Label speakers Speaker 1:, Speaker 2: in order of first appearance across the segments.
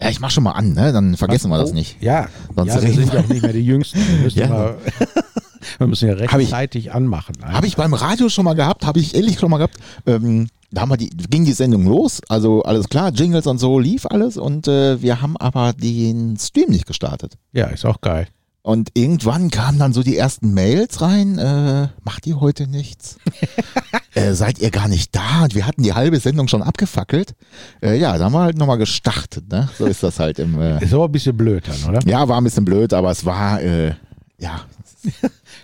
Speaker 1: Ja, ich mach schon mal an, ne? Dann vergessen
Speaker 2: Oh.
Speaker 1: wir das nicht.
Speaker 2: Ja,
Speaker 1: Sonst
Speaker 2: ja wir
Speaker 1: reden
Speaker 2: sind
Speaker 1: wir-
Speaker 2: ja auch nicht mehr die Jüngsten. Wir müssen,
Speaker 1: Ja.
Speaker 2: mal, wir müssen ja
Speaker 1: Hab ich-
Speaker 2: rechtzeitig anmachen.
Speaker 1: Habe ich beim Radio schon mal gehabt, habe ich ehrlich schon mal gehabt. Ähm, da haben wir die, ging die Sendung los, also alles klar, Jingles und so lief alles und äh, wir haben aber den Stream nicht gestartet.
Speaker 2: Ja, ist auch geil.
Speaker 1: Und irgendwann kamen dann so die ersten Mails rein, äh, macht ihr heute nichts? äh, seid ihr gar nicht da? Und wir hatten die halbe Sendung schon abgefackelt. Äh, ja, da haben wir halt nochmal gestartet, ne? So ist das halt im... Äh,
Speaker 2: Ist aber ein bisschen blöd dann, oder?
Speaker 1: ja, war ein bisschen blöd, aber es war, äh, ja,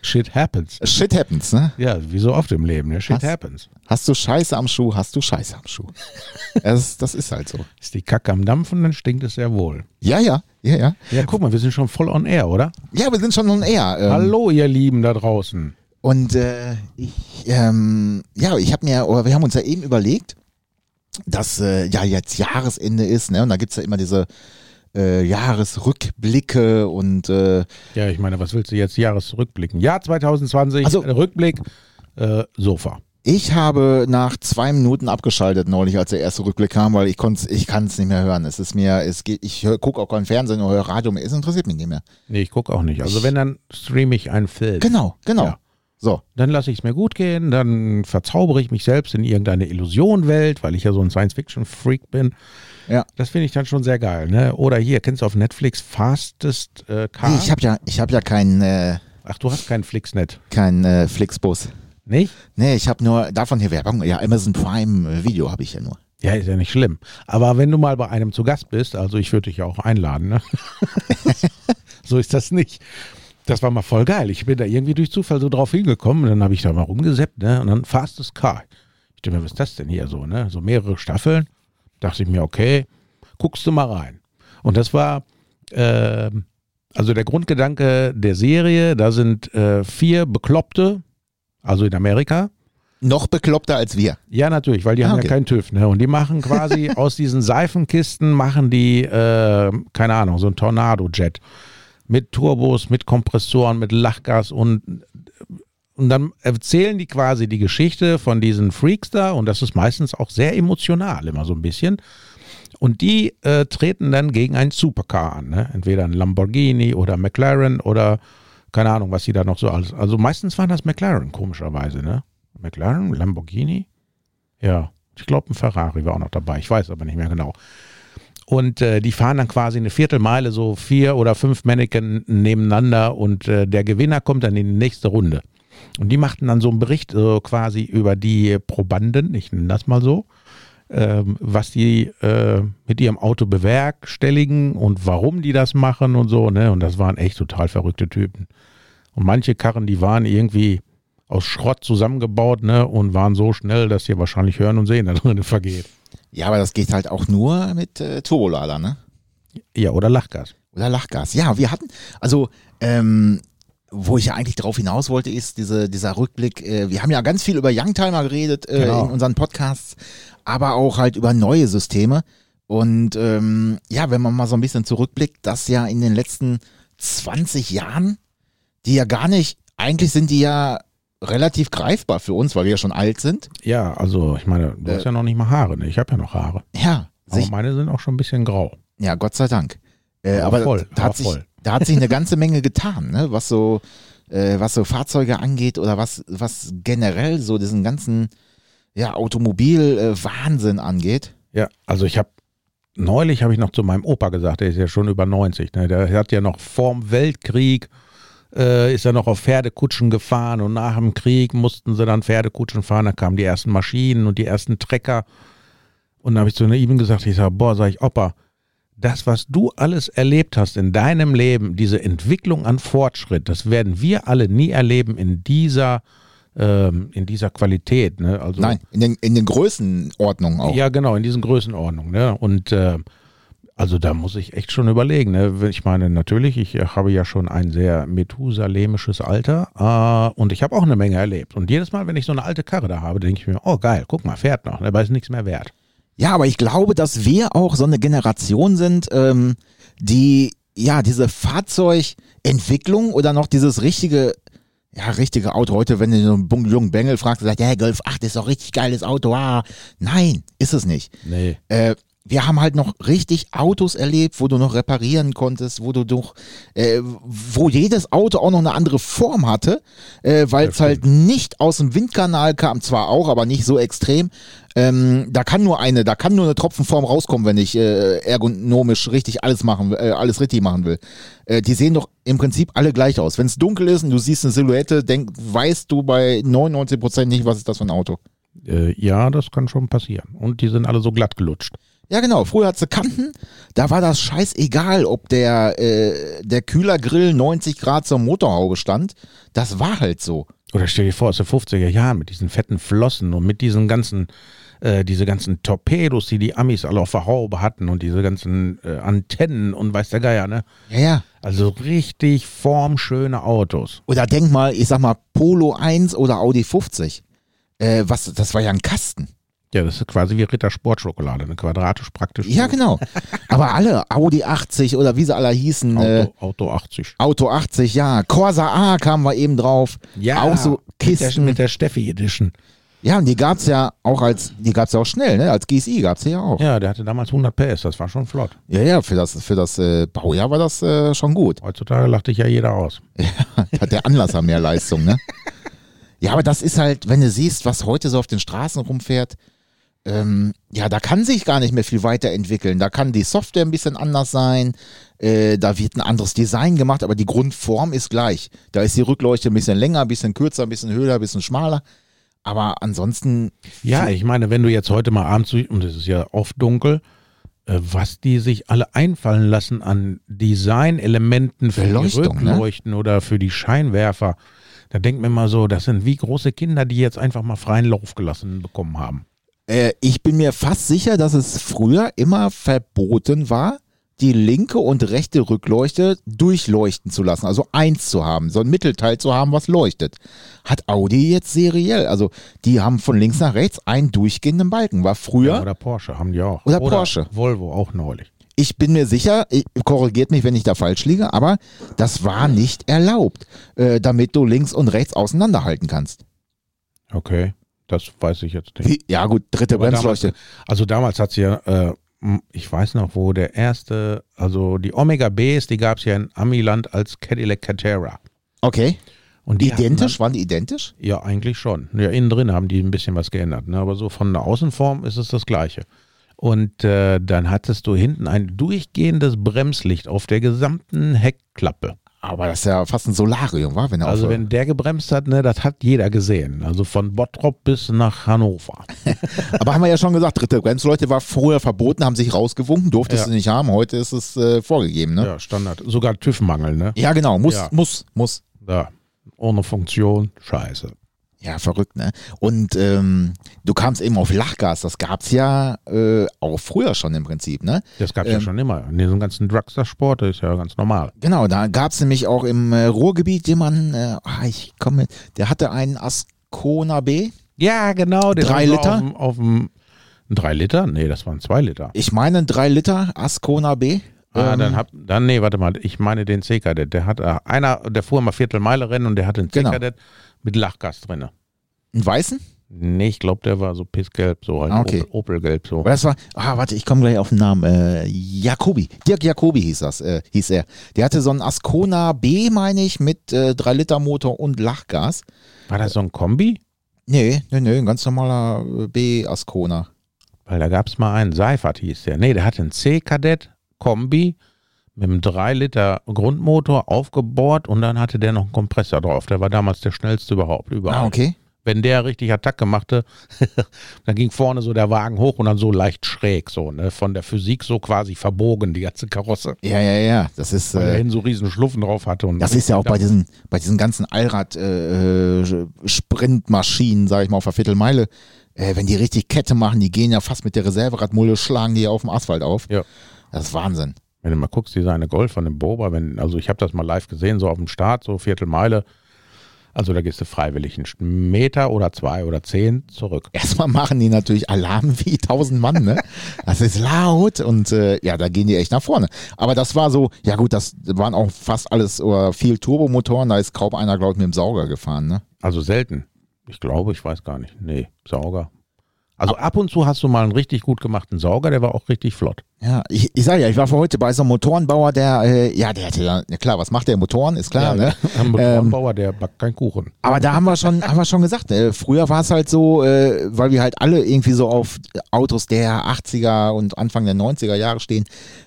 Speaker 2: Shit happens.
Speaker 1: shit happens, ne?
Speaker 2: Ja, wie so oft im Leben. Ne?
Speaker 1: Was?
Speaker 2: Shit happens.
Speaker 1: Hast du Scheiße am Schuh, hast du Scheiße am Schuh. das, das ist halt so.
Speaker 2: Ist die Kacke am Dampfen, dann stinkt es sehr wohl.
Speaker 1: Ja, ja, ja, ja.
Speaker 2: Ja, guck mal, wir sind schon voll on air, oder?
Speaker 1: Ja, wir sind schon on air. Ähm,
Speaker 2: Hallo, ihr Lieben da draußen.
Speaker 1: Und äh, ich, ähm, ja, ich habe mir, oder wir haben uns ja eben überlegt, dass äh, ja jetzt Jahresende ist, ne? Und da gibt's ja immer diese äh, Jahresrückblicke und äh,
Speaker 2: Ja, ich meine, was willst du jetzt Jahresrückblicken? Jahr 2020,
Speaker 1: Also-
Speaker 2: äh, Rückblick, äh, Sofa.
Speaker 1: ich habe nach zwei Minuten abgeschaltet neulich, als der erste Rückblick kam, weil ich konnte ich kann es nicht mehr hören. Es ist mir, es geht, ich hör, guck auch kein Fernsehen oder höre Radio mehr, es interessiert mich nicht mehr.
Speaker 2: Nee, ich gucke auch nicht. Also wenn, dann streame ich einen Film.
Speaker 1: Genau, genau.
Speaker 2: Ja.
Speaker 1: So,
Speaker 2: Dann lasse ich es mir gut gehen, dann verzaubere ich mich selbst in irgendeine Illusionwelt, weil ich ja so ein Science-Fiction-Freak bin.
Speaker 1: Ja.
Speaker 2: Das finde ich dann schon sehr geil. Ne? Oder hier, kennst du auf Netflix Fastest äh, Car?
Speaker 1: nee, ich habe ja, ich habe ja keinen, äh,
Speaker 2: Ach, du hast kein Flixnet,
Speaker 1: keinen äh, Flixbus.
Speaker 2: nicht?
Speaker 1: Nee, ich habe nur davon hier Werbung. Ja, Amazon Prime äh, Video habe ich ja nur.
Speaker 2: Ja, ist ja nicht schlimm. Aber wenn du mal bei einem zu Gast bist, also ich würde dich ja auch einladen, ne? so ist das nicht. Das war mal voll geil. Ich bin da irgendwie durch Zufall so drauf hingekommen und dann habe ich da mal rumgesäppt, ne? Und dann Fastest Car. Ich dachte mir, was ist das denn hier so, ne? So mehrere Staffeln. Dachte ich mir, okay, guckst du mal rein. Und das war, ähm, also der Grundgedanke der Serie, da sind äh, vier Bekloppte, also in Amerika,
Speaker 1: Noch bekloppter als wir.
Speaker 2: ja, natürlich, weil die
Speaker 1: Ah,
Speaker 2: haben
Speaker 1: okay.
Speaker 2: ja keinen TÜV, ne? Und die machen quasi aus diesen Seifenkisten, machen die, äh, keine Ahnung, so ein Tornado-Jet. Mit Turbos, mit Kompressoren, mit Lachgas und, und dann erzählen die quasi die Geschichte von diesen Freaks da und das ist meistens auch sehr emotional, immer so ein bisschen. Und die äh, treten dann gegen einen Supercar an, ne? Entweder ein Lamborghini oder McLaren oder keine Ahnung, was sie da noch so alles. Also meistens waren das McLaren, komischerweise, ne? McLaren, Lamborghini? Ja, ich glaube, ein Ferrari war auch noch dabei. Ich weiß aber nicht mehr genau. Und äh, die fahren dann quasi eine Viertelmeile, so vier oder fünf Mannequin nebeneinander und äh, der Gewinner kommt dann in die nächste Runde. Und die machten dann so einen Bericht äh, quasi über die Probanden, ich nenne das mal so, ähm, was die äh, mit ihrem Auto bewerkstelligen und warum die das machen und so. Ne? Und das waren echt total verrückte Typen. Und manche Karren, die waren irgendwie aus Schrott zusammengebaut ne? und waren so schnell, dass hier wahrscheinlich Hören und Sehen da drin vergeht.
Speaker 1: Ja, aber das geht halt auch nur mit äh, Turbolader, ne?
Speaker 2: Ja, oder Lachgas.
Speaker 1: Oder Lachgas. Ja, wir hatten, also, ähm, wo ich ja eigentlich drauf hinaus wollte, ist diese, dieser Rückblick. Äh, wir haben ja ganz viel über Youngtimer geredet äh,
Speaker 2: Genau.
Speaker 1: in unseren Podcasts, aber auch halt über neue Systeme. Und ähm, ja, wenn man mal so ein bisschen zurückblickt, dass ja in den letzten 20 Jahren, die ja gar nicht, eigentlich sind die ja relativ greifbar für uns, weil wir ja schon alt sind.
Speaker 2: Ja, also ich meine, du hast ja noch nicht mal Haare. Ne? Ich habe ja noch Haare.
Speaker 1: Ja,
Speaker 2: Aber meine sind auch schon ein bisschen grau.
Speaker 1: Ja, Gott sei Dank. Äh,
Speaker 2: Aber
Speaker 1: aber
Speaker 2: voll,
Speaker 1: da,
Speaker 2: aber
Speaker 1: hat sich,
Speaker 2: voll.
Speaker 1: da hat sich eine ganze Menge getan, ne? was, so, äh, was so Fahrzeuge angeht oder was, was generell so diesen ganzen ja, Automobil-Wahnsinn angeht.
Speaker 2: Ja, also ich habe neulich habe ich noch zu meinem Opa gesagt, der ist ja schon über 90, ne? Der hat ja noch vorm Weltkrieg äh, ist er noch auf Pferdekutschen gefahren und nach dem Krieg mussten sie dann Pferdekutschen fahren, da kamen die ersten Maschinen und die ersten Trecker und da habe ich zu ihm gesagt, ich sage, boah, sag ich Opa, das was du alles erlebt hast in deinem Leben, diese Entwicklung an Fortschritt, das werden wir alle nie erleben in dieser ähm, in dieser Qualität, ne? Also
Speaker 1: Nein, in den, in den Größenordnungen auch.
Speaker 2: ja, genau, in diesen Größenordnungen. Ne? Und äh, also da muss ich echt schon überlegen. Ne? Ich meine, natürlich, ich habe ja schon ein sehr methusalemisches Alter äh, und ich habe auch eine Menge erlebt. Und jedes Mal, wenn ich so eine alte Karre da habe, denke ich mir, oh geil, guck mal, fährt noch, dabei ist nichts mehr wert.
Speaker 1: Ja, aber ich glaube, dass wir auch so eine Generation sind, ähm, die ja diese Fahrzeugentwicklung oder noch dieses richtige, ja, richtige Auto. Heute, wenn du so einen bung- jungen Bengel fragst, der sagt, ja, Golf 8 ist doch richtig geiles Auto. Ah. Nein, ist es nicht.
Speaker 2: Nee.
Speaker 1: Äh, wir haben halt noch richtig Autos erlebt, wo du noch reparieren konntest, wo du doch, äh, wo jedes Auto auch noch eine andere Form hatte, äh, weil es halt nicht aus dem Windkanal kam, zwar auch, aber nicht so extrem. Ähm, da kann nur eine, da kann nur eine Tropfenform rauskommen, wenn ich äh, ergonomisch richtig alles machen, äh, alles richtig machen will. Äh, die sehen doch im Prinzip alle gleich aus. Wenn es dunkel ist und du siehst eine Silhouette, denk, weißt du bei 99% nicht, was ist das für ein Auto.
Speaker 2: Äh, ja, das kann schon passieren. Und die sind alle so glatt gelutscht.
Speaker 1: Ja, genau. Früher hatte sie Kanten. Da war das scheißegal, ob der, äh, der Kühlergrill 90 Grad zur Motorhaube stand. Das war halt so.
Speaker 2: Oder stell dir vor, aus den 50er Jahren mit diesen fetten Flossen und mit diesen ganzen, äh, diese ganzen Torpedos, die die Amis alle auf der Haube hatten und diese ganzen äh, Antennen und weiß der Geier, ne?
Speaker 1: Ja, ja.
Speaker 2: Also richtig formschöne Autos.
Speaker 1: Oder denk mal, ich sag mal, Polo 1 oder Audi 50. Äh, was, das war ja ein Kasten.
Speaker 2: Ja, das ist quasi wie Rittersportschokolade, eine quadratisch praktisch.
Speaker 1: Ja, genau. Aber alle, Audi 80 oder wie sie alle hießen, äh,
Speaker 2: Auto, Auto 80.
Speaker 1: Auto 80, ja. Corsa A kamen wir eben drauf. auch so
Speaker 2: Mit der,
Speaker 1: Kisten.
Speaker 2: mit der Steffi Edition.
Speaker 1: Ja, und die gab's ja auch als, die gab's ja auch schnell, ne? Als GSI gab's die ja auch.
Speaker 2: Ja, der hatte damals 100 PS, das war schon flott.
Speaker 1: Ja, ja, für das, für das äh, Baujahr war das äh, schon gut.
Speaker 2: Heutzutage lacht dich ja jeder aus.
Speaker 1: Hat der Anlasser mehr Leistung, ne? Ja, aber das ist halt, wenn du siehst, was heute so auf den Straßen rumfährt, ähm, ja, da kann sich gar nicht mehr viel weiterentwickeln. Da kann die Software ein bisschen anders sein, äh, da wird ein anderes Design gemacht, aber die Grundform ist gleich. Da ist die Rückleuchte ein bisschen länger, ein bisschen kürzer, ein bisschen höher, ein bisschen schmaler. Aber ansonsten,
Speaker 2: Ja, ich meine, wenn du jetzt heute mal abends, durch- und es ist ja oft dunkel, äh, was die sich alle einfallen lassen an Designelementen für die
Speaker 1: Beleuchtung, ne?
Speaker 2: Rückleuchten oder für die Scheinwerfer, da denkt man mal so, das sind wie große Kinder, die jetzt einfach mal freien Lauf gelassen bekommen haben.
Speaker 1: äh, ich bin mir fast sicher, dass es früher immer verboten war, die linke und rechte Rückleuchte durchleuchten zu lassen, also eins zu haben, so ein Mittelteil zu haben, was leuchtet. Hat Audi jetzt seriell, also die haben von links nach rechts einen durchgehenden Balken. War früher,
Speaker 2: Oder Porsche haben die auch.
Speaker 1: Oder Porsche.
Speaker 2: Volvo auch neulich.
Speaker 1: ich bin mir sicher, ich- korrigiert mich, wenn ich da falsch liege, aber das war nicht erlaubt, äh, damit du links und rechts auseinanderhalten kannst.
Speaker 2: Okay, das weiß ich jetzt nicht.
Speaker 1: Wie, ja gut, dritte
Speaker 2: Aber
Speaker 1: Bremsleuchte.
Speaker 2: Also damals hat sie ja, äh, m- ich weiß noch, wo der erste, also die Omega Bs, die gab es ja in Amiland als Cadillac Catera.
Speaker 1: Okay,
Speaker 2: Und die hatten
Speaker 1: identisch, waren die identisch?
Speaker 2: Dann, ja, eigentlich schon. Ja, innen drin haben die ein bisschen was geändert, ne? aber so von der Außenform ist es das Gleiche. Und äh, dann hattest du hinten ein durchgehendes Bremslicht auf der gesamten Heckklappe.
Speaker 1: Aber das ist ja fast ein Solarium, war, wenn er
Speaker 2: Also
Speaker 1: auf,
Speaker 2: wenn der gebremst hat, ne, das hat jeder gesehen. Also von Bottrop bis nach Hannover.
Speaker 1: Aber haben wir ja schon gesagt, dritte Grenzleute war früher verboten, haben sich rausgewunken, durftest
Speaker 2: Ja.
Speaker 1: du nicht haben. Heute ist es äh, vorgegeben, ne?
Speaker 2: Ja, Standard. Sogar TÜV-Mangel, ne?
Speaker 1: Ja, genau, muss,
Speaker 2: Ja.
Speaker 1: muss, muss.
Speaker 2: Ja. Ohne Funktion, scheiße.
Speaker 1: Ja, verrückt, ne? Und ähm, du kamst eben auf Lachgas, das gab's ja äh, auch früher schon im Prinzip, ne?
Speaker 2: Das gab es
Speaker 1: Ähm,
Speaker 2: ja schon immer. In diesem ganzen Drugster-Sport das ist ja ganz normal.
Speaker 1: Genau, da gab's nämlich auch im äh, Ruhrgebiet jemanden, äh, ah, ich komme, der hatte einen Ascona B.
Speaker 2: Ja, genau.
Speaker 1: den
Speaker 2: Drei
Speaker 1: haben wir
Speaker 2: Liter?
Speaker 1: auf
Speaker 2: Auf dem, drei Liter? Nee, das waren zwei Liter.
Speaker 1: Ich meine einen 3 Liter Ascona B.
Speaker 2: ah,
Speaker 1: Ähm,
Speaker 2: dann hab, dann, nee, warte mal, ich meine den C-Kadett. Der hat, äh, einer, der fuhr immer Viertelmeile-Rennen und der hatte einen
Speaker 1: Genau.
Speaker 2: C-Kadett mit Lachgas drin.
Speaker 1: einen weißen?
Speaker 2: Nee, ich glaube, der war so pissgelb, so halt
Speaker 1: Ah, okay.
Speaker 2: Opel- Opel-gelb, so.
Speaker 1: Aber das war, ah, warte, ich komme gleich auf den Namen. Äh, Jakobi, Dirk Jakobi hieß das, äh, hieß er. Der hatte so einen Ascona B, meine ich, mit äh, 3 Liter Motor und Lachgas.
Speaker 2: War das so ein Kombi?
Speaker 1: Nee, nee, nee, ein ganz normaler äh, B Ascona.
Speaker 2: Weil da gab es mal einen, Seifert hieß der. Nee, der hatte einen C-Kadett-Kombi mit einem 3-Liter-Grundmotor aufgebohrt und dann hatte der noch einen Kompressor drauf. Der war damals der schnellste überhaupt. Überall.
Speaker 1: Ah, okay.
Speaker 2: Wenn der richtig Attacke machte, dann ging vorne so der Wagen hoch und dann so leicht schräg, so ne? von der Physik so quasi verbogen, die ganze Karosse.
Speaker 1: Ja, ja, ja, das ist...
Speaker 2: Weil er
Speaker 1: Äh,
Speaker 2: hinten so riesen Schluffen drauf hatte. Und
Speaker 1: Das ist ja auch bei diesen, bei diesen ganzen äh, Allrad-Sprintmaschinen, sage ich mal, auf der Viertelmeile. Äh, wenn die richtig Kette machen, die gehen ja fast mit der Reserveradmulle, schlagen die ja auf dem Asphalt auf.
Speaker 2: Ja.
Speaker 1: Das ist Wahnsinn.
Speaker 2: Wenn du mal guckst, die seine Golf von dem Boba, wenn, also ich habe das mal live gesehen, so auf dem Start, so Viertelmeile. Also da gehst du freiwillig einen Meter oder zwei oder zehn zurück.
Speaker 1: Erstmal machen die natürlich Alarm wie tausend Mann, ne? Das ist laut und äh, ja, da gehen die echt nach vorne. Aber das war so, ja gut, das waren auch fast alles oder viel Turbomotoren, da ist kaum einer, glaube ich, mit dem Sauger gefahren, ne?
Speaker 2: Also selten. Ich glaube, ich weiß gar nicht. Nee, Sauger. Also ab und zu hast du mal einen richtig gut gemachten Sauger, der war auch richtig flott.
Speaker 1: Ja, ich, ich sage ja, ich war vor heute bei so einem Motorenbauer, der, äh, ja, der hatte ja, na klar, was macht der? Motoren, ist klar, ne?
Speaker 2: Ein Motorenbauer, der backt keinen Kuchen.
Speaker 1: Aber da haben wir schon, haben wir schon gesagt, äh, früher war es halt so, äh, weil wir halt alle irgendwie so auf Autos der 80er und Anfang der 90er Jahre stehen,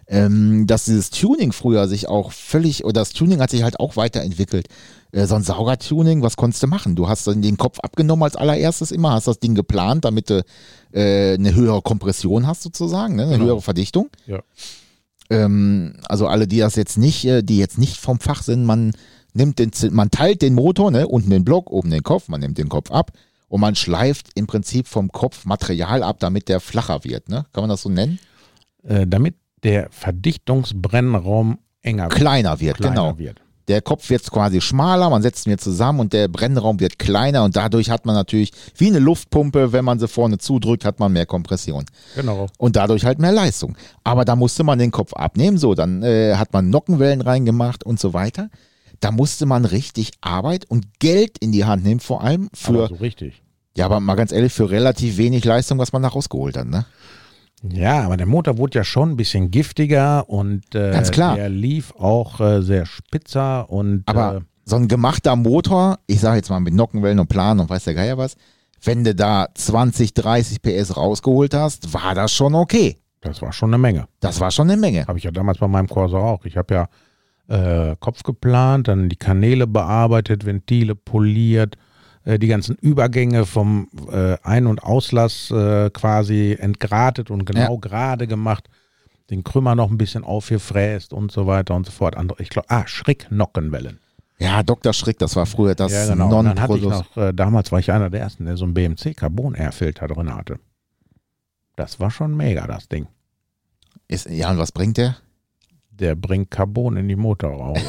Speaker 1: ähm, dass dieses Tuning früher sich auch völlig, oder das Tuning hat sich halt auch weiterentwickelt. Äh, so ein Saugertuning, was konntest du machen? Du hast dann den Kopf abgenommen als allererstes immer, hast das Ding geplant, damit du äh, eine höhere Kompression hast sozusagen, ne? eine
Speaker 2: Genau.
Speaker 1: höhere Verdichtung.
Speaker 2: Ja.
Speaker 1: Ähm, also alle, die das jetzt nicht, äh, die jetzt nicht vom Fach sind, man nimmt den, Z- man teilt den Motor, ne, unten den Block, oben den Kopf, man nimmt den Kopf ab und man schleift im Prinzip vom Kopf Material ab, damit der flacher wird, ne? Kann man das so nennen?
Speaker 2: Äh, damit der Verdichtungsbrennraum enger wird.
Speaker 1: Kleiner wird,
Speaker 2: kleiner
Speaker 1: genau.
Speaker 2: wird.
Speaker 1: Der Kopf wird quasi schmaler, man setzt ihn jetzt zusammen und der Brennraum wird kleiner und dadurch hat man natürlich wie eine Luftpumpe, wenn man sie vorne zudrückt, hat man mehr Kompression.
Speaker 2: Genau.
Speaker 1: und dadurch halt mehr Leistung. Aber da musste man den Kopf abnehmen, so, dann äh, hat man Nockenwellen reingemacht und so weiter. Da musste man richtig Arbeit und Geld in die Hand nehmen, vor allem für,
Speaker 2: Aber so richtig.
Speaker 1: ja, aber mal ganz ehrlich, für relativ wenig Leistung, was man da rausgeholt hat, ne?
Speaker 2: Ja, aber der Motor wurde ja schon ein bisschen giftiger und äh,
Speaker 1: Ganz klar.
Speaker 2: der lief auch äh, sehr spitzer und
Speaker 1: Aber
Speaker 2: äh,
Speaker 1: so ein gemachter Motor, ich sage jetzt mal mit Nockenwellen und Plan und weiß der Geier was, wenn du da 20, 30 PS rausgeholt hast, war das schon okay.
Speaker 2: das war schon eine Menge.
Speaker 1: Das war schon eine Menge.
Speaker 2: Habe ich ja damals bei meinem Corsa auch. Ich habe ja äh, Kopf geplant, dann die Kanäle bearbeitet, Ventile poliert, äh, die ganzen Übergänge vom äh, Ein- und Auslass äh, quasi entgratet und genau gerade gemacht, den Krümmer noch ein bisschen aufgefräst und so weiter und so fort. Andere, ich glaube, ah, Schricknockenwellen.
Speaker 1: Ja, Dr. Schrick, das war früher das
Speaker 2: ja, genau. Und dann hatte ich
Speaker 1: Non-Produkt.
Speaker 2: noch, äh, damals war ich einer der ersten, der so einen BMC Carbon Airfilter drin hatte. Das war schon mega, das Ding.
Speaker 1: Ist- Ja, und was bringt der?
Speaker 2: Der bringt Carbon in die Motorhaube.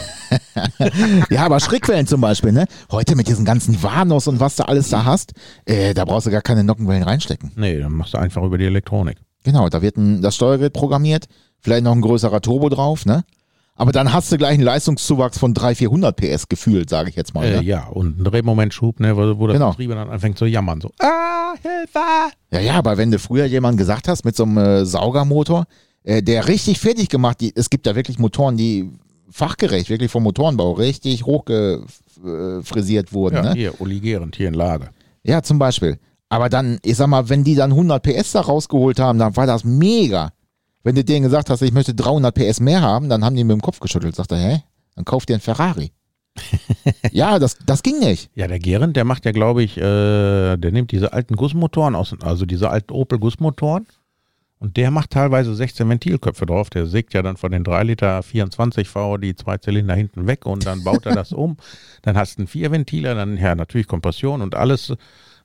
Speaker 1: Ja, aber Schrägwellen zum Beispiel, ne? Heute mit diesen ganzen Warnos und was du alles da hast, äh, da brauchst du gar keine Nockenwellen reinstecken.
Speaker 2: nee, dann machst du einfach über die Elektronik.
Speaker 1: Genau, da wird ein, das Steuergerät programmiert, vielleicht noch ein größerer Turbo drauf, ne? Aber dann hast du gleich einen Leistungszuwachs von 300, 400 PS gefühlt, sage ich jetzt mal.
Speaker 2: Äh,
Speaker 1: Ne?
Speaker 2: ja, und ein Drehmomentschub, ne, wo, wo das
Speaker 1: Genau.
Speaker 2: Getriebe dann anfängt zu jammern. So, ah, Hilfe!
Speaker 1: Ja, ja, aber wenn du früher jemand gesagt hast mit so einem äh, Saugermotor, äh, der richtig fertig gemacht, die, es gibt ja wirklich Motoren, die fachgerecht, wirklich vom Motorenbau richtig hochgefrisiert wurden,
Speaker 2: Ja,
Speaker 1: ne?
Speaker 2: hier, oligierend, hier in Lage.
Speaker 1: Ja, zum Beispiel. Aber dann, ich sag mal, wenn die dann 100 PS da rausgeholt haben, dann war das mega. Wenn du denen gesagt hast, ich möchte 300 PS mehr haben, dann haben die mit dem Kopf geschüttelt. Sagt er, hä? Dann kauf dir einen Ferrari. ja, das, das ging nicht.
Speaker 2: Ja, der Gerend, der macht ja, glaube ich, äh, der nimmt diese alten Gussmotoren aus, also diese alten Opel Gussmotoren und der macht teilweise 16 Ventilköpfe drauf. Der sägt ja dann von den 3 Liter 24 V die zwei Zylinder hinten weg und dann baut er das um. Dann hast du einen Vierventiler, dann ja natürlich Kompression und alles.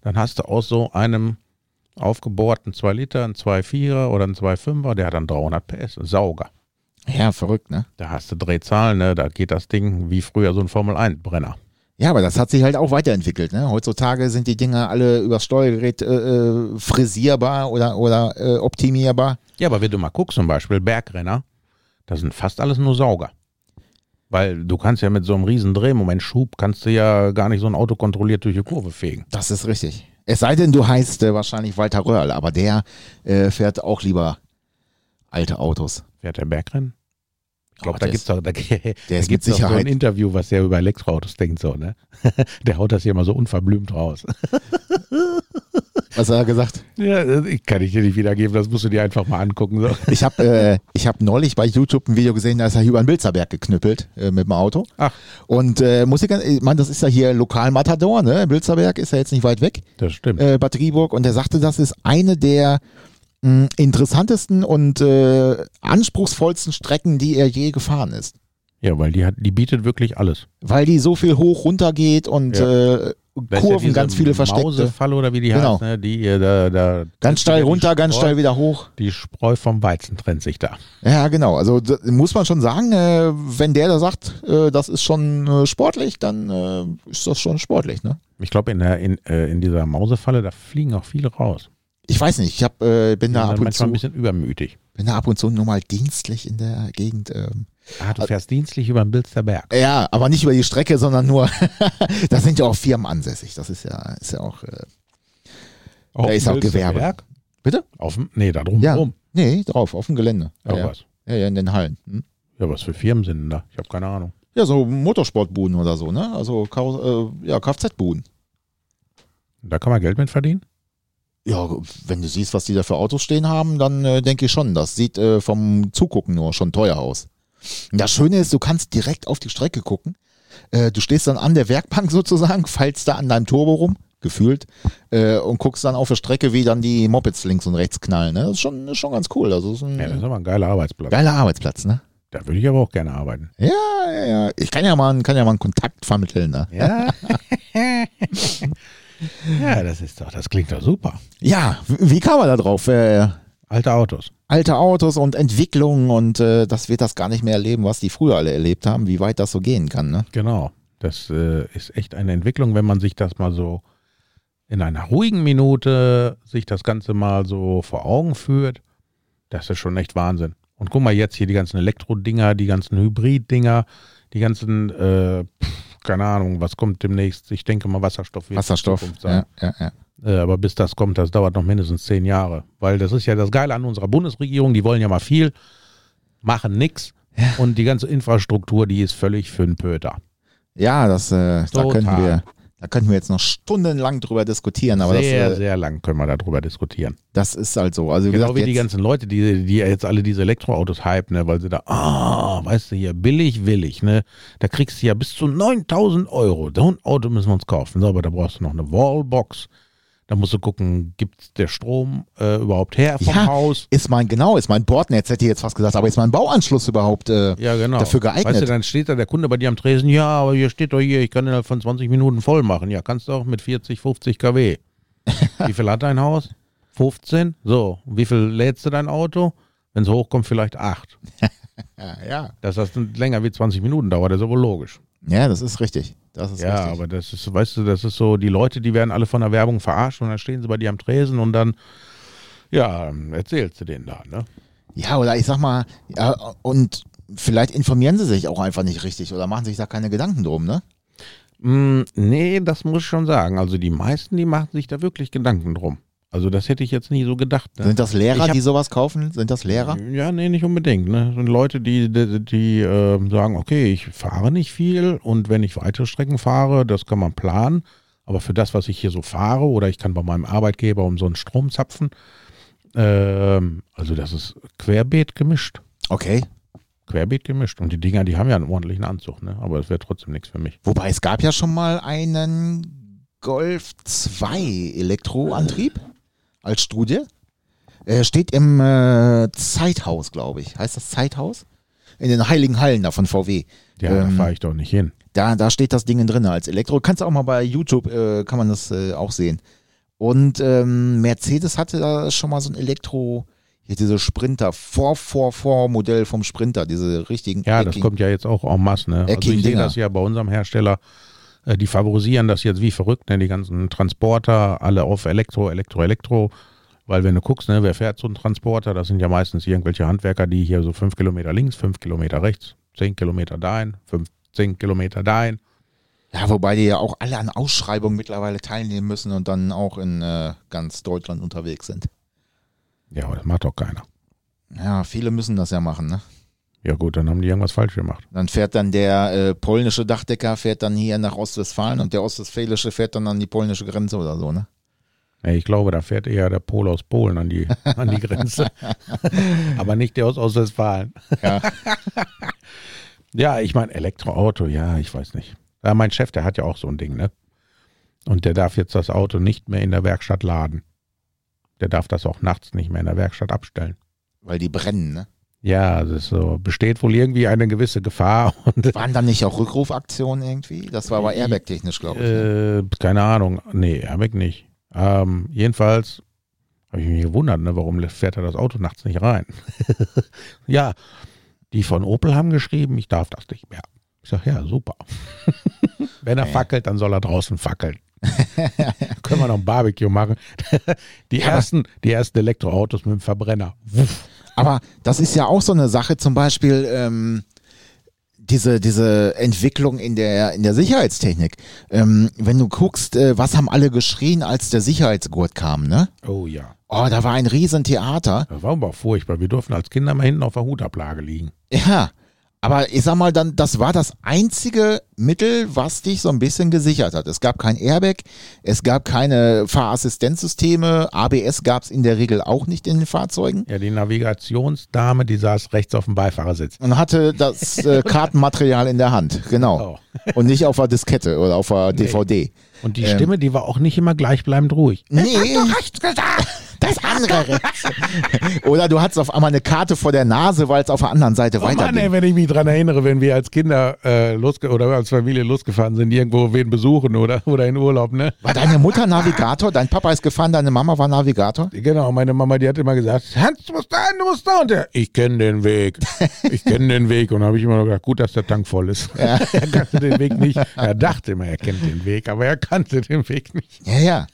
Speaker 2: Dann hast du aus so einem aufgebohrten 2 Liter, einen 2,4er oder einen 2,5er, der hat dann 300 PS, ein Sauger.
Speaker 1: Ja, verrückt, ne?
Speaker 2: Da hast du Drehzahlen, ne? da geht das Ding wie früher so ein Formel-1-Brenner.
Speaker 1: Ja, aber das hat sich halt auch weiterentwickelt. Ne? Heutzutage sind die Dinger alle übers Steuergerät äh, äh, frisierbar oder, oder äh, optimierbar.
Speaker 2: Ja, aber wenn du mal guckst, zum Beispiel Bergrenner, das sind fast alles nur Sauger. Weil du kannst ja mit so einem riesen Drehmomentschub, kannst du ja gar nicht so ein Auto kontrolliert durch die Kurve fegen.
Speaker 1: Das ist richtig. Es sei denn, du heißt äh, wahrscheinlich Walter Röhrl, aber der äh, fährt auch lieber alte Autos.
Speaker 2: Fährt der Bergrennen? Ich glaube,
Speaker 1: Aber
Speaker 2: da
Speaker 1: der
Speaker 2: gibt's doch, da, da
Speaker 1: Der ist mit
Speaker 2: gibt's doch so ein
Speaker 1: Sicherheit
Speaker 2: Interview, was der über Elektroautos denkt, so, ne? Der haut das hier mal so unverblümt raus.
Speaker 1: Was hat er gesagt?
Speaker 2: Ja, das- ich kann ich dir nicht wiedergeben, das musst du dir einfach mal angucken. So.
Speaker 1: Ich habe äh, ich hab neulich bei YouTube ein Video gesehen, da ist er hier über den Bilzerberg geknüppelt äh, mit dem Auto.
Speaker 2: Ach.
Speaker 1: Und äh, muss ich, ganz- ich meine, das ist ja hier Lokalmatador, ne? Bilzerberg ist ja jetzt nicht weit weg,
Speaker 2: Das stimmt.
Speaker 1: äh, Batterieburg. Und er sagte, das ist eine der mh, interessantesten und äh, anspruchsvollsten Strecken, die er je gefahren ist.
Speaker 2: Ja, weil die hat, die bietet wirklich alles.
Speaker 1: Weil die so viel hoch runter geht und äh,
Speaker 2: Da ist ja
Speaker 1: Kurven,
Speaker 2: diese
Speaker 1: ganz viele versteckte.
Speaker 2: Mausefalle oder wie die
Speaker 1: Genau.
Speaker 2: heißt, ne? Die, äh, da, da
Speaker 1: Ganz steil
Speaker 2: die
Speaker 1: runter, ganz
Speaker 2: Spreu-
Speaker 1: steil wieder hoch.
Speaker 2: Die Spreu vom Weizen trennt sich da.
Speaker 1: Ja, genau. Also d- muss man schon sagen, äh, wenn der da sagt, äh, das ist schon äh, sportlich, dann äh, ist das schon sportlich. Ne?
Speaker 2: Ich glaube, in, der- in, äh, in dieser Mausefalle, da fliegen auch viele raus.
Speaker 1: Ich weiß nicht, ich hab, äh, bin,
Speaker 2: Die sind
Speaker 1: da ab
Speaker 2: dann
Speaker 1: und
Speaker 2: manchmal
Speaker 1: zu,
Speaker 2: ein bisschen übermütig.
Speaker 1: bin da ab und zu nur mal dienstlich in der Gegend. Ähm.
Speaker 2: Ah, du fährst dienstlich über den Bilster Berg.
Speaker 1: Ja, aber nicht über die Strecke, sondern nur, da sind ja auch Firmen ansässig. Das ist ja, ist ja auch äh,
Speaker 2: Auf
Speaker 1: Da ist
Speaker 2: dem
Speaker 1: auch Gewerbe.
Speaker 2: Hülsenberg?
Speaker 1: Bitte?
Speaker 2: Auf dem, nee, da drum
Speaker 1: Ja.
Speaker 2: rum.
Speaker 1: Nee, drauf, auf dem Gelände.
Speaker 2: Ja,
Speaker 1: Ja, ja,
Speaker 2: Was.
Speaker 1: ja, ja in den Hallen. Hm?
Speaker 2: ja, was für Firmen sind denn da? Ich habe keine Ahnung.
Speaker 1: Ja, so Motorsportbuden oder so, ne? Also Karo- äh, ja, Kfz-Buden.
Speaker 2: Da kann man Geld mit verdienen?
Speaker 1: Ja, wenn du siehst, was die da für Autos stehen haben, dann äh, denke ich schon, das sieht äh, vom Zugucken nur schon teuer aus. Und Das Schöne ist, du kannst direkt auf die Strecke gucken. Äh, du stehst dann an der Werkbank sozusagen, fallst da an deinem Turbo rum, gefühlt, äh, und guckst dann auf der Strecke, wie dann die Mopeds links und rechts knallen. Ne? Das ist schon, ist schon ganz cool. Also ist ein
Speaker 2: Ja, das ist aber ein geiler Arbeitsplatz.
Speaker 1: geiler Arbeitsplatz, ne?
Speaker 2: Da würde ich aber auch gerne arbeiten.
Speaker 1: Ja, ja, ja. Ich kann ja mal, einen- kann ja mal einen Kontakt vermitteln, ne?
Speaker 2: Ja. ja, das ist doch, das klingt doch super.
Speaker 1: Ja, wie wie kam man da drauf? Äh,
Speaker 2: Alte Autos.
Speaker 1: alte Autos und Entwicklungen und äh, das wird das gar nicht mehr erleben, was die früher alle erlebt haben, wie weit das so gehen kann. Ne?
Speaker 2: Genau. Das äh, ist echt eine Entwicklung, wenn man sich das mal so in einer ruhigen Minute sich das Ganze mal so vor Augen führt. Das ist schon echt Wahnsinn. Und guck mal jetzt hier die ganzen Elektrodinger, die ganzen Hybrid-Dinger, die ganzen, äh, pf, keine Ahnung, was kommt demnächst? Ich denke mal Wasserstoff wird die
Speaker 1: Wasserstoff.
Speaker 2: Zukunft sein.
Speaker 1: Ja, ja, ja.
Speaker 2: Äh, aber bis das kommt, das dauert noch mindestens zehn Jahre. Weil das ist ja das Geile an unserer Bundesregierung, die wollen ja mal viel, machen nix. Und die ganze Infrastruktur, die ist völlig für den Pöter.
Speaker 1: ja das, äh, da,
Speaker 2: Total.
Speaker 1: könnten wir, da könnten wir jetzt noch stundenlang drüber diskutieren, aber
Speaker 2: sehr,
Speaker 1: das, äh,
Speaker 2: sehr lang können wir darüber diskutieren.
Speaker 1: das ist halt so. Also, wie
Speaker 2: Genau
Speaker 1: gesagt,
Speaker 2: wie die
Speaker 1: jetzt,
Speaker 2: ganzen Leute, die, die jetzt alle diese Elektroautos hypen, ne, weil sie da, ah, weißt du hier, billig, willig, ne? Da kriegst du ja bis zu 9000 Euro. So ein Auto müssen wir uns kaufen. So, aber da brauchst du noch eine Wallbox. Da musst du gucken, gibt der Strom äh, überhaupt her vom
Speaker 1: Ja.
Speaker 2: Haus?
Speaker 1: ist mein, genau, ist mein Bordnetz, hätte ich jetzt fast gesagt, aber ist mein Bauanschluss überhaupt äh,
Speaker 2: Ja, genau.
Speaker 1: dafür geeignet?
Speaker 2: Weißt du, dann steht da der Kunde bei dir am Tresen, ja, aber hier steht doch hier, ich kann innerhalb von 20 Minuten voll machen. Ja, kannst du auch mit 40, 50 kW. wie viel hat dein Haus? 15? So, wie viel lädst du dein Auto? Wenn es hochkommt, vielleicht 8.
Speaker 1: ja, ja.
Speaker 2: Dass das dann länger wie 20 Minuten dauert, ist aber logisch.
Speaker 1: ja, das ist richtig. Das ist
Speaker 2: ja,
Speaker 1: richtig.
Speaker 2: aber das ist, weißt du, das ist so, die Leute, die werden alle von der Werbung verarscht und dann stehen sie bei dir am Tresen und dann, ja, erzählst du denen da, ne?
Speaker 1: Ja, oder ich sag mal, ja, und vielleicht informieren sie sich auch einfach nicht richtig oder machen sich da keine Gedanken drum, ne?
Speaker 2: Mm, nee, das muss ich schon sagen. Also die meisten, die machen sich da wirklich Gedanken drum. Also das hätte ich jetzt nie so gedacht. Ne?
Speaker 1: Sind das Lehrer,
Speaker 2: Ich hab- Mhm.
Speaker 1: die sowas kaufen? Sind das Lehrer?
Speaker 2: Ja, nee, nicht unbedingt. Ne? Das sind Leute, die, die, die äh, sagen, okay, ich fahre nicht viel und wenn ich weitere Strecken fahre, das kann man planen. Aber für das, was ich hier so fahre oder ich kann bei meinem Arbeitgeber um so einen Strom zapfen, ähm, also das ist querbeet gemischt.
Speaker 1: Okay.
Speaker 2: Querbeet gemischt. Und die Dinger, die haben ja einen ordentlichen Anzug, ne? aber das wäre trotzdem nichts für mich.
Speaker 1: Wobei es gab ja schon mal einen Golf 2 Elektroantrieb als Studie. Äh, steht im äh, Zeithaus, glaube ich. Heißt das Zeithaus? In den Heiligen Hallen da von VW.
Speaker 2: Ja, da
Speaker 1: Ähm,
Speaker 2: fahre ich doch nicht hin.
Speaker 1: Da, da steht das Ding drin als Elektro. Kannst du auch mal bei YouTube, äh, kann man das äh, auch sehen. Und ähm, Mercedes hatte da schon mal so ein Elektro, hier diese Sprinter, vor, vor, vor Modell vom Sprinter, diese richtigen.
Speaker 2: Ja, das
Speaker 1: eckigen-
Speaker 2: kommt ja jetzt auch en masse. Ne? Also
Speaker 1: Eckigen
Speaker 2: ich sehe
Speaker 1: Dinger.
Speaker 2: das ja bei unserem Hersteller, äh, die favorisieren das jetzt wie verrückt, ne? die ganzen Transporter, alle auf Elektro, Elektro, Elektro. Weil wenn du guckst, ne, wer fährt so einen Transporter, das sind ja meistens irgendwelche Handwerker, die hier so fünf Kilometer links, fünf Kilometer rechts, zehn Kilometer dahin, fünf, zehn Kilometer dahin.
Speaker 1: Ja, wobei die ja auch alle an Ausschreibungen mittlerweile teilnehmen müssen und dann auch in äh, ganz Deutschland unterwegs sind.
Speaker 2: Ja, aber das macht doch keiner.
Speaker 1: Ja, viele müssen das ja machen, ne?
Speaker 2: Ja gut, dann haben die irgendwas falsch gemacht.
Speaker 1: Dann fährt dann der äh, polnische Dachdecker fährt dann hier nach Ostwestfalen und der ostwestfälische fährt dann an die polnische Grenze oder so, ne?
Speaker 2: Nee, ich glaube, da fährt eher der Pol aus Polen an die, an die Grenze. Aber nicht der aus Ostwestfalen.
Speaker 1: Ja.
Speaker 2: ja, ich meine, Elektroauto, ja, ich weiß nicht. Ja, mein Chef, der hat ja auch so ein Ding, ne? Und der darf jetzt das Auto nicht mehr in der Werkstatt laden. Der darf das auch nachts nicht mehr in der Werkstatt abstellen.
Speaker 1: Weil die brennen, ne?
Speaker 2: Ja, das ist so, besteht wohl irgendwie eine gewisse Gefahr und
Speaker 1: Waren dann nicht auch Rückrufaktionen irgendwie? Das war aber airbag-technisch, glaube ich. ne?
Speaker 2: äh, keine Ahnung. Nee, Herbeck nicht. Ähm, jedenfalls habe ich mich gewundert, ne, warum fährt er das Auto nachts nicht rein? ja, die von Opel haben geschrieben, ich darf das nicht mehr. Ich sage, ja, super. Wenn er
Speaker 1: Nee.
Speaker 2: fackelt, dann soll er draußen fackeln. Können wir noch ein Barbecue machen. die, ersten, die ersten Elektroautos mit dem Verbrenner. Wuff.
Speaker 1: Aber das ist ja auch so eine Sache, zum Beispiel, ähm, diese, diese Entwicklung in der, in der Sicherheitstechnik. Ähm, wenn du guckst, äh, was haben alle geschrien, als der Sicherheitsgurt kam, ne?
Speaker 2: Oh ja.
Speaker 1: Oh, da war ein Riesentheater.
Speaker 2: Das war aber auch furchtbar. Wir durften als Kinder mal hinten auf der Hutablage liegen.
Speaker 1: Ja. Aber ich sag mal, dann, das war das einzige Mittel, was dich so ein bisschen gesichert hat. Es gab kein Airbag, es gab keine Fahrassistenzsysteme, ABS gab es in der Regel auch nicht in den Fahrzeugen.
Speaker 2: Ja, die Navigationsdame, die saß rechts auf dem Beifahrersitz.
Speaker 1: Und hatte das äh, Kartenmaterial in der Hand, genau.
Speaker 2: Oh.
Speaker 1: Und nicht auf der Diskette oder auf der DVD.
Speaker 2: Und die Stimme, die war auch nicht immer gleichbleibend ruhig.
Speaker 1: Nee,
Speaker 2: Rechts gesagt!
Speaker 1: das andere rechts. Oder du hattest auf einmal eine Karte vor der Nase, weil es auf der anderen Seite
Speaker 2: Oh Mann,
Speaker 1: weiterging.
Speaker 2: ey, wenn ich mich dran erinnere, wenn wir als Kinder äh, losge oder als Familie losgefahren sind, irgendwo wen besuchen oder, oder in Urlaub, ne?
Speaker 1: War deine Mutter Navigator? Dein Papa ist gefahren, deine Mama war Navigator?
Speaker 2: Genau, meine Mama, die hat immer gesagt, Hans, du musst da, hin, du musst da. Und der, ich kenne den Weg, ich kenne den Weg. Und da habe ich immer noch gedacht, gut, dass der Tank voll ist. er kannte den Weg nicht. Er dachte immer, er kennt den Weg, aber er kannte den Weg nicht.
Speaker 1: Ja, ja.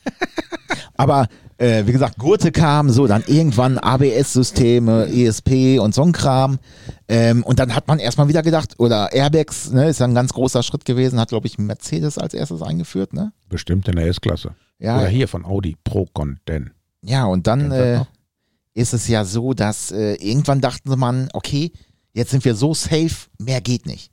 Speaker 1: Aber äh, wie gesagt, Gurte kamen, so dann irgendwann ABS-Systeme, ESP E und so ein Kram. Ähm, und dann hat man erstmal wieder gedacht, oder Airbags, ne, ist ja ein ganz großer Schritt gewesen, hat, glaube ich, Mercedes als erstes eingeführt, ne?
Speaker 2: Bestimmt in der S-Klasse. Äh,
Speaker 1: Ja.
Speaker 2: Oder hier von Audi, Procon, denn.
Speaker 1: Ja, und dann
Speaker 2: Kennt ihr das
Speaker 1: äh,
Speaker 2: noch?
Speaker 1: ist es ja so, dass äh, irgendwann dachten sie man, okay, jetzt sind wir so safe, mehr geht nicht.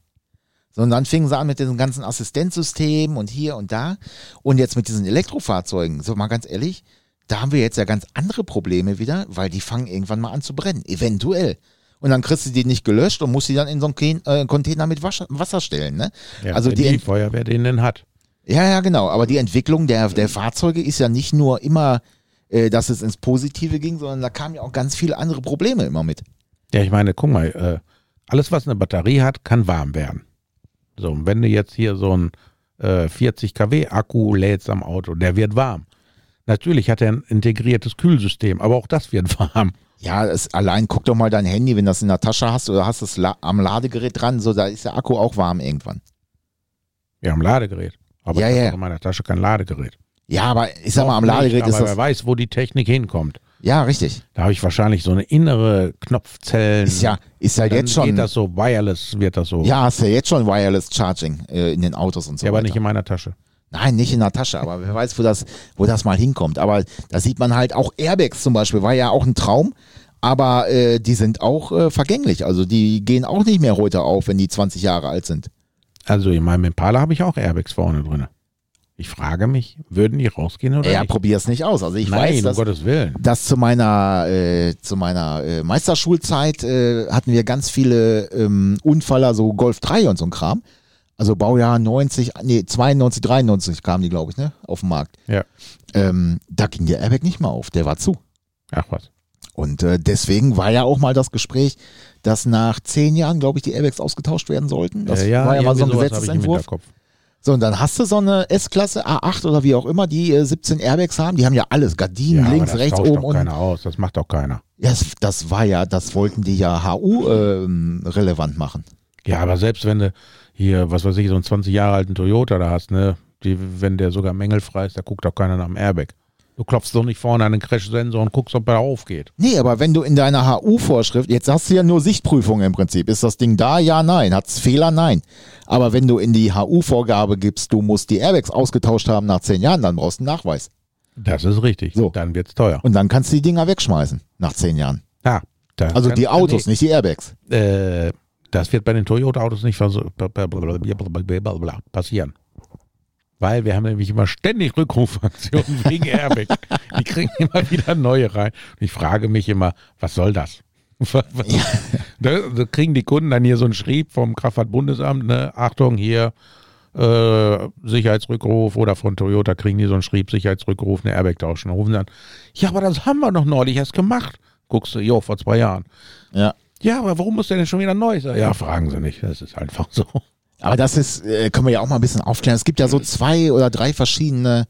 Speaker 1: Sondern dann fingen sie an mit diesem ganzen Assistenzsystem und hier und da. Und jetzt mit diesen Elektrofahrzeugen, so mal ganz ehrlich, da haben wir jetzt ja ganz andere Probleme wieder, weil die fangen irgendwann mal an zu brennen, eventuell. Und dann kriegst du die nicht gelöscht und musst die dann in so einen Ken- äh, Container mit Wasch- Wasser stellen. Ne?
Speaker 2: Ja, äh,
Speaker 1: also
Speaker 2: wenn
Speaker 1: die,
Speaker 2: die Feuerwehr den denn hat.
Speaker 1: ja, ja, genau. Aber die Entwicklung der, der Fahrzeuge ist ja nicht nur immer, äh, dass es ins Positive ging, sondern da kamen ja auch ganz viele andere Probleme immer mit.
Speaker 2: Ja, ich meine, guck mal, äh, alles, was eine Batterie hat, kann warm werden. So, und wenn du jetzt hier so einen äh, 40 kW Akku lädst am Auto, der wird warm. Natürlich hat er ein integriertes Kühlsystem, aber auch das wird warm.
Speaker 1: Ja, es, allein guck doch mal dein Handy, wenn du das in der Tasche hast oder hast es la am Ladegerät dran, so da ist der Akku auch warm irgendwann.
Speaker 2: Wir haben ein Ladegerät. Aber
Speaker 1: Ja,
Speaker 2: ich
Speaker 1: ja.
Speaker 2: habe in meiner Tasche kein Ladegerät.
Speaker 1: Ja, aber ich sag mal, am
Speaker 2: Noch nicht,
Speaker 1: Ladegerät ist
Speaker 2: aber
Speaker 1: das.
Speaker 2: Wer weiß, wo die Technik hinkommt.
Speaker 1: Ja, richtig.
Speaker 2: Da habe ich wahrscheinlich so eine innere Knopfzellen.
Speaker 1: Ist ja, ist ja
Speaker 2: Dann
Speaker 1: jetzt schon.
Speaker 2: Geht das so wireless, wird das so.
Speaker 1: ja, hast ja jetzt schon Wireless Charging äh, in den Autos und so
Speaker 2: ja aber
Speaker 1: weiter.
Speaker 2: nicht in meiner Tasche.
Speaker 1: Nein, nicht in der Tasche, aber wer weiß, wo das, wo das mal hinkommt. Aber da sieht man halt auch Airbags zum Beispiel, war ja auch ein Traum, aber äh, die sind auch äh, vergänglich. Also die gehen auch nicht mehr heute auf, wenn die 20 Jahre alt sind.
Speaker 2: Also in meinem Impala habe ich auch Airbags vorne drin. Ich frage mich, würden die rausgehen oder
Speaker 1: Ja,
Speaker 2: nicht?
Speaker 1: probier es nicht aus. Also ich
Speaker 2: Nein,
Speaker 1: weiß,
Speaker 2: um
Speaker 1: dass,
Speaker 2: Gottes Willen.
Speaker 1: dass zu meiner, äh, zu meiner äh, Meisterschulzeit äh, hatten wir ganz viele ähm, Unfaller, so Golf 3 und so ein Kram. Also Baujahr 90, nee, 92, 93 kamen die, glaube ich, ne, auf den Markt.
Speaker 2: Ja.
Speaker 1: Ähm, da ging der Airbag nicht mehr auf, der war zu.
Speaker 2: Ach was.
Speaker 1: Und äh, deswegen war ja auch mal das Gespräch, dass nach zehn Jahren, glaube ich, die Airbags ausgetauscht werden sollten. Das
Speaker 2: Äh, ja,
Speaker 1: war ja mal so ein
Speaker 2: irgendwie sowas habe ich im
Speaker 1: Gesetzesentwurf.
Speaker 2: Hinterkopf.
Speaker 1: So, und dann hast du so eine S-Klasse, A8 oder wie auch immer, die äh, 17 Airbags haben. Die haben ja alles,
Speaker 2: Ja,
Speaker 1: Gardinen
Speaker 2: aber
Speaker 1: links,
Speaker 2: das
Speaker 1: rechts,
Speaker 2: tauscht
Speaker 1: oben,
Speaker 2: doch
Speaker 1: unten.
Speaker 2: keiner aus. Das macht doch keiner.
Speaker 1: Ja, Das, das war ja, das wollten die ja HU-relevant machen.
Speaker 2: Ja, aber selbst wenn du hier, was weiß ich, so einen 20 Jahre alten Toyota da hast, ne, die, wenn der sogar mängelfrei ist, da guckt doch keiner nach dem Airbag. Du klopfst doch nicht vorne an den Crash-Sensor und guckst, ob er aufgeht.
Speaker 1: Nee, aber wenn du in deiner HU-Vorschrift, jetzt hast du ja nur Sichtprüfungen im Prinzip. Ist das Ding da? Ja, nein. Hat es Fehler? Nein. Aber wenn du in die HU-Vorgabe gibst, du musst die Airbags ausgetauscht haben nach zehn Jahren, dann brauchst du einen Nachweis.
Speaker 2: Das ist richtig.
Speaker 1: So.
Speaker 2: Dann wird's teuer. Ah,
Speaker 1: Und dann kannst du die Dinger wegschmeißen nach zehn Jahren.
Speaker 2: Ja, da
Speaker 1: Also
Speaker 2: kann-
Speaker 1: die Autos,
Speaker 2: nee,
Speaker 1: nicht die Airbags.
Speaker 2: Äh, das wird bei den Toyota-Autos nicht verso- blablabla passieren. Weil wir haben nämlich immer ständig Rückrufaktionen wegen Airbag. Die kriegen immer wieder neue rein. Und ich frage mich immer, was soll das? Was- was- Da, da kriegen die Kunden dann hier so einen Schrieb vom Kraftfahrtbundesamt, ne? Achtung, hier äh, Sicherheitsrückruf oder von Toyota kriegen die so einen Schrieb, Sicherheitsrückruf, eine Airbag tauschen. Dann rufen sie an, ja, aber das haben wir noch neulich erst gemacht. Guckst du, jo, vor zwei Jahren.
Speaker 1: Ja.
Speaker 2: Ja, aber warum muss der denn schon wieder neu sein? Ja, fragen Sie nicht. Das ist einfach so.
Speaker 1: Aber das ist, äh, können wir ja auch mal ein bisschen aufklären. Es gibt ja so zwei oder drei verschiedene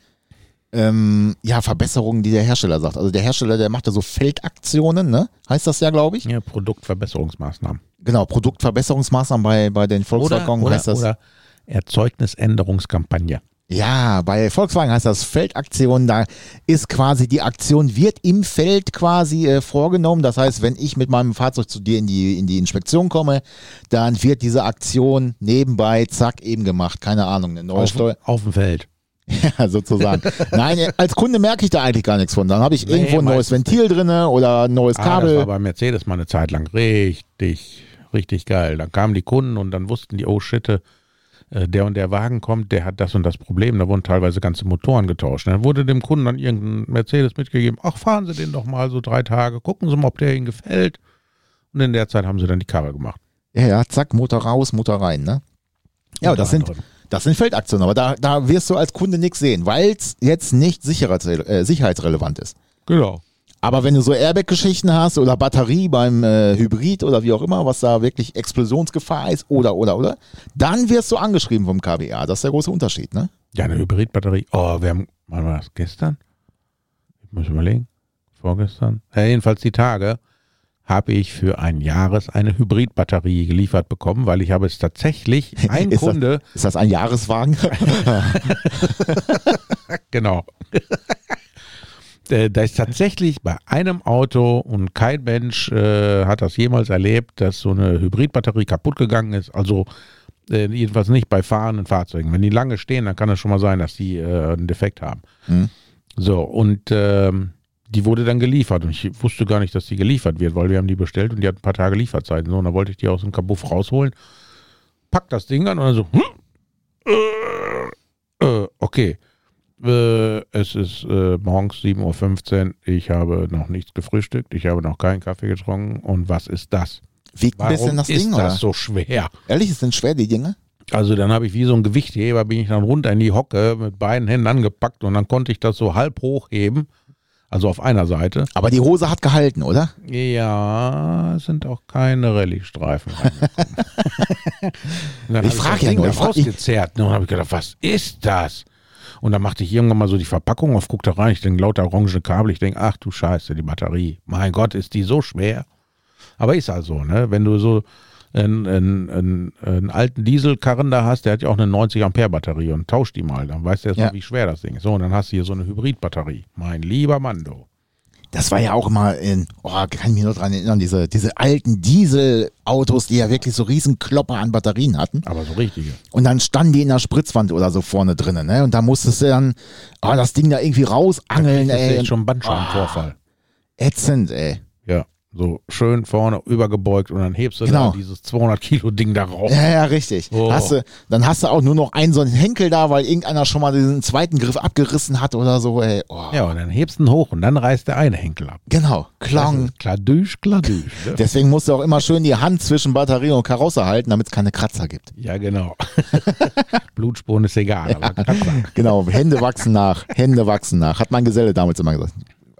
Speaker 1: ähm, ja, Verbesserungen, die der Hersteller sagt. Also der Hersteller, der macht ja so Feldaktionen, ne? Heißt das ja, glaube ich.
Speaker 2: Ja, Produktverbesserungsmaßnahmen.
Speaker 1: Genau, Produktverbesserungsmaßnahmen bei, bei den Volkswagen
Speaker 2: oder,
Speaker 1: heißt das.
Speaker 2: oder Erzeugnisänderungskampagne.
Speaker 1: Ja, bei Volkswagen heißt das Feldaktion. Da ist quasi die Aktion wird im Feld quasi äh, vorgenommen. Das heißt, wenn ich mit meinem Fahrzeug zu dir in die, in die Inspektion komme, dann wird diese Aktion nebenbei zack eben gemacht. Keine Ahnung, eine neue
Speaker 2: Auf,
Speaker 1: Steuer.
Speaker 2: auf dem Feld.
Speaker 1: Ja, sozusagen. Nein, äh, als Kunde merke ich da eigentlich gar nichts von. Dann habe ich
Speaker 2: Nee,
Speaker 1: irgendwo ein neues Ventil drinne oder ein neues
Speaker 2: Ah, das war
Speaker 1: Kabel.
Speaker 2: bei Mercedes mal eine Zeit lang richtig, richtig geil. Dann kamen die Kunden und dann wussten die, oh shit, äh, der und der Wagen kommt, der hat das und das Problem. Da wurden teilweise ganze Motoren getauscht. Dann wurde dem Kunden dann irgendein Mercedes mitgegeben, ach fahren Sie den doch mal so drei Tage, gucken Sie mal, ob der Ihnen gefällt. Und in der Zeit haben sie dann die Karre gemacht.
Speaker 1: Ja, ja, zack, Motor raus, Motor rein, ne? Ja, aber das sind,
Speaker 2: anderem.
Speaker 1: das sind Feldaktionen, aber da, da wirst du als Kunde nichts sehen, weil es jetzt nicht sicherheitsre- äh, sicherheitsrelevant ist.
Speaker 2: Genau.
Speaker 1: Aber wenn du so Airbag-Geschichten hast oder Batterie beim äh, Hybrid oder wie auch immer, was da wirklich Explosionsgefahr ist oder, oder, oder, dann wirst du angeschrieben vom KBA. Das ist der große Unterschied, ne?
Speaker 2: Ja, eine Hybridbatterie. Oh, wir haben, wann war das? Gestern? Ich muss überlegen. Vorgestern? Ja, jedenfalls die Tage habe ich für ein Jahres eine Hybridbatterie geliefert bekommen, weil ich habe es tatsächlich, ein
Speaker 1: Ist das-
Speaker 2: Kunde,
Speaker 1: Ist das ein Jahreswagen?
Speaker 2: genau, Äh, da ist tatsächlich bei einem Auto und kein Mensch äh, hat das jemals erlebt, dass so eine Hybridbatterie kaputt gegangen ist. Also äh, jedenfalls nicht bei fahrenden Fahrzeugen. Wenn die lange stehen, dann kann es schon mal sein, dass die äh, einen Defekt haben.
Speaker 1: Hm.
Speaker 2: So, und ähm, die wurde dann geliefert und ich wusste gar nicht, dass die geliefert wird, weil wir haben die bestellt und die hat ein paar Tage Lieferzeiten. So, und dann wollte ich die aus dem Kabuff rausholen, pack das Ding an und dann so, hm, äh, äh, okay, äh, es ist äh, morgens 7.15 Uhr, ich habe noch nichts gefrühstückt, ich habe noch keinen Kaffee getrunken und was ist das?
Speaker 1: Wiegt ein
Speaker 2: Warum
Speaker 1: bisschen das
Speaker 2: ist
Speaker 1: Ding,
Speaker 2: das
Speaker 1: oder?
Speaker 2: so schwer?
Speaker 1: Ehrlich, es sind schwer, die Dinge.
Speaker 2: Also dann habe ich wie so ein Gewichtheber, bin ich dann runter in die Hocke mit beiden Händen angepackt und dann konnte ich das so halb hochheben, also auf einer Seite.
Speaker 1: Aber die Hose hat gehalten, oder?
Speaker 2: Ja, es sind auch keine Rallye-Streifen. reingekommen. Und dann
Speaker 1: Ich
Speaker 2: hab
Speaker 1: frag
Speaker 2: das
Speaker 1: ja
Speaker 2: Ding
Speaker 1: nur,
Speaker 2: da
Speaker 1: ich frag- ich-
Speaker 2: rausgezerrt. ne, Und habe ich gedacht, was ist das? Und dann machte ich irgendwann mal so die Verpackung auf, guck da rein, ich denke, lauter orange Kabel. Ich denke, ach du Scheiße, die Batterie. Mein Gott, ist die so schwer. Aber ist halt so, ne? Wenn du so einen, einen, einen, einen alten Dieselkarren da hast, der hat ja auch eine 90 Ampere Batterie und tausch die mal, dann weißt du erstmal,
Speaker 1: Ja.
Speaker 2: wie schwer das Ding ist. So, und dann hast du hier so eine Hybridbatterie. Mein lieber Mando.
Speaker 1: Das war ja auch immer in, oh, kann ich mich noch dran erinnern, diese, diese alten Dieselautos, die ja wirklich so riesen Klopper an Batterien hatten.
Speaker 2: Aber so richtige.
Speaker 1: Und dann standen die in der Spritzwand oder so vorne drinnen, ne? Und da musstest du dann, ah, das Ding da irgendwie rausangeln,
Speaker 2: Das ist
Speaker 1: ey.
Speaker 2: jetzt schon ein Bandscheibenvorfall.
Speaker 1: Ätzend, ey.
Speaker 2: Ja, so schön vorne übergebeugt und dann hebst du
Speaker 1: Ah. Genau.
Speaker 2: da dieses 200 Kilo Ding da rauf.
Speaker 1: Ja, ja, richtig.
Speaker 2: Oh.
Speaker 1: Hast du, dann hast du auch nur noch einen so einen Henkel da, weil irgendeiner schon mal diesen zweiten Griff abgerissen hat oder so, ey. Oh.
Speaker 2: Ja, und dann hebst du ihn hoch und dann reißt der eine Henkel ab.
Speaker 1: Genau,
Speaker 2: Das
Speaker 1: Klang.
Speaker 2: ist Kladüsch, kladüsch. Ne?
Speaker 1: Deswegen musst du auch immer schön die Hand zwischen Batterie und Karosse halten, damit es keine Kratzer gibt.
Speaker 2: ja, genau. Blutspuren ist egal. Aber das kann's sein.
Speaker 1: Genau, Hände wachsen nach, Hände wachsen nach. Hat mein Geselle damals immer gesagt.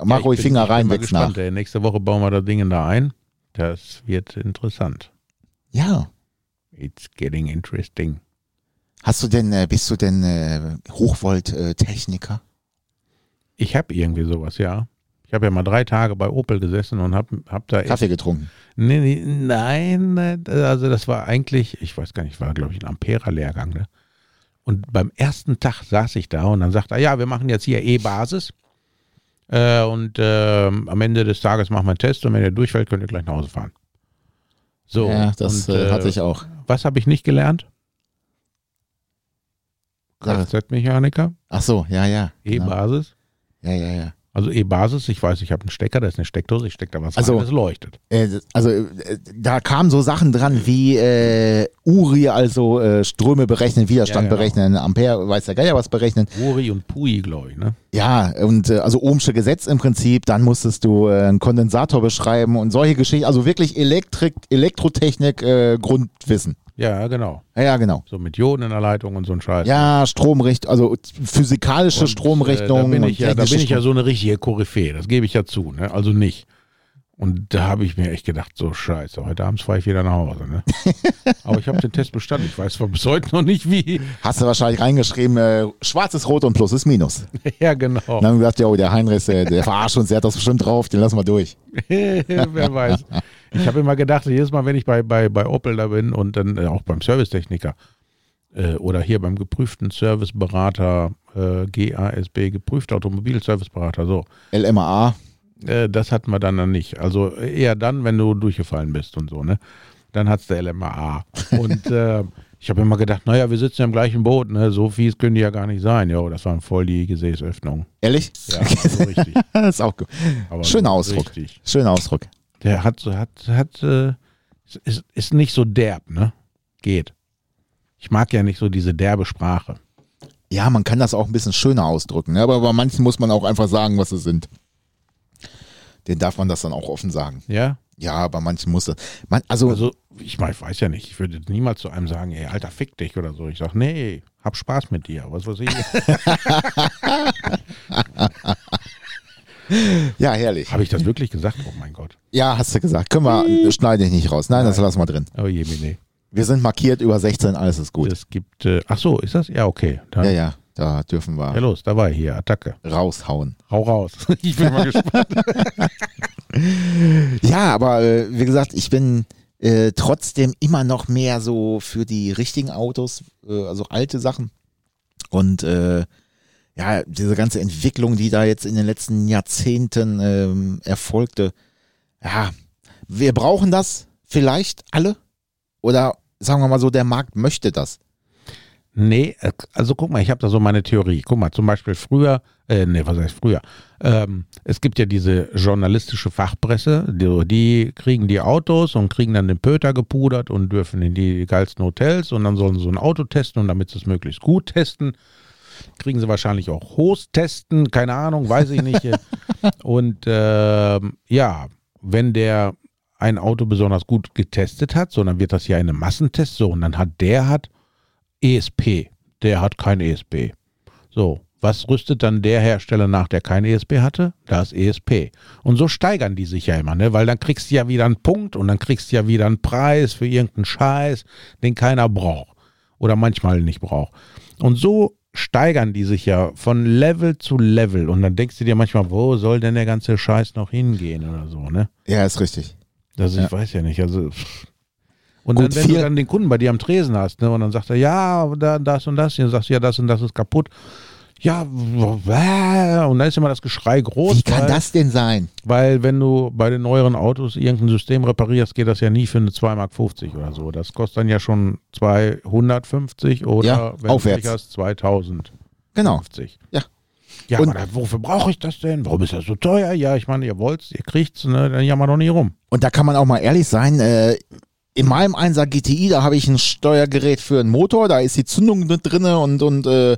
Speaker 1: Mach
Speaker 2: ich
Speaker 1: ruhig
Speaker 2: bin-
Speaker 1: Finger
Speaker 2: ich bin
Speaker 1: rein,
Speaker 2: mal
Speaker 1: wächst
Speaker 2: gespannt,
Speaker 1: nach.
Speaker 2: Ey. Nächste Woche bauen wir das Ding da ein. Das wird interessant.
Speaker 1: Ja.
Speaker 2: It's getting interesting.
Speaker 1: Hast du denn, äh, bist du denn äh, Hochvolt-Techniker?
Speaker 2: Ich habe irgendwie sowas, ja. Ich habe ja mal drei Tage bei Opel gesessen und habe hab da echt
Speaker 1: Kaffee getrunken.
Speaker 2: Nee, nee, nein, äh, also das war eigentlich, ich weiß gar nicht, war glaube ich ein Ampera-Lehrgang. Ne? Und beim ersten Tag saß ich da und dann sagte er, ja, wir machen jetzt hier E-Basis. Äh, und ähm, am Ende des Tages machen wir einen Test und wenn ihr durchfällt, könnt ihr gleich nach Hause fahren. So,
Speaker 1: ja, das
Speaker 2: und,
Speaker 1: äh,
Speaker 2: äh,
Speaker 1: hatte ich auch.
Speaker 2: was habe ich nicht gelernt?
Speaker 1: Sag es.
Speaker 2: Kfz-Mechaniker,
Speaker 1: Ach so, ja, ja. Genau.
Speaker 2: E-Basis.
Speaker 1: Ja, ja, ja.
Speaker 2: Also E-Basis, ich weiß, ich habe einen Stecker, da ist eine Steckdose, ich stecke da was
Speaker 1: Also-
Speaker 2: rein, das leuchtet.
Speaker 1: Äh, das- Also äh, da kamen so Sachen dran wie äh, URI, also äh, Ströme berechnen, Widerstand
Speaker 2: Ja, genau.
Speaker 1: berechnen, Ampere, weiß der Geier was berechnen.
Speaker 2: Uri und Pui, glaube ich, ne?
Speaker 1: Ja, und äh, also Ohmsche Gesetz im Prinzip, dann musstest du äh, einen Kondensator beschreiben und solche Geschichten, also wirklich Elektrik, Elektrotechnik, äh, Grundwissen.
Speaker 2: Ja, genau.
Speaker 1: Ja, ja, genau.
Speaker 2: So mit Ionen in der Leitung und so ein Scheiß.
Speaker 1: Ja, Stromrichtung, also physikalische
Speaker 2: Und,
Speaker 1: Stromrichtung.
Speaker 2: Äh, da bin
Speaker 1: und
Speaker 2: ich, ja, da
Speaker 1: technische
Speaker 2: bin ich ja
Speaker 1: Strom-
Speaker 2: so eine richtige Koryphäe, das gebe ich ja zu, ne? also nicht. Und da habe ich mir echt gedacht, so scheiße, heute abends fahre ich wieder nach Hause. Ne? Aber ich habe den Test bestanden, ich weiß zwar bis heute noch nicht wie.
Speaker 1: Hast du wahrscheinlich reingeschrieben, äh, schwarz ist rot und plus ist minus.
Speaker 2: ja, genau,
Speaker 1: Dann haben wir gesagt, jo, der Heinrichs, äh, der verarscht uns, der hat das bestimmt drauf, den lassen wir durch.
Speaker 2: wer weiß. Ich habe immer gedacht, jedes Mal, wenn ich bei, bei, bei Opel da bin und dann äh, auch beim Servicetechniker, äh, oder hier beim geprüften Serviceberater, äh, GASB, geprüfter Automobilserviceberater, so.
Speaker 1: LMAA.
Speaker 2: Äh, das hat man dann, dann nicht. Also eher dann, wenn du durchgefallen bist und so, ne? Dann hat's der LMAA. Und äh, ich habe immer gedacht, naja, wir sitzen ja im gleichen Boot, ne? So fies können die ja gar nicht sein. Jo, das waren voll die Gesäßöffnungen.
Speaker 1: Ehrlich?
Speaker 2: Ja, so richtig.
Speaker 1: das ist auch gut.
Speaker 2: Aber
Speaker 1: Schöner
Speaker 2: so
Speaker 1: Ausdruck.
Speaker 2: Richtig.
Speaker 1: Schöner Ausdruck.
Speaker 2: Der hat, so- hat, hat, äh, ist, ist nicht so derb, ne? Geht. Ich mag ja nicht so diese derbe Sprache.
Speaker 1: Ja, man kann das auch ein bisschen schöner ausdrücken, ne? aber bei manchen muss man auch einfach sagen, was sie sind. Den darf man das dann auch offen sagen.
Speaker 2: Ja?
Speaker 1: Ja, bei manchen muss das. Man, also,
Speaker 2: Also, ich, mein, ich weiß ja nicht. Ich würde niemals zu einem sagen, ey, Alter, fick dich oder so. Ich sag, nee, hab Spaß mit dir. Was weiß ich.
Speaker 1: ja, herrlich.
Speaker 2: Habe ich das wirklich gesagt? Oh mein Gott.
Speaker 1: Ja, hast du gesagt. Können
Speaker 2: Hm.
Speaker 1: wir, schneide ich nicht raus. Nein, das lassen wir drin.
Speaker 2: Oh je, nee.
Speaker 1: Wir sind markiert über 16, alles ist gut.
Speaker 2: Es gibt, äh, ach so, ist das? Ja, okay. Dann,
Speaker 1: Ja,
Speaker 2: ja,
Speaker 1: ja, da dürfen wir
Speaker 2: los, da war er hier. Attacke.
Speaker 1: raushauen.
Speaker 2: Hau raus. ich bin mal gespannt.
Speaker 1: Ja, aber äh, wie gesagt, ich bin äh, trotzdem immer noch mehr so für die richtigen Autos, äh, also alte Sachen. Und äh, ja, diese ganze Entwicklung, die da jetzt in den letzten Jahrzehnten ähm, erfolgte, ja, wir brauchen das vielleicht alle. Oder sagen wir mal so, der Markt möchte das.
Speaker 2: Nee, äh, also guck mal, ich habe da so meine Theorie. Guck mal, zum Beispiel früher, äh, nee, was heißt früher? Ähm, es gibt ja diese journalistische Fachpresse, die, die kriegen die Autos und kriegen dann den Pöter gepudert und dürfen in die geilsten Hotels und dann sollen sie so ein Auto testen und damit sie es möglichst gut testen, kriegen sie wahrscheinlich auch Host testen, keine Ahnung, weiß ich nicht. und ähm, ja, wenn der ein Auto besonders gut getestet hat, sondern wird das hier eine Massentest so und dann hat der hat ESP. E Der hat kein ESP. So, was rüstet dann der Hersteller nach, der kein ESP hatte? Das ESP. Und so steigern die sich ja immer, ne? Weil dann kriegst du ja wieder einen Punkt und dann kriegst du ja wieder einen Preis für irgendeinen Scheiß, den keiner braucht. Oder manchmal nicht braucht. Und so steigern die sich ja von Level zu Level. Und dann denkst du dir manchmal, wo soll denn der ganze Scheiß noch hingehen oder so, ne?
Speaker 1: Ja, ist richtig.
Speaker 2: Also
Speaker 1: Ja.
Speaker 2: ich weiß ja nicht. Also pff. und
Speaker 1: Gut,
Speaker 2: dann, wenn du
Speaker 1: viel-
Speaker 2: dann den Kunden bei dir am Tresen hast, ne, und dann sagt er, ja, aber da, das und das, und dann sagst du, ja, das und das ist kaputt. Ja, w- w- und dann ist immer das Geschrei groß,
Speaker 1: Wie kann
Speaker 2: weil,
Speaker 1: das denn sein?
Speaker 2: weil wenn du bei den neueren Autos irgendein System reparierst, geht das ja nie für eine 2,50 Mark oder so. Das kostet dann ja schon 250 oder
Speaker 1: Ja,
Speaker 2: wenn
Speaker 1: aufwärts.
Speaker 2: du Pech hast, 2000.
Speaker 1: Genau.
Speaker 2: 50.
Speaker 1: Ja.
Speaker 2: Ja,
Speaker 1: Und-
Speaker 2: aber dann, wofür brauche ich das denn? Warum ist das so teuer? Ja, ich meine, ihr wollt's, ihr kriegt's, ne, dann jammer doch nicht rum.
Speaker 1: Und da kann man auch mal ehrlich sein, äh, in meinem 1er GTI, da habe ich ein Steuergerät für einen Motor, da ist die Zündung mit drinne und, und äh,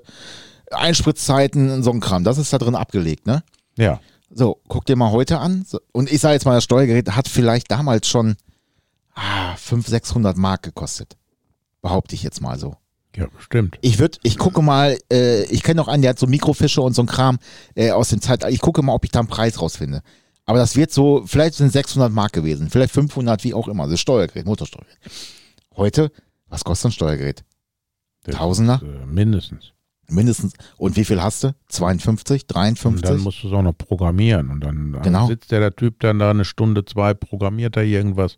Speaker 1: Einspritzzeiten und so ein Kram. Das ist da drin abgelegt, ne?
Speaker 2: Ja.
Speaker 1: So, guck dir mal heute an. So, Und ich sage jetzt mal, das Steuergerät hat vielleicht damals schon ah, 500, 600 Mark gekostet. Behaupte ich jetzt mal so.
Speaker 2: Ja, bestimmt.
Speaker 1: Ich würde, ich gucke mal, äh, ich kenne noch einen, der hat so Mikrofische und so ein Kram äh, aus dem Zeitalter. Ich gucke mal, ob ich da einen Preis rausfinde. Aber das wird so, vielleicht sind 600 Mark gewesen, vielleicht 500, wie auch immer. Das Steuergerät, Motorsteuergerät. Heute, was kostet ein Steuergerät?
Speaker 2: Das
Speaker 1: Tausender?
Speaker 2: Äh, mindestens.
Speaker 1: Mindestens. Und wie viel hast du? 52,
Speaker 2: Und dann
Speaker 1: 53?
Speaker 2: musst du es auch noch programmieren. Und dann dann
Speaker 1: Genau.
Speaker 2: sitzt der, der Typ dann da eine Stunde, zwei, programmiert da irgendwas.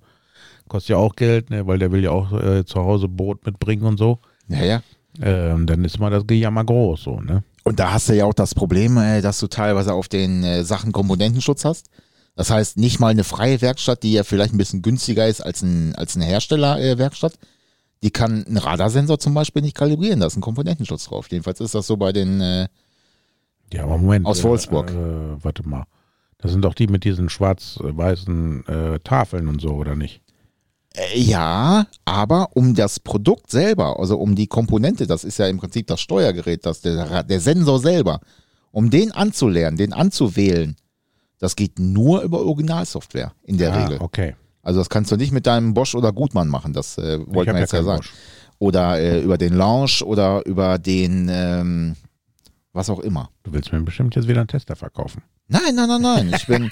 Speaker 2: Kostet ja auch Geld, ne? weil der will ja auch äh, zu Hause Brot mitbringen und so.
Speaker 1: Naja.
Speaker 2: Ähm, dann ist mal das Gejammer groß, so, ne?
Speaker 1: Und da hast du ja auch das Problem, äh, dass du teilweise auf den äh, Sachen Komponentenschutz hast. Das heißt, nicht mal eine freie Werkstatt, die ja vielleicht ein bisschen günstiger ist als ein, als eine Herstellerwerkstatt, die kann einen Radarsensor zum Beispiel nicht kalibrieren. Da ist ein Komponentenschutz drauf. Jedenfalls ist das so bei den, äh,
Speaker 2: Ja, aber Moment.
Speaker 1: Aus Wolfsburg.
Speaker 2: Äh, äh, warte mal. Das sind doch die mit diesen schwarz-weißen äh, Tafeln und so, oder nicht?
Speaker 1: äh, ja, aber um das Produkt selber, also um die Komponente, das ist ja im Prinzip das Steuergerät, das, der, Ra- der Sensor selber, um den anzulernen, den anzuwählen, das geht nur über Originalsoftware in der
Speaker 2: ah,
Speaker 1: Regel.
Speaker 2: okay.
Speaker 1: Also das kannst du nicht mit deinem Bosch oder Gutmann machen, das äh, wollten
Speaker 2: hab
Speaker 1: wir
Speaker 2: ja
Speaker 1: jetzt ja
Speaker 2: keinen
Speaker 1: sagen.
Speaker 2: Bosch.
Speaker 1: Oder äh, über den Lounge oder über den, ähm, was auch immer.
Speaker 2: Du willst mir bestimmt jetzt wieder einen Tester verkaufen.
Speaker 1: Nein, nein, nein, nein. Ich bin,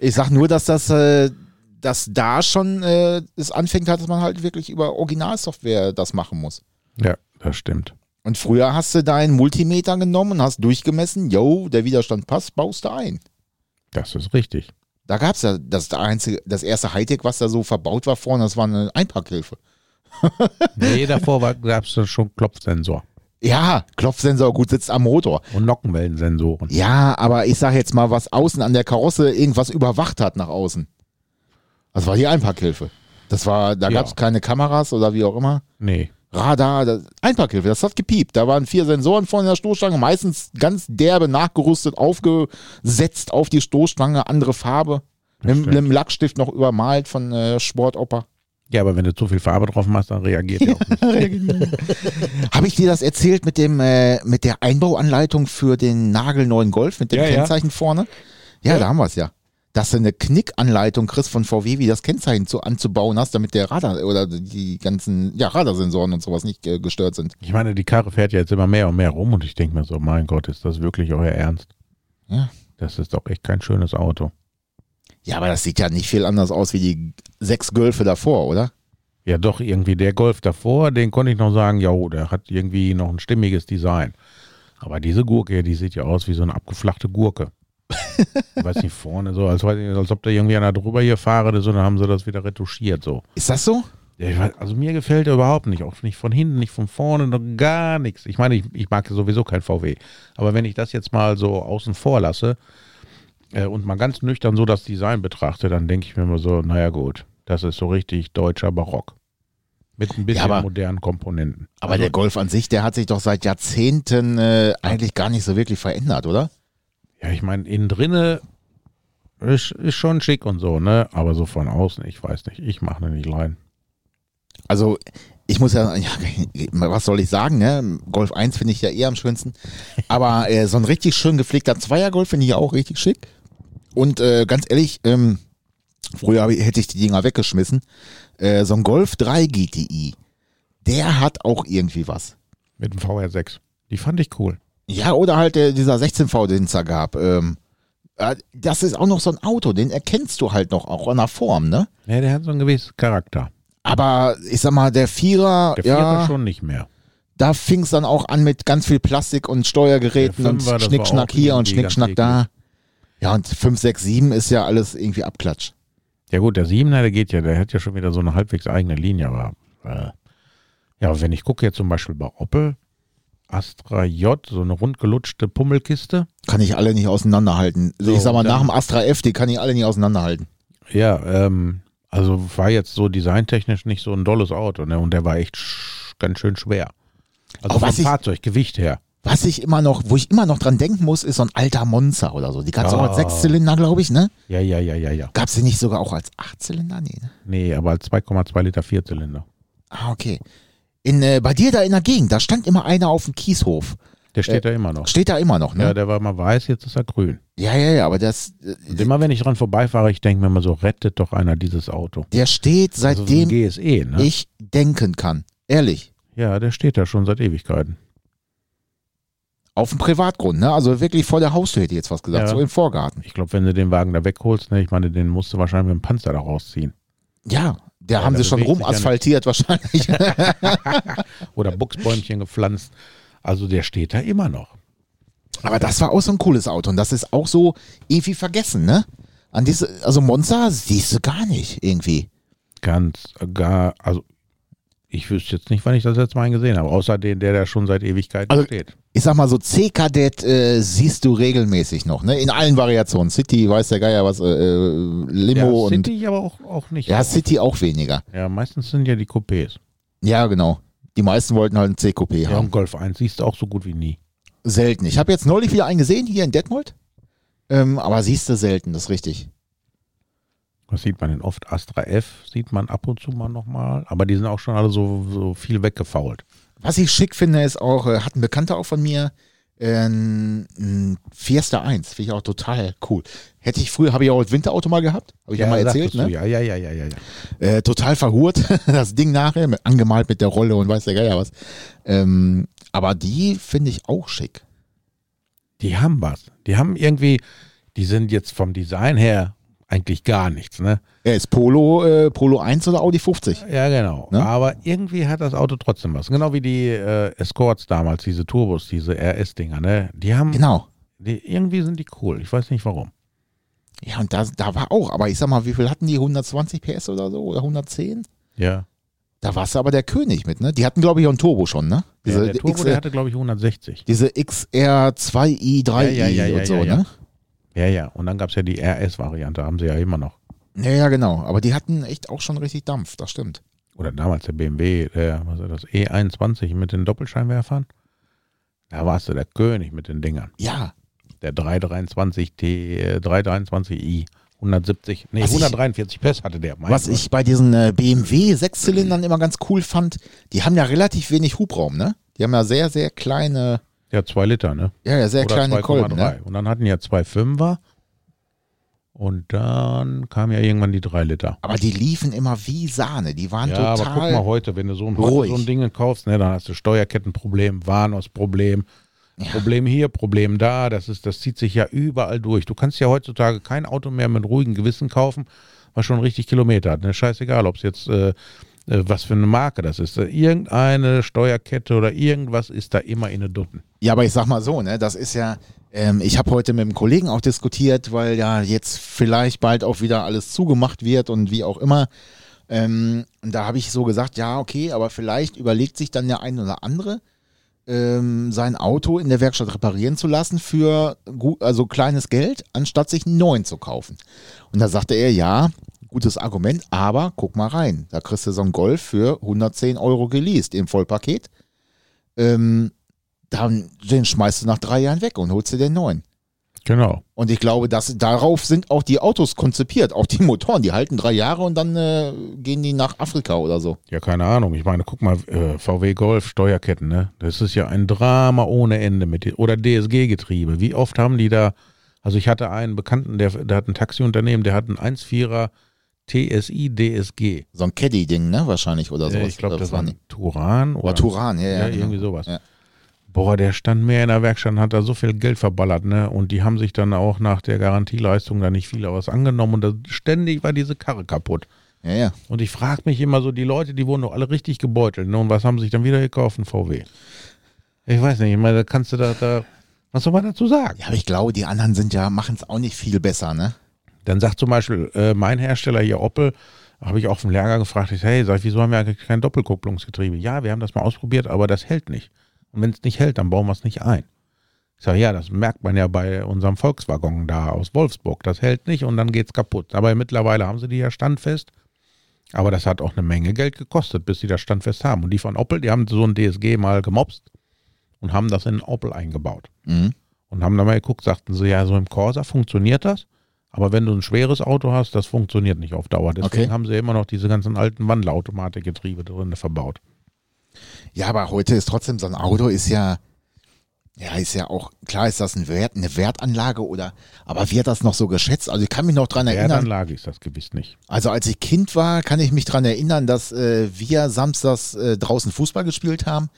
Speaker 1: ich sag nur, dass das, äh, dass da schon äh, es anfängt hat, dass man halt wirklich über Originalsoftware das machen muss.
Speaker 2: Ja, das stimmt.
Speaker 1: Und früher hast du deinen Multimeter genommen und hast durchgemessen, yo, der Widerstand passt, baust du ein.
Speaker 2: Das ist richtig.
Speaker 1: Da gab's ja das einzige, das erste Hightech, was da so verbaut war vorne, das war eine Einparkhilfe.
Speaker 2: Nee, davor gab es schon Klopfsensor
Speaker 1: Ja, Klopfsensor gut sitzt am Motor.
Speaker 2: und Nockenwellensensoren.
Speaker 1: Ja, aber ich sag jetzt mal, was außen an der Karosse irgendwas überwacht hat nach außen. Das war die Einparkhilfe. Das war, da
Speaker 2: Ja.
Speaker 1: gab's keine Kameras oder wie auch immer.
Speaker 2: Nee.
Speaker 1: Radar, das, Einparkhilfe, das hat gepiept. Da waren vier Sensoren vorne in der Stoßstange, meistens ganz derbe nachgerüstet, aufgesetzt auf die Stoßstange, andere Farbe. Mit, mit einem Lackstift noch übermalt von äh, Sportoper.
Speaker 2: Ja, aber wenn du zu viel Farbe drauf machst, dann reagiert der auch nicht.
Speaker 1: Habe ich dir das erzählt mit dem äh, mit der Einbauanleitung für den nagelneuen Golf mit dem
Speaker 2: Ja, ja.
Speaker 1: Kennzeichen vorne? Ja, da haben wir es ja. Dass du eine Knickanleitung kriegst von VW, wie das Kennzeichen zu, anzubauen hast, damit der Radar oder die ganzen ja, Radarsensoren und sowas nicht äh, gestört sind.
Speaker 2: Ich meine, die Karre fährt ja jetzt immer mehr und mehr rum und ich denke mir so, mein Gott, ist das wirklich euer Ernst?
Speaker 1: Ja.
Speaker 2: Das ist doch echt kein schönes Auto.
Speaker 1: Ja, aber das sieht ja nicht viel anders aus wie die sechs Gölfe davor, oder?
Speaker 2: Ja, doch, irgendwie der Golf davor, den konnte ich noch sagen, ja, oh, der hat irgendwie noch ein stimmiges Design. Aber diese Gurke, die sieht ja aus wie so eine abgeflachte Gurke. ich weiß nicht, vorne so, als, weiß ich, als ob da irgendwie einer drüber hier fahre, so, dann haben sie das wieder retuschiert, so.
Speaker 1: Ist das so?
Speaker 2: Ja, ich weiß, also mir gefällt er überhaupt nicht. Auch nicht von hinten, nicht von vorne, noch gar nichts. Ich meine, ich, ich mag sowieso kein VW. Aber wenn ich das jetzt mal so außen vor lasse äh, und mal ganz nüchtern so das Design betrachte, dann denke ich mir immer so, naja gut, das ist so richtig deutscher Barock. Mit ein bisschen
Speaker 1: aber-
Speaker 2: modernen Komponenten. Also,
Speaker 1: Aber der Golf an sich, der hat sich doch seit Jahrzehnten äh, eigentlich gar nicht so wirklich verändert, oder?
Speaker 2: Ja, ich meine, innen drinne ist, ist schon schick und so, ne? Aber so von außen, ich weiß nicht. Ich mache da nicht rein.
Speaker 1: Also, ich muss ja, ja was soll ich sagen, ne? Golf 1 finde ich ja eher am schönsten. Aber äh, so ein richtig schön gepflegter Zweiergolf finde ich ja auch richtig schick. Und äh, ganz ehrlich, ähm, früher hab ich, hätte ich die Dinger weggeschmissen. Äh, so ein Golf 3 GTI, der hat auch irgendwie was.
Speaker 2: Mit dem VR6. Die fand ich cool.
Speaker 1: Ja, oder halt äh, dieser 16V, den es da gab. Ähm, äh, das ist auch noch so ein Auto, den erkennst du halt noch, auch an der Form, ne?
Speaker 2: Ja, der hat so einen gewissen Charakter.
Speaker 1: Aber ich sag mal, der Vierer,
Speaker 2: Der Vierer
Speaker 1: ja,
Speaker 2: schon nicht mehr.
Speaker 1: da fing es dann auch an mit ganz viel Plastik und Steuergeräten
Speaker 2: Der
Speaker 1: und
Speaker 2: Fünfer, das war
Speaker 1: Schnickschnack
Speaker 2: auch
Speaker 1: hier und
Speaker 2: irgendwie ganz
Speaker 1: Schnickschnack da. Ja, und 5, 6, 7 ist ja alles irgendwie Abklatsch.
Speaker 2: Ja gut, der Siebener, der geht ja, der hat ja schon wieder so eine halbwegs eigene Linie, aber äh, ja, wenn ich gucke jetzt zum Beispiel bei Opel, Astra J, so eine rundgelutschte Pummelkiste.
Speaker 1: Kann ich alle nicht auseinanderhalten. Also ich
Speaker 2: So,
Speaker 1: sag mal,
Speaker 2: dann-
Speaker 1: nach dem Astra F, die kann ich alle nicht auseinanderhalten.
Speaker 2: Ja, ähm, also war jetzt so designtechnisch nicht so ein dolles Auto, ne? Und der war echt sch ganz schön schwer. Also
Speaker 1: Aber was
Speaker 2: vom
Speaker 1: ich-
Speaker 2: Fahrzeuggewicht her.
Speaker 1: Was ich immer noch, wo ich immer noch dran denken muss, ist so ein alter Monza oder so. Die gab's auch als
Speaker 2: Ah.
Speaker 1: Sechszylinder, glaube ich, ne?
Speaker 2: Ja, ja, ja, ja, ja.
Speaker 1: Gab's die nicht sogar auch als Achtzylinder? Nee, ne?
Speaker 2: Nee, aber als 2,2 Liter Vierzylinder.
Speaker 1: Ah, okay. In, äh, bei dir da in der Gegend, da stand immer einer auf dem Kieshof.
Speaker 2: Der steht da immer noch.
Speaker 1: Steht da immer noch,
Speaker 2: Ja,
Speaker 1: ne?
Speaker 2: der war mal weiß, jetzt ist er grün.
Speaker 1: Ja, ja, ja, aber das, äh,
Speaker 2: Und immer wenn ich dran vorbeifahre, ich denke mir immer so, rettet doch einer dieses Auto.
Speaker 1: der steht
Speaker 2: Also so ein
Speaker 1: seitdem
Speaker 2: GSE, ne?
Speaker 1: ich denken kann. Ehrlich.
Speaker 2: Ja, der steht da schon seit Ewigkeiten.
Speaker 1: Auf dem Privatgrund, ne? Also wirklich vor der Haustür hätte ich jetzt was gesagt,
Speaker 2: Ja.
Speaker 1: so im Vorgarten.
Speaker 2: Ich glaube, wenn du den Wagen da wegholst, ne, ich meine, den musst du wahrscheinlich mit dem Panzer da rausziehen.
Speaker 1: Ja, da haben
Speaker 2: da
Speaker 1: sie schon
Speaker 2: bewegt sich ja also
Speaker 1: rumasphaltiert wahrscheinlich.
Speaker 2: Oder Buchsbäumchen gepflanzt. Also der steht da immer noch.
Speaker 1: Aber das war auch so ein cooles Auto und das ist auch so irgendwie vergessen, ne? An diese, also Monza siehst du gar nicht irgendwie.
Speaker 2: Ganz, gar, also ich wüsste jetzt nicht, wann ich das letzte Mal gesehen habe. Außer den, der da schon seit Ewigkeiten
Speaker 1: Also-
Speaker 2: steht.
Speaker 1: Ich sag mal so, C-Kadett äh, siehst du regelmäßig noch, ne? In allen Variationen. City, weiß der Geier was, äh, äh,
Speaker 2: Ja,
Speaker 1: Limo und.
Speaker 2: City aber auch, auch nicht.
Speaker 1: Ja, City auch weniger.
Speaker 2: ja, meistens sind ja die Coupés.
Speaker 1: Ja, genau. Die meisten wollten halt ein C-Coupé
Speaker 2: Ja,
Speaker 1: haben.
Speaker 2: und Golf 1 siehst du auch so gut wie nie.
Speaker 1: Selten. Ich habe jetzt neulich wieder einen gesehen hier in Detmold. Ähm, aber siehst du selten, das ist richtig.
Speaker 2: Was sieht man denn oft? Astra F sieht man ab und zu mal nochmal. Aber die sind auch schon alle so, so viel weggefault.
Speaker 1: Was ich schick finde, ist auch, äh, hat ein Bekannter auch von mir, äh, ein Fiesta 1, finde ich auch total cool. Hätte ich früher, habe ich auch als Winterauto mal gehabt, habe ich ja, mal erzählt,
Speaker 2: sagtest du,
Speaker 1: ne?
Speaker 2: Ja, ja, ja, ja, ja. ja.
Speaker 1: Äh, total verhurt, das Ding nachher, mit, angemalt mit der Rolle und weiß der Geier was. Ähm, aber die finde ich auch schick.
Speaker 2: Die haben was. Die haben irgendwie, die sind jetzt vom Design her eigentlich gar nichts, ne?
Speaker 1: Er ist Polo, äh, Polo 1 oder Audi 50.
Speaker 2: Ja, genau.
Speaker 1: Ne?
Speaker 2: Aber irgendwie hat das Auto trotzdem was. Genau wie die äh, Escorts damals, diese Turbos, diese RS-Dinger, ne? Die haben,
Speaker 1: Genau.
Speaker 2: die, irgendwie sind die cool. Ich weiß nicht warum.
Speaker 1: Ja, und da, da war auch, aber ich sag mal, wie viel hatten die? 120 PS oder so? Oder 110?
Speaker 2: Ja.
Speaker 1: Da warst du aber der König mit, ne? Die hatten, glaube ich, auch einen Turbo schon, ne?
Speaker 2: Ja,
Speaker 1: Diese
Speaker 2: der Turbo,
Speaker 1: XR,
Speaker 2: der hatte, glaube ich, 160.
Speaker 1: diese XR2i, 3i
Speaker 2: Ja, ja, ja,
Speaker 1: und
Speaker 2: ja,
Speaker 1: so,
Speaker 2: ja, ja.
Speaker 1: ne?
Speaker 2: Ja, ja. Und dann gab es ja die RS-Variante, haben sie ja immer noch.
Speaker 1: Ja, ja, genau. Aber die hatten echt auch schon richtig Dampf, das stimmt.
Speaker 2: Oder damals der BMW, der, was war das, E21 mit den Doppelscheinwerfern. Da warst du der König mit den Dingern.
Speaker 1: Ja,
Speaker 2: Der 323T, äh, 323i, 170, nee,
Speaker 1: Was ich-
Speaker 2: 143 PS hatte der. Mein
Speaker 1: was
Speaker 2: Gott.
Speaker 1: ich bei diesen äh, BMW Sechszylindern immer ganz cool fand, die haben ja relativ wenig Hubraum, ne? Die haben ja sehr, sehr kleine,
Speaker 2: Ja, zwei Liter, ne?
Speaker 1: ja, ja, sehr
Speaker 2: Oder
Speaker 1: kleine Kolben, ne?
Speaker 2: 2,3. Und dann hatten ja zwei Fünfer. Und dann kam ja irgendwann die drei Liter.
Speaker 1: Aber die liefen immer wie Sahne. Die waren
Speaker 2: Ja, aber guck
Speaker 1: total.
Speaker 2: mal heute, wenn du so ein,
Speaker 1: ruhig.
Speaker 2: so ein Ding kaufst, ne, dann hast du Steuerkettenproblem, Warnungsproblem, Problem hier, Problem da. Das, ist, das zieht sich ja überall durch. Du kannst ja heutzutage kein Auto mehr mit ruhigem Gewissen kaufen, was schon richtig Kilometer hat. Ne? Scheißegal, ob es jetzt äh, äh, was für eine Marke das ist. Irgendeine Steuerkette oder irgendwas ist da immer in der Dutten.
Speaker 1: Ja, aber ich sag mal so, ne, das ist ja, ähm, ich habe heute mit einem Kollegen auch diskutiert, weil ja jetzt vielleicht bald auch wieder alles zugemacht wird und wie auch immer. Ähm, und da habe ich so gesagt, ja, okay, aber vielleicht überlegt sich dann der ein oder andere, ähm, sein Auto in der Werkstatt reparieren zu lassen für gut, also kleines Geld, anstatt sich einen neuen zu kaufen. Und da sagte er, ja, gutes Argument, aber guck mal rein, da kriegst du so einen Golf für 110 Euro geleast im Vollpaket. Ähm, dann, den schmeißt du nach drei Jahren weg und holst dir den neuen.
Speaker 2: Genau.
Speaker 1: Und ich glaube, dass darauf sind auch die Autos konzipiert, auch die Motoren. Die halten drei Jahre und dann äh, gehen die nach Afrika oder so.
Speaker 2: Ja, keine Ahnung. Ich meine, guck mal, äh, VW Golf, Steuerketten, ne? Das ist ja ein Drama ohne Ende mit den- oder DSG-Getriebe. Wie oft haben die da, also ich hatte einen Bekannten, der, der hat ein Taxiunternehmen, der hat einen 1,4er TSI DSG.
Speaker 1: So ein Caddy-Ding, ne? Wahrscheinlich oder so.
Speaker 2: Äh, ich glaube, das war
Speaker 1: nicht.
Speaker 2: ein Turan oder,
Speaker 1: Oder Turan, ja, ja.
Speaker 2: ja,
Speaker 1: genau.
Speaker 2: irgendwie sowas.
Speaker 1: Ja.
Speaker 2: Boah, der stand mehr in der Werkstatt und hat da so viel Geld verballert, ne? Und die haben sich dann auch nach der Garantieleistung da nicht viel was angenommen und da ständig war diese Karre kaputt.
Speaker 1: Ja, ja.
Speaker 2: Und ich frage mich immer so, die Leute, die wurden doch alle richtig gebeutelt. Ne? Und was haben sie sich dann wieder gekauft? Ein VW. Ich weiß nicht, ich meine, da kannst du da, da was soll man dazu sagen?
Speaker 1: Ja, aber ich glaube, die anderen sind ja, machen es auch nicht viel besser, ne?
Speaker 2: Dann sagt zum Beispiel äh, mein Hersteller hier Opel, habe ich auch vom Lehrer gefragt, ich, sag, hey, sag ich, wieso haben wir eigentlich kein Doppelkupplungsgetriebe? Ja, wir haben das mal ausprobiert, aber das hält nicht. Und wenn es nicht hält, dann bauen wir es nicht ein. Ich sage, ja, das merkt man ja bei unserem Volkswagen da aus Wolfsburg. Das hält nicht und dann geht's kaputt. Aber mittlerweile haben sie die ja standfest. Aber das hat auch eine Menge Geld gekostet, bis sie das standfest haben. Und die von Opel, die haben so ein DSG mal gemopst und haben das in einen Opel eingebaut.
Speaker 1: Mhm.
Speaker 2: Und haben dann mal geguckt, sagten sie, ja, so im Corsa funktioniert das. Aber wenn du ein schweres Auto hast, das funktioniert nicht auf Dauer. Deswegen
Speaker 1: Okay.
Speaker 2: haben sie immer noch diese ganzen alten Wandelautomatikgetriebe drin verbaut.
Speaker 1: Ja, aber heute ist trotzdem so ein Auto ist ja, ja, ist ja auch, klar ist das ein Wert, eine Wertanlage oder, aber wird das noch so geschätzt? Also ich kann mich noch dran erinnern,
Speaker 2: Erdanlage ist das gewiss nicht.
Speaker 1: Also als ich Kind war, kann ich mich dran erinnern, dass äh, wir samstags äh, draußen Fußball gespielt haben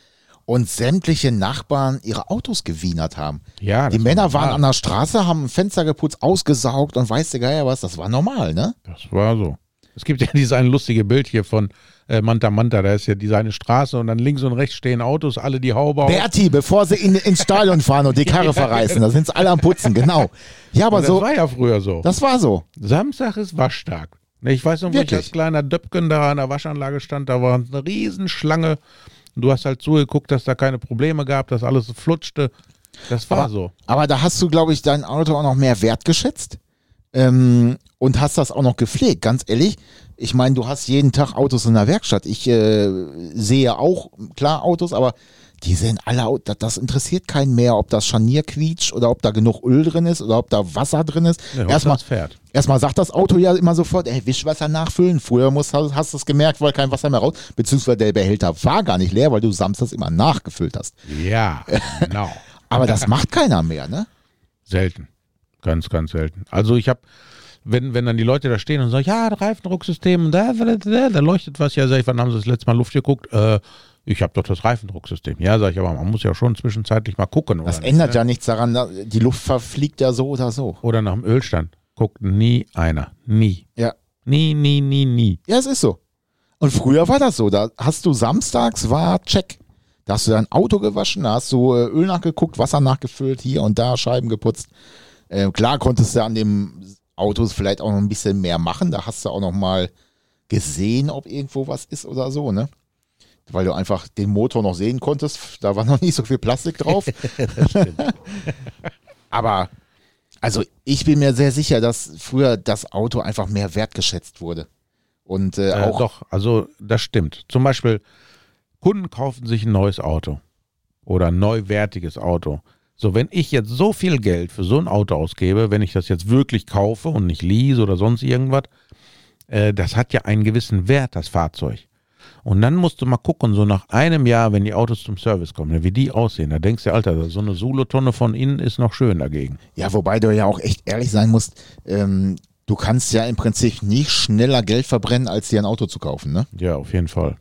Speaker 1: und sämtliche Nachbarn ihre Autos gewienert haben.
Speaker 2: Ja,
Speaker 1: Die
Speaker 2: das
Speaker 1: Männer
Speaker 2: war
Speaker 1: waren
Speaker 2: normal.
Speaker 1: an der Straße, haben ein Fenster geputzt, ausgesaugt und weiß der Geier was, das war normal, ne?
Speaker 2: Das war so. Es gibt ja dieses eine lustige Bild hier von äh, Manta Manta. Da ist ja diese eine Straße und dann links und rechts stehen Autos, alle die Haube auf.
Speaker 1: Berti, bevor sie in, ins Stadion fahren und die Karre verreißen, da sind sie alle am Putzen, genau. Ja, aber
Speaker 2: das
Speaker 1: so,
Speaker 2: war ja früher so.
Speaker 1: das war so.
Speaker 2: Samstag ist Waschtag. Ne, Ich weiß noch, wo ich
Speaker 1: Wirklich?
Speaker 2: als kleiner Döpken da an der Waschanlage stand, da war eine Riesenschlange. Und Du hast halt zugeguckt, dass da keine Probleme gab, dass alles so flutschte. Das war so.
Speaker 1: Aber da hast du, glaube ich, dein Auto auch noch mehr wertgeschätzt ähm, und hast das auch noch gepflegt, ganz ehrlich. Ich meine, du hast jeden Tag Autos in der Werkstatt. Ich äh, sehe auch, klar, Autos, aber die sehen alle aus. Das, das interessiert keinen mehr, ob das Scharnier quietscht oder ob da genug Öl drin ist oder ob da Wasser drin ist.
Speaker 2: Ja, was
Speaker 1: erstmal,
Speaker 2: das Pferd.
Speaker 1: erstmal sagt das Auto ja immer sofort, ey, Wischwasser nachfüllen. Früher musst, hast, hast du es gemerkt, weil kein Wasser mehr raus, beziehungsweise der Behälter war gar nicht leer, weil du samstags immer nachgefüllt hast.
Speaker 2: Ja, genau.
Speaker 1: Aber das macht keiner mehr, ne?
Speaker 2: Selten. Ganz, ganz selten. Also ich habe, wenn, wenn dann die Leute da stehen und sagen, ja, Reifendrucksystem, da, da, da, da leuchtet was, ja, sag ich, wann haben sie das letzte Mal Luft geguckt? Äh, ich habe doch das Reifendrucksystem. Ja, sag ich, aber man muss ja schon zwischenzeitlich mal gucken.
Speaker 1: Das
Speaker 2: oder,
Speaker 1: ändert ja nichts daran, da- die Luft verfliegt ja so oder so.
Speaker 2: oder nach dem Ölstand. Guckt nie einer. Nie.
Speaker 1: Ja.
Speaker 2: Nie, nie, nie, nie.
Speaker 1: Ja, es ist so. Und früher war das so. Da hast du samstags war Check. Da hast du dein Auto gewaschen, da hast du äh, Öl nachgeguckt, Wasser nachgefüllt, hier und da Scheiben geputzt. Äh, klar konntest du an dem Auto vielleicht auch noch ein bisschen mehr machen. Da hast du auch noch mal gesehen, ob irgendwo was ist oder so, ne? Weil du einfach den Motor noch sehen konntest. Da war noch nicht so viel Plastik drauf. Aber, also ich bin mir sehr sicher, dass früher das Auto einfach mehr wertgeschätzt wurde. Und äh,
Speaker 2: Äh,
Speaker 1: auch
Speaker 2: doch, also das stimmt. Zum Beispiel, Kunden kauften sich ein neues Auto oder ein neuwertiges Auto. So, wenn ich jetzt so viel Geld für so ein Auto ausgebe, wenn ich das jetzt wirklich kaufe und nicht lease oder sonst irgendwas, äh, das hat ja einen gewissen Wert, das Fahrzeug. Und dann musst du mal gucken, so nach einem Jahr, wenn die Autos zum Service kommen, ne, wie die aussehen. Da denkst du, Alter, so eine Solotonne von innen ist noch schön dagegen.
Speaker 1: Ja, wobei du ja auch echt ehrlich sein musst, ähm, du kannst ja im Prinzip nicht schneller Geld verbrennen, als dir ein Auto zu kaufen, ne?
Speaker 2: Ja, auf jeden Fall.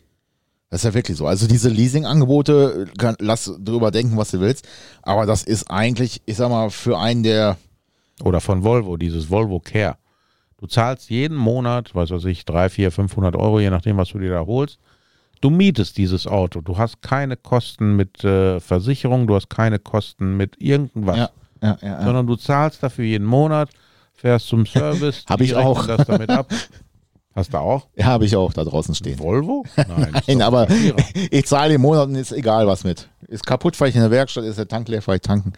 Speaker 1: Das ist ja wirklich so. Also diese Leasing-Angebote, äh, kann- lass drüber denken, was du willst, aber das ist eigentlich, ich sag mal, für einen, der,
Speaker 2: oder von Volvo, dieses Volvo Care. Du zahlst jeden Monat, weiß was ich, 3, 4, 500 Euro, je nachdem, was du dir da holst. Du mietest dieses Auto. Du hast keine Kosten mit äh, Versicherung, du hast keine Kosten mit irgendwas,
Speaker 1: Ja, ja, ja, ja.
Speaker 2: sondern du zahlst dafür jeden Monat, fährst zum Service.
Speaker 1: Hab
Speaker 2: die
Speaker 1: ich auch.
Speaker 2: rechnen Das damit ab. Hast du auch?
Speaker 1: ja habe ich auch da draußen stehen.
Speaker 2: Volvo? Nein, ist
Speaker 1: Nein,
Speaker 2: doch
Speaker 1: aber
Speaker 2: ein Vierer.
Speaker 1: ich zahle den Monat und ist egal was mit. Ist kaputt, fahre ich in der Werkstatt, ist der Tank leer, fahre ich tanken.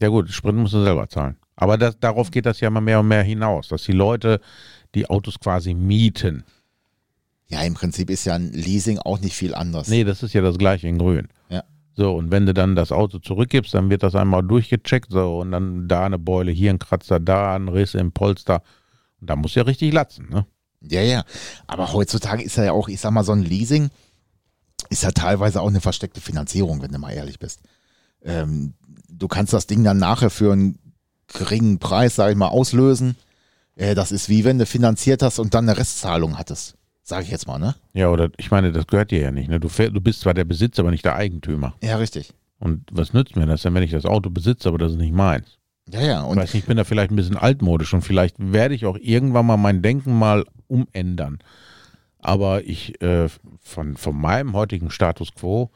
Speaker 2: Ja gut, Sprit musst du selber zahlen. Aber das, darauf geht das ja immer mehr und mehr hinaus, dass die Leute die Autos quasi mieten.
Speaker 1: Ja, im Prinzip ist ja ein Leasing auch nicht viel anders.
Speaker 2: Nee, das ist ja das gleiche in Grün.
Speaker 1: Ja.
Speaker 2: So, und wenn du dann das Auto zurückgibst, dann wird das einmal durchgecheckt, so, und dann da eine Beule, hier ein Kratzer, da ein Riss im Polster. Und da musst du ja richtig latzen, ne?
Speaker 1: Ja, ja. Aber heutzutage ist ja auch, ich sag mal, so ein Leasing ist ja teilweise auch eine versteckte Finanzierung, wenn du mal ehrlich bist. Ähm, du kannst das Ding dann nachher für einen geringen Preis, sag ich mal, auslösen. Äh, das ist wie wenn du finanziert hast und dann eine Restzahlung hattest. Sag ich jetzt mal, ne?
Speaker 2: Ja, oder ich meine, das gehört dir ja nicht, ne? Du, fähr- du bist zwar der Besitzer, aber nicht der Eigentümer.
Speaker 1: Ja, richtig.
Speaker 2: Und was nützt mir das denn, wenn ich das Auto besitze, aber das ist nicht meins?
Speaker 1: Ja, ja.
Speaker 2: Ich
Speaker 1: Und
Speaker 2: weiß nicht, ich bin da vielleicht ein bisschen altmodisch und vielleicht werde ich auch irgendwann mal mein Denken mal umändern. Aber ich, äh, von, von meinem heutigen Status quo,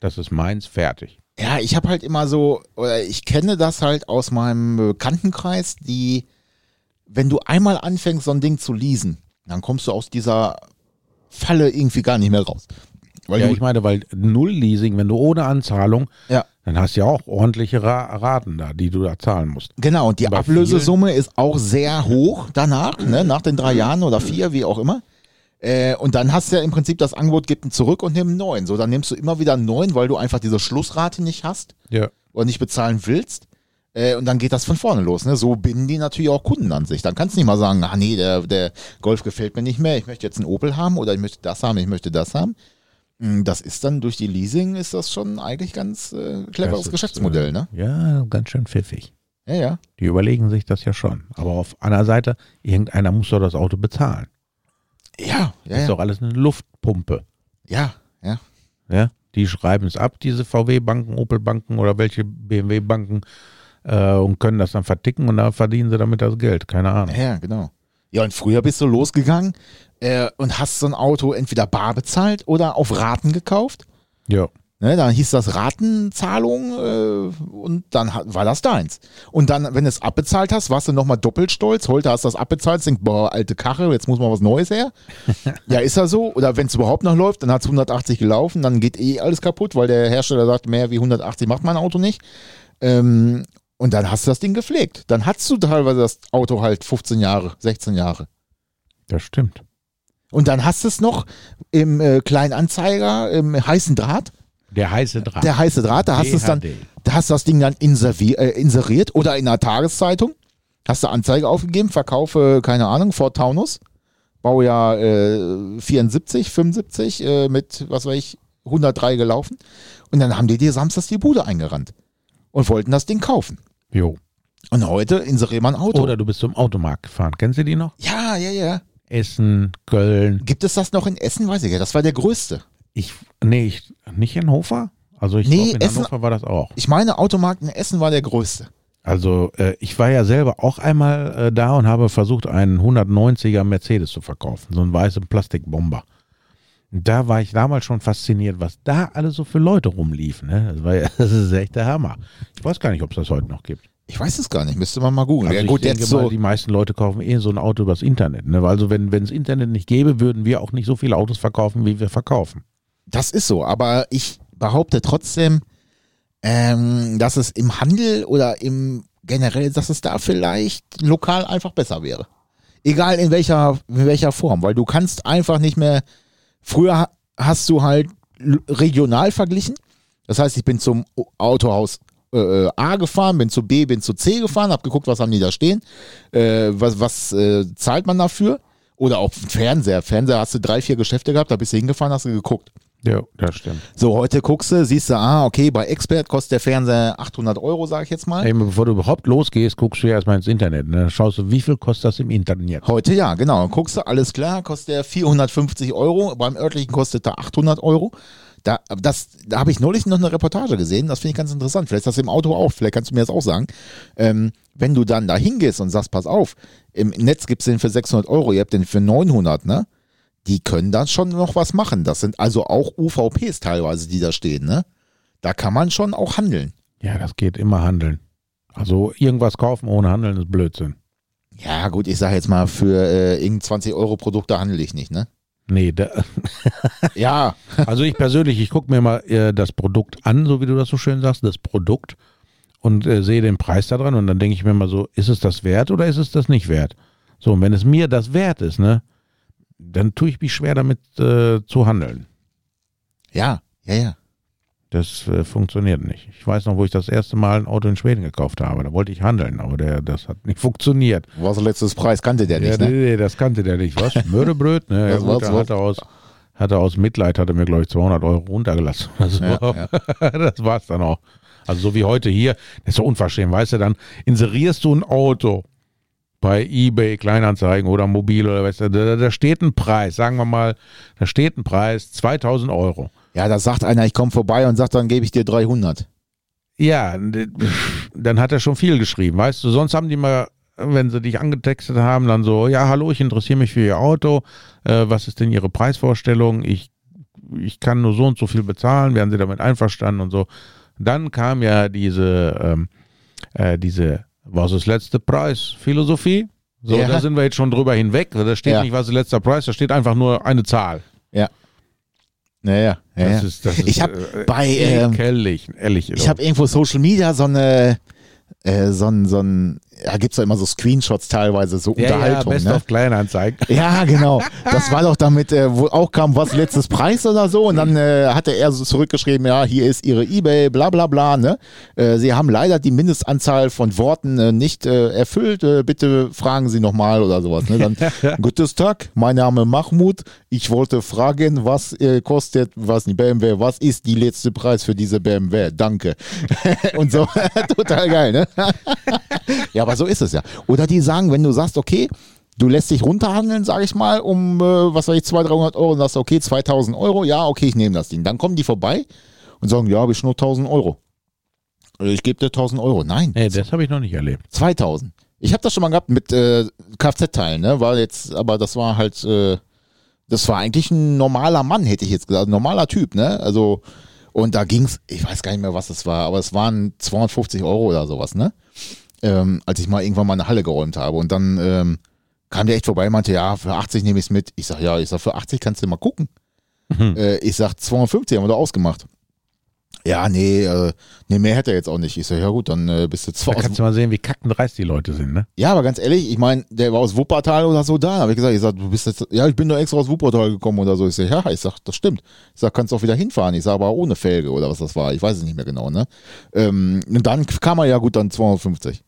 Speaker 2: das ist meins fertig.
Speaker 1: Ja, ich habe halt immer so, oder ich kenne das halt aus meinem Bekanntenkreis, die, wenn du einmal anfängst, so ein Ding zu leasen, dann kommst du aus dieser Falle irgendwie gar nicht mehr raus. Weil
Speaker 2: Ja,
Speaker 1: du,
Speaker 2: ich meine, weil null Leasing, wenn du ohne Anzahlung,
Speaker 1: ja,
Speaker 2: dann hast du ja auch ordentliche Ra Raten da, die du da zahlen musst.
Speaker 1: genau, und die
Speaker 2: Bei
Speaker 1: Ablösesumme ist auch sehr hoch danach, ne, nach den drei
Speaker 2: Mhm.
Speaker 1: Jahren oder vier, wie auch immer. Äh, und dann hast du ja im Prinzip das Angebot, gib einen zurück und nimm einen neuen. So, dann nimmst du immer wieder einen neuen, weil du einfach diese Schlussrate nicht hast
Speaker 2: Ja.
Speaker 1: oder nicht bezahlen willst. Äh, und dann geht das von vorne los. Ne? So binden die natürlich auch Kunden an sich. Dann kannst du nicht mal sagen, ah nee, der, der Golf gefällt mir nicht mehr, ich möchte jetzt einen Opel haben oder ich möchte das haben, ich möchte das haben. Mm, Das ist dann durch die Leasing ist das schon eigentlich ganz äh, cleveres
Speaker 2: Das ist, äh,
Speaker 1: Geschäftsmodell, ne?
Speaker 2: Ja, ganz schön pfiffig.
Speaker 1: Ja, ja.
Speaker 2: Die überlegen sich das ja schon. Aber auf einer Seite, irgendeiner muss doch das Auto bezahlen.
Speaker 1: Ja, ja,
Speaker 2: Das ist
Speaker 1: ja.
Speaker 2: doch alles eine Luftpumpe.
Speaker 1: Ja, ja.
Speaker 2: Ja? Die schreiben es ab, diese VW-Banken, Opel-Banken oder welche BMW-Banken äh, und können das dann verticken und dann verdienen sie damit das Geld. Keine Ahnung.
Speaker 1: Ja, genau. Ja, und früher bist du losgegangen äh, und hast so ein Auto entweder bar bezahlt oder auf Raten gekauft.
Speaker 2: Ja.
Speaker 1: Ne, dann hieß das Ratenzahlung äh, und dann hat, war das deins. Und dann, wenn du es abbezahlt hast, warst du nochmal doppelt stolz. Heute hast du das abbezahlt, denkst, boah, alte Karre, jetzt muss mal was Neues her. ja, ist ja so. Oder wenn es überhaupt noch läuft, dann hat es 180 gelaufen, dann geht eh alles kaputt, weil der Hersteller sagt, mehr wie 180 macht mein Auto nicht. Ähm, und dann hast du das Ding gepflegt. Dann hast du teilweise das Auto halt 15 Jahre, 16 Jahre.
Speaker 2: Das stimmt.
Speaker 1: Und dann hast du es noch im äh, kleinen Anzeiger, im heißen Draht,
Speaker 2: Der heiße Draht.
Speaker 1: der heiße Draht, da hast du es dann
Speaker 2: DHD.
Speaker 1: da hast du das Ding dann inservi- äh, inseriert oder in einer Tageszeitung, hast du Anzeige aufgegeben, verkaufe, keine Ahnung, Ford Taunus, Baujahr äh, 74, 75, äh, mit, was weiß ich, 103 gelaufen. Und dann haben die dir samstags die Bude eingerannt und wollten das Ding kaufen.
Speaker 2: Jo.
Speaker 1: Und heute inseriert man ein Auto.
Speaker 2: Oder du bist zum Automarkt gefahren. Kennst du die noch?
Speaker 1: ja, ja, ja.
Speaker 2: Essen, Köln.
Speaker 1: Gibt es das noch in Essen? Weiß ich ja. Das war der größte.
Speaker 2: Ich, nee, ich, nicht in Hannover. Also ich
Speaker 1: Nee,
Speaker 2: glaube, in
Speaker 1: Essen-
Speaker 2: Hannover war das auch.
Speaker 1: Ich meine, Automarkt in Essen war der größte.
Speaker 2: Also äh, ich war ja selber auch einmal äh, da und habe versucht, einen 190er Mercedes zu verkaufen. So einen weißen Plastikbomber. Und Da war ich damals schon fasziniert, was da alle so für Leute rumliefen. Ne? Das, war ja, das ist echt der Hammer. Ich weiß gar nicht, ob es das heute noch gibt.
Speaker 1: Ich weiß es gar nicht, müsste man mal googeln.
Speaker 2: Also
Speaker 1: ja, gut,
Speaker 2: ich denke
Speaker 1: jetzt
Speaker 2: mal,
Speaker 1: so.
Speaker 2: die meisten Leute kaufen eh so ein Auto übers Internet. Ne? Weil Also wenn es Internet nicht gäbe, würden wir auch nicht so viele Autos verkaufen, wie wir verkaufen.
Speaker 1: Das ist so, aber ich behaupte trotzdem, ähm, dass es im Handel oder im generell, dass es da vielleicht lokal einfach besser wäre. Egal in welcher, in welcher Form, weil du kannst einfach nicht mehr. Früher ha- hast du halt l- regional verglichen. Das heißt, ich bin zum O- Autohaus äh, A gefahren, bin zu B, bin zu C gefahren, habe geguckt, was haben die da stehen, äh, was, was äh, zahlt man dafür. Oder auch Fernseher. Fernseher hast du drei, vier Geschäfte gehabt, da bist du hingefahren, hast du geguckt.
Speaker 2: Ja, das stimmt.
Speaker 1: So, heute guckst du, siehst du, ah, okay, bei Expert kostet der Fernseher 800 Euro, sag ich jetzt mal.
Speaker 2: Eben, bevor du überhaupt losgehst, guckst du ja erstmal ins Internet. Ne? Dann schaust du, wie viel kostet das im Internet?
Speaker 1: Heute ja, genau. Dann Guckst du, alles klar, kostet der 450 Euro, beim örtlichen kostet er 800 Euro. Da, das, da habe ich neulich noch eine Reportage gesehen, das finde ich ganz interessant. Vielleicht ist das im Auto auch, vielleicht kannst du mir das auch sagen. Ähm, wenn du dann da hingehst und sagst, pass auf, im Netz gibt's den für 600 Euro, ihr habt den für 900, ne? Die können dann schon noch was machen. Das sind also auch UVPs teilweise, die da stehen, ne? Da kann man schon auch handeln.
Speaker 2: Ja, das geht immer handeln. Also irgendwas kaufen ohne handeln ist Blödsinn.
Speaker 1: Ja, gut, ich sage jetzt mal, für äh, irgendein 20-Euro-Produkte handle ich nicht, ne?
Speaker 2: Nee, da,
Speaker 1: Ja,
Speaker 2: also ich persönlich, ich gucke mir mal äh, das Produkt an, so wie du das so schön sagst, das Produkt und äh, sehe den Preis da dran und dann denke ich mir mal so, ist es das wert oder ist es das nicht wert? So, und wenn es mir das wert ist, ne, dann tue ich mich schwer damit äh, zu handeln.
Speaker 1: ja, ja, ja.
Speaker 2: Das äh, funktioniert nicht. Ich weiß noch, wo ich das erste Mal ein Auto in Schweden gekauft habe. Da wollte ich handeln, aber der, das hat nicht funktioniert.
Speaker 1: Was letztes Preis kannte der
Speaker 2: Ja,
Speaker 1: nicht,
Speaker 2: nee,
Speaker 1: ne?
Speaker 2: nee, das kannte der nicht. Was? Mördebröt? Ne? Ja,
Speaker 1: Das
Speaker 2: gut,
Speaker 1: war's,
Speaker 2: er hatte aus, hatte aus Mitleid, hatte mir, glaube ich, 200 Euro runtergelassen. Also,
Speaker 1: Ja,
Speaker 2: Das war's dann auch. Also so wie heute hier, das ist so unverschämt, weißt du, dann inserierst du ein Auto bei Ebay, Kleinanzeigen oder Mobil oder weißt du, da, da- da steht ein Preis, sagen wir mal, da steht ein Preis, 2000 Euro.
Speaker 1: Ja, da sagt einer, ich komme vorbei und sagt, dann gebe ich dir 300.
Speaker 2: Ja, d- pff, dann hat er schon viel geschrieben, weißt du. Sonst haben die mal, wenn sie dich angetextet haben, dann so, ja, hallo, ich interessiere mich für Ihr Auto. Äh, was ist denn Ihre Preisvorstellung? Ich, ich kann nur so und so viel bezahlen. Wären Sie damit einverstanden und so. Dann kam ja diese, ähm, äh, diese, was ist letzter Preis? Philosophie. So,
Speaker 1: Ja.
Speaker 2: da sind wir jetzt schon drüber hinweg. Da steht
Speaker 1: Ja.
Speaker 2: nicht, was ist letzter Preis, da steht einfach nur eine Zahl.
Speaker 1: Naja, ja, ja.
Speaker 2: Das ist, das ist
Speaker 1: Ich hab
Speaker 2: äh,
Speaker 1: bei, ähm,
Speaker 2: ekelig, ehrlich.
Speaker 1: Ich habe irgendwo Social Media so eine, äh, so ein, so ein, ja, gibt's da immer so Screenshots teilweise, so Unterhaltung,
Speaker 2: ja, ja, Best
Speaker 1: ne?
Speaker 2: auf Kleinanzeigen.
Speaker 1: Ja, genau. Das war doch damit, äh, wo auch kam, was letztes Preis oder so. Und dann äh, hatte er so zurückgeschrieben, ja, hier ist ihre Ebay, bla bla bla. Ne? Äh, Sie haben leider die Mindestanzahl von Worten äh, nicht äh, erfüllt. Äh, bitte fragen Sie nochmal oder sowas. Ne? Dann, Gutes Tag, mein Name Mahmoud. Ich wollte fragen, was äh, kostet, was die BMW, was ist die letzte Preis für diese BMW? Danke. Und so, total geil, ne? Ja, aber so ist es ja. Oder die sagen, wenn du sagst, okay, du lässt dich runterhandeln, sage ich mal, um, äh, was weiß ich, 200, 300 Euro und sagst, okay, 2000 Euro, ja, okay, ich nehme das Ding. Dann kommen die vorbei und sagen, ja, habe ich nur 1000 Euro. Äh, Ich gebe dir 1000 Euro. Nein,
Speaker 2: Nee, das habe ich noch nicht erlebt.
Speaker 1: 2000. Ich habe das schon mal gehabt mit äh, Kfz-Teilen, ne? War jetzt, aber das war halt, äh, das war eigentlich ein normaler Mann, hätte ich jetzt gesagt, ein normaler Typ, ne? Also, und da ging's, ich weiß gar nicht mehr, was es war, aber es waren 250 Euro oder sowas, ne? Ähm, als ich mal irgendwann mal eine Halle geräumt habe. Und dann ähm, kam der echt vorbei und meinte, ja, für 80 nehme ich's mit. Ich sag, ja, ich sag, für 80 kannst du mal gucken.
Speaker 2: Mhm.
Speaker 1: Äh, ich sag, 250 haben wir da ausgemacht. Ja, nee, äh, nee, mehr hätte er jetzt auch nicht. Ich sag, ja gut, dann äh, bist du
Speaker 2: Da
Speaker 1: 2000.
Speaker 2: kannst du mal sehen, wie kackenreist die Leute sind, ne?
Speaker 1: Ja, aber ganz ehrlich, ich meine, der war aus Wuppertal oder so da. Da habe ich gesagt, ich sag, du bist jetzt, ja, ich bin doch extra aus Wuppertal gekommen oder so. Ich sage, ja, ich sag, das stimmt. Ich sag, kannst auch wieder hinfahren. Ich sage, aber ohne Felge oder was das war. Ich weiß es nicht mehr genau, ne? Ähm, und dann kam er ja gut dann 250.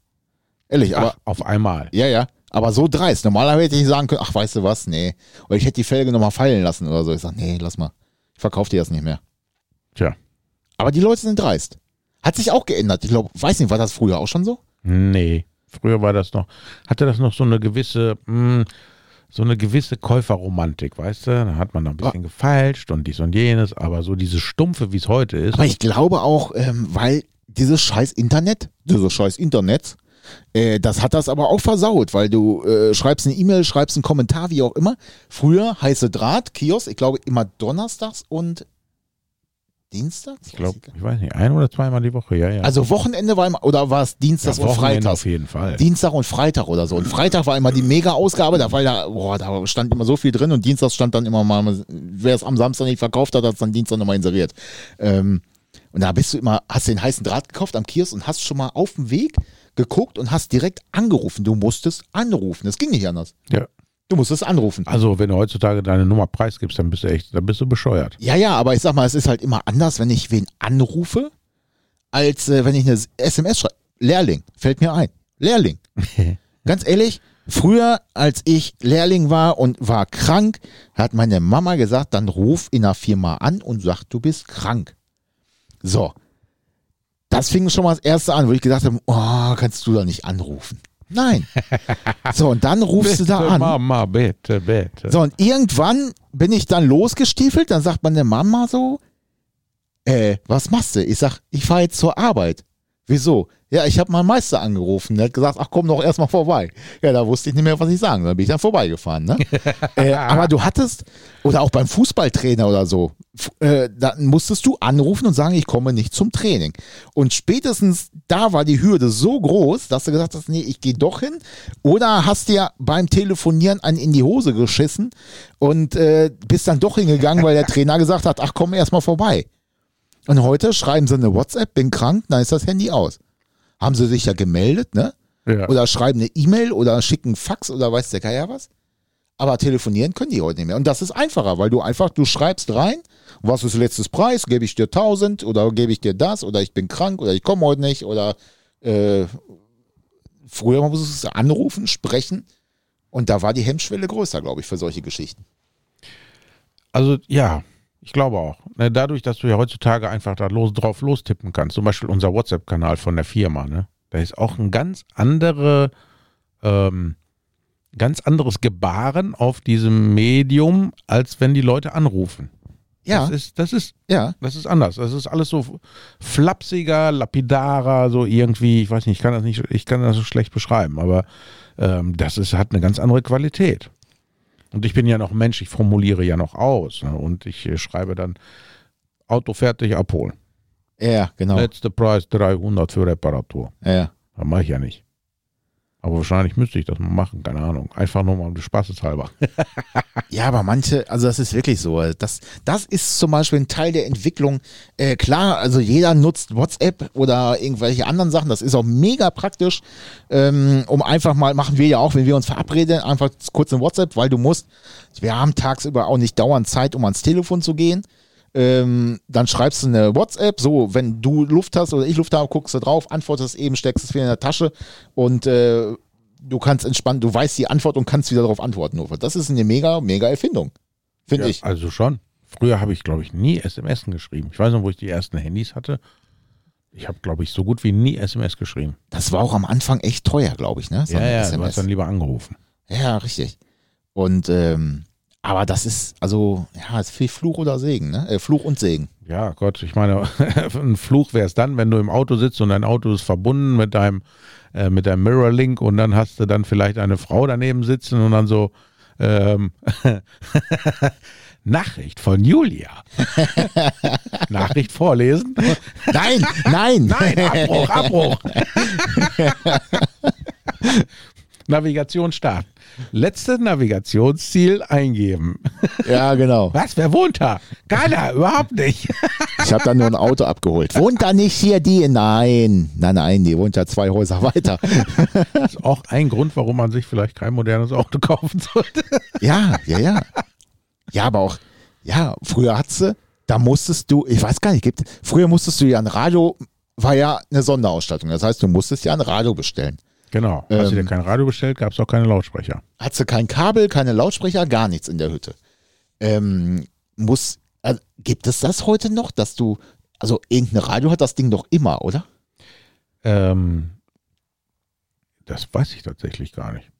Speaker 1: Ehrlich, aber,
Speaker 2: Ach, auf einmal.
Speaker 1: ja, ja. Aber so dreist. Normalerweise hätte ich sagen können, ach, weißt du was, nee. Oder ich hätte die Felge nochmal fallen lassen oder so. Ich sag, nee, lass mal. Ich verkaufe dir das nicht mehr.
Speaker 2: Tja.
Speaker 1: Aber die Leute sind dreist. Hat sich auch geändert. Ich glaube, weiß nicht, war das früher auch schon so?
Speaker 2: Nee. Früher war das noch, hatte das noch so eine gewisse, mh, so eine gewisse Käuferromantik, weißt du? Da hat man noch ein bisschen gefeilscht und dies und jenes, aber so diese Stumpfe, wie es heute ist.
Speaker 1: Aber ich glaube auch, ähm, weil dieses scheiß Internet, dieses scheiß Internet, äh, das hat das aber auch versaut, weil du äh, schreibst eine E-Mail, schreibst einen Kommentar, wie auch immer. Früher heiße Draht, Kiosk, ich glaube immer donnerstags und Dienstags?
Speaker 2: Ich glaube, ich weiß nicht, ein oder zweimal die Woche, ja, ja.
Speaker 1: Also Wochenende war immer, oder war es Dienstags
Speaker 2: ja,
Speaker 1: und
Speaker 2: Wochenende
Speaker 1: Freitags?
Speaker 2: auf jeden Fall.
Speaker 1: Dienstag und Freitag oder so. Und Freitag war immer die Mega-Ausgabe, da, weil da, boah, da stand immer so viel drin und Dienstag stand dann immer mal, wer es am Samstag nicht verkauft hat, hat es dann Dienstag nochmal inseriert. Ähm, und da bist du immer, hast den heißen Draht gekauft am Kiosk und hast schon mal auf dem Weg geguckt und hast direkt angerufen. Du musstest anrufen. Das ging nicht anders.
Speaker 2: Ja.
Speaker 1: Du musstest anrufen.
Speaker 2: Also, wenn du heutzutage deine Nummer preisgibst, dann bist du echt, dann bist du bescheuert.
Speaker 1: Ja, ja, aber ich sag mal, es ist halt immer anders, wenn ich wen anrufe, als äh, wenn ich eine SMS schreibe. Lehrling, fällt mir ein. Lehrling. Ganz ehrlich, früher, als ich Lehrling war und war krank, hat meine Mama gesagt, dann ruf in der Firma an und sag, du bist krank. So. Das fing schon mal das erste an, wo ich gedacht habe, oh, kannst du da nicht anrufen? Nein. So, und dann rufst du da an.
Speaker 2: Mama, bitte, bitte.
Speaker 1: So, und irgendwann bin ich dann losgestiefelt, dann sagt meine Mama so, äh, was machst du? Ich sag, ich fahre jetzt zur Arbeit. Wieso? Ja, ich habe meinen Meister angerufen. Der hat gesagt, ach komm doch erstmal vorbei. Ja, da wusste ich nicht mehr, was ich sagen. soll. Dann bin ich dann vorbeigefahren. Ne? äh, aber du hattest, oder auch beim Fußballtrainer oder so, f- äh, dann musstest du anrufen und sagen, ich komme nicht zum Training. Und spätestens da war die Hürde so groß, dass du gesagt hast, nee, ich gehe doch hin. Oder hast dir beim Telefonieren einen in die Hose geschissen und äh, bist dann doch hingegangen, weil der Trainer gesagt hat, ach komm erstmal vorbei. Und heute schreiben sie eine WhatsApp, bin krank, dann ist das Handy aus. Haben sie sich ja gemeldet, ne?
Speaker 2: ja.
Speaker 1: Oder schreiben eine E-Mail oder schicken Fax oder weiß der Geier was. Aber telefonieren können die heute nicht mehr. Und das ist einfacher, weil du einfach, du schreibst rein, was ist letztes Preis, gebe ich dir 1000 oder gebe ich dir das oder ich bin krank oder ich komme heute nicht oder äh, früher musstest du anrufen, sprechen und da war die Hemmschwelle größer, glaube ich, für solche Geschichten.
Speaker 2: Also ja, ich glaube auch. Ne, Dadurch, dass du ja heutzutage einfach da los, drauf lostippen kannst, zum Beispiel unser WhatsApp-Kanal von der Firma, ne? da ist auch ein ganz andere, ähm, ganz anderes Gebaren auf diesem Medium, als wenn die Leute anrufen.
Speaker 1: Ja,
Speaker 2: Das ist, das ist,
Speaker 1: ja.
Speaker 2: das ist anders. Das ist alles so flapsiger, lapidarer, so irgendwie, ich weiß nicht, ich kann das nicht, ich kann das so schlecht beschreiben, aber ähm, das ist, hat eine ganz andere Qualität. Und ich bin ja noch Mensch, ich formuliere ja noch aus ne? und ich äh, schreibe dann Auto fertig abholen.
Speaker 1: Ja, genau.
Speaker 2: Letzter Preis 300 für Reparatur.
Speaker 1: Ja.
Speaker 2: Das mache ich ja nicht. Aber wahrscheinlich müsste ich das mal machen, keine Ahnung. Einfach nur mal um des Spaßes halber.
Speaker 1: Ja, aber manche, also das ist wirklich so. Also Das, das ist zum Beispiel ein Teil der Entwicklung. Äh, klar, also jeder nutzt WhatsApp oder irgendwelche anderen Sachen. Das ist auch mega praktisch, ähm, um einfach mal, machen wir ja auch, wenn wir uns verabreden, einfach kurz in WhatsApp, weil du musst, wir haben tagsüber auch nicht dauernd Zeit, um ans Telefon zu gehen. Ähm, dann schreibst du eine WhatsApp, so, wenn du Luft hast oder ich Luft habe, guckst du drauf, antwortest eben, steckst es wieder in der Tasche und äh, du kannst entspannt, du weißt die Antwort und kannst wieder darauf antworten. Nur. Das ist eine mega, mega Erfindung. Finde
Speaker 2: Ja,
Speaker 1: ich.
Speaker 2: Also schon. Früher habe ich, glaube ich, nie SMS geschrieben. Ich weiß noch, wo ich die ersten Handys hatte. Ich habe, glaube ich, so gut wie nie SMS geschrieben.
Speaker 1: Das war auch am Anfang echt teuer, glaube ich, ne? So eine
Speaker 2: du hast
Speaker 1: SMS.
Speaker 2: dann lieber angerufen.
Speaker 1: ja, richtig. Und ähm, aber das ist, also, ja, ist viel Fluch oder Segen, ne? Äh, Fluch und Segen.
Speaker 2: Ja, Gott, ich meine, ein Fluch wäre es dann, wenn du im Auto sitzt und dein Auto ist verbunden mit deinem, äh, mit deinem Mirrorlink und dann hast du dann vielleicht eine Frau daneben sitzen und dann so, ähm, Nachricht von Julia. Nachricht vorlesen.
Speaker 1: Nein, nein!
Speaker 2: Nein, Abbruch, Abbruch. Navigation starten. Letzte Navigationsziel eingeben.
Speaker 1: Ja, genau.
Speaker 2: Was? Wer wohnt da? Keiner, überhaupt nicht.
Speaker 1: Ich habe dann nur ein Auto abgeholt. Wohnt da nicht hier die? Nein. Nein, nein, die wohnt ja zwei Häuser weiter.
Speaker 2: Das ist auch ein Grund, warum man sich vielleicht kein modernes Auto kaufen sollte.
Speaker 1: Ja, ja, ja. Ja, aber auch, ja, früher hat's, äh, da musstest du, ich weiß gar nicht, gibt, früher musstest du ja ein Radio, war ja eine Sonderausstattung. Das heißt, du musstest ja ein Radio bestellen.
Speaker 2: Genau. Hast du dir
Speaker 1: Ähm.
Speaker 2: kein Radio bestellt, gab es auch keine Lautsprecher.
Speaker 1: Hattest du kein Kabel, keine Lautsprecher, gar nichts in der Hütte. Ähm, muss, also, gibt es das heute noch, dass du, also irgendein Radio hat das Ding doch immer, oder?
Speaker 2: Ähm, das weiß ich tatsächlich gar nicht.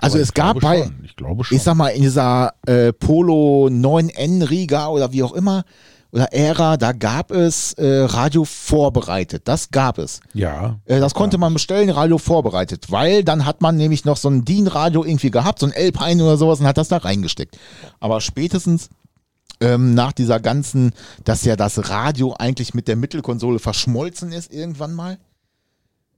Speaker 1: Also
Speaker 2: Aber
Speaker 1: es
Speaker 2: ich
Speaker 1: gab
Speaker 2: glaube
Speaker 1: bei,
Speaker 2: Schon. Ich glaube schon.
Speaker 1: ich sag mal, in dieser äh, Polo 9N Riga oder wie auch immer, oder Ära, da gab es äh, Radio vorbereitet. Das gab es.
Speaker 2: ja.
Speaker 1: Äh, Das konnte man bestellen, Radio vorbereitet, weil dann hat man nämlich noch so ein DIN-Radio irgendwie gehabt, so ein Alpine oder sowas und hat das da reingesteckt. Aber spätestens ähm, nach dieser ganzen, dass ja das Radio eigentlich mit der Mittelkonsole verschmolzen ist irgendwann mal.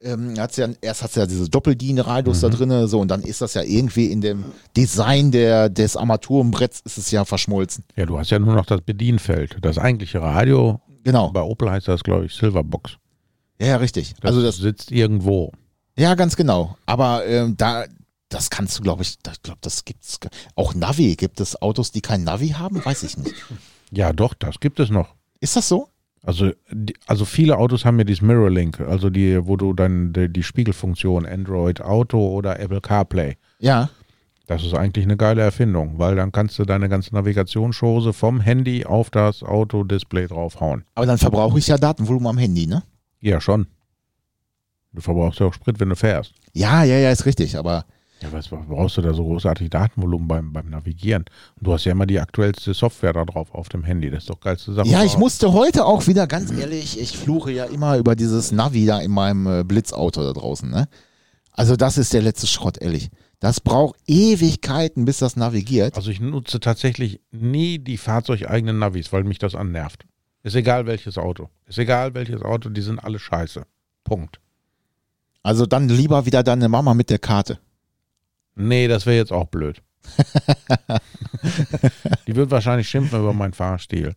Speaker 1: Ähm, hat's ja, erst hat es ja diese Doppeldiene-Radios da drin, so und dann ist das ja irgendwie in dem Design der, des Armaturenbretts ist es ja verschmolzen.
Speaker 2: Ja, du hast ja nur noch das Bedienfeld. Das eigentliche Radio,
Speaker 1: Genau.
Speaker 2: bei Opel heißt das, glaube ich, Silverbox.
Speaker 1: Ja, ja, richtig.
Speaker 2: Das
Speaker 1: also das,
Speaker 2: sitzt irgendwo.
Speaker 1: ja, ganz genau. Aber ähm, da, das kannst du, glaube ich, da- ich glaube, das gibt's. ge- Auch Navi, gibt es Autos, die kein Navi haben? Weiß ich nicht.
Speaker 2: Ja, doch, das gibt es noch.
Speaker 1: Ist das so?
Speaker 2: Also, die, also viele Autos haben ja dieses Mirrorlink, also die, wo du dann die, die Spiegelfunktion Android Auto oder Apple CarPlay.
Speaker 1: Ja.
Speaker 2: Das ist eigentlich eine geile Erfindung, weil dann kannst du deine ganze Navigationsschose vom Handy auf das Autodisplay draufhauen.
Speaker 1: Aber dann verbrauche ich ja Datenvolumen am Handy, ne?
Speaker 2: Ja, schon. Du verbrauchst ja auch Sprit, wenn du fährst.
Speaker 1: Ja, ja, ja, ist richtig. Aber
Speaker 2: Ja, was brauchst du da so großartig Datenvolumen beim, beim Navigieren? Und du hast ja immer die aktuellste Software da drauf auf dem Handy. Das ist doch geilste Sache.
Speaker 1: ja, ich
Speaker 2: überhaupt.
Speaker 1: musste heute auch wieder, ganz ehrlich, ich fluche ja immer über dieses Navi da in meinem äh, Blitzauto da draußen, ne? Also das ist der letzte Schrott, ehrlich. Das braucht Ewigkeiten, bis das navigiert.
Speaker 2: Also ich nutze tatsächlich nie die fahrzeugeigenen Navis, weil mich das annervt. Ist egal welches Auto. Ist egal welches Auto, die sind alle scheiße. Punkt.
Speaker 1: Also dann lieber wieder deine Mama mit der Karte.
Speaker 2: Nee, das wäre jetzt auch blöd. die wird wahrscheinlich schimpfen über meinen Fahrstil.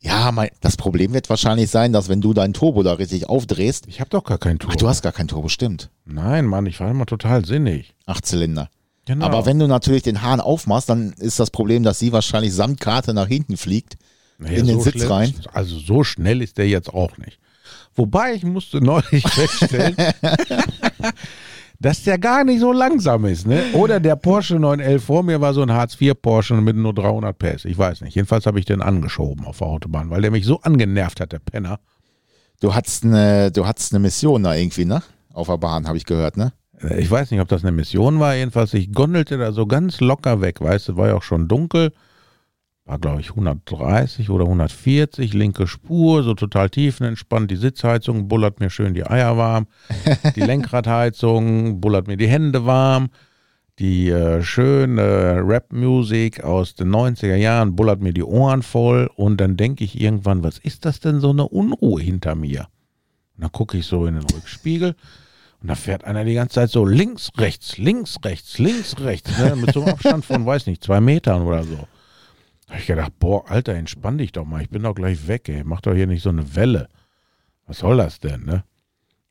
Speaker 1: Ja, mein, das Problem wird wahrscheinlich sein, dass wenn du deinen Turbo da richtig aufdrehst.
Speaker 2: Ich habe doch gar keinen Turbo.
Speaker 1: Ach, du hast gar keinen Turbo, stimmt.
Speaker 2: Nein, Mann, ich fahre immer total sinnig.
Speaker 1: Acht Zylinder.
Speaker 2: Genau.
Speaker 1: Aber wenn du natürlich den Hahn aufmachst, dann ist das Problem, dass sie wahrscheinlich samt Karte nach hinten fliegt.
Speaker 2: Naja,
Speaker 1: in den Sitz
Speaker 2: schnell,
Speaker 1: rein.
Speaker 2: Also so schnell ist der jetzt auch nicht. Wobei ich musste neulich feststellen, dass der gar nicht so langsam ist. Ne? Oder der Porsche 911 vor mir war so ein Hartz IV Porsche mit nur 300 PS. Ich weiß nicht. Jedenfalls habe ich den angeschoben auf der Autobahn, weil der mich so angenervt hat, der Penner.
Speaker 1: Du hattest eine, du hattest eine Mission da irgendwie, ne? Auf der Bahn, habe ich gehört, ne?
Speaker 2: Äh, Ich weiß nicht, ob das eine Mission war. Jedenfalls, ich gondelte da so ganz locker weg. Weißt du, war ja auch schon dunkel. War, glaube ich, 130 oder 140, linke Spur, so total tiefenentspannt. Die Sitzheizung bullert mir schön die Eier warm. Die Lenkradheizung bullert mir die Hände warm. Die äh, schöne Rap-Musik aus den 90er Jahren bullert mir die Ohren voll. Und dann denke ich irgendwann, was ist das denn so eine Unruhe hinter mir? Und dann gucke ich so in den Rückspiegel. Und da fährt einer die ganze Zeit so links, rechts, links, rechts, links, rechts, ne? mit so einem Abstand von, weiß nicht, zwei Metern oder so. Da habe ich gedacht, boah, Alter, entspann dich doch mal, ich bin doch gleich weg, ey, mach doch hier nicht so eine Welle. Was soll das denn, ne?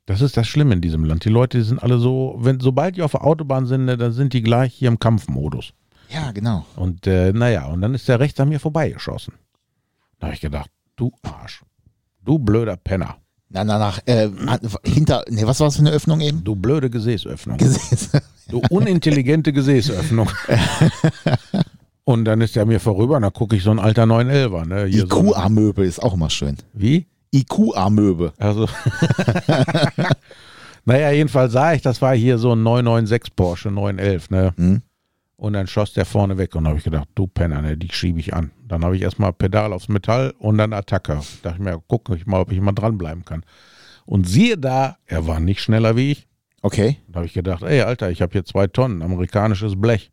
Speaker 2: Das ist das Schlimme in diesem Land. Die Leute die sind alle so, wenn, sobald die auf der Autobahn sind, ne, dann sind die gleich hier im Kampfmodus.
Speaker 1: Ja, genau.
Speaker 2: Und äh, naja, und dann ist der rechts an mir vorbeigeschossen. Da habe ich gedacht, du Arsch, du blöder Penner,
Speaker 1: Na, na, nach, äh, an- hinter, ne, was war das für eine Öffnung eben?
Speaker 2: du blöde Gesäßöffnung.
Speaker 1: Gesäß.
Speaker 2: Du unintelligente Gesäßöffnung. und dann ist er mir vorüber und da gucke ich so ein alter 911er. Ne? Hier so,
Speaker 1: IQ-A-Möbel ist auch immer schön.
Speaker 2: wie?
Speaker 1: IQ-A-Möbel.
Speaker 2: Also. naja, jedenfalls sah ich, das war hier so ein 996 Porsche 911. Ne?
Speaker 1: Hm?
Speaker 2: Und dann schoss der vorne weg und da habe ich gedacht, du Penner, ne, die schiebe ich an. Dann habe ich erstmal Pedal aufs Metall und dann Attacke. Dachte ich mir, gucke ich mal, ob ich mal dranbleiben kann. Und siehe da, er war nicht schneller wie ich.
Speaker 1: Okay.
Speaker 2: Da habe ich gedacht, ey, Alter, ich habe hier zwei Tonnen amerikanisches Blech.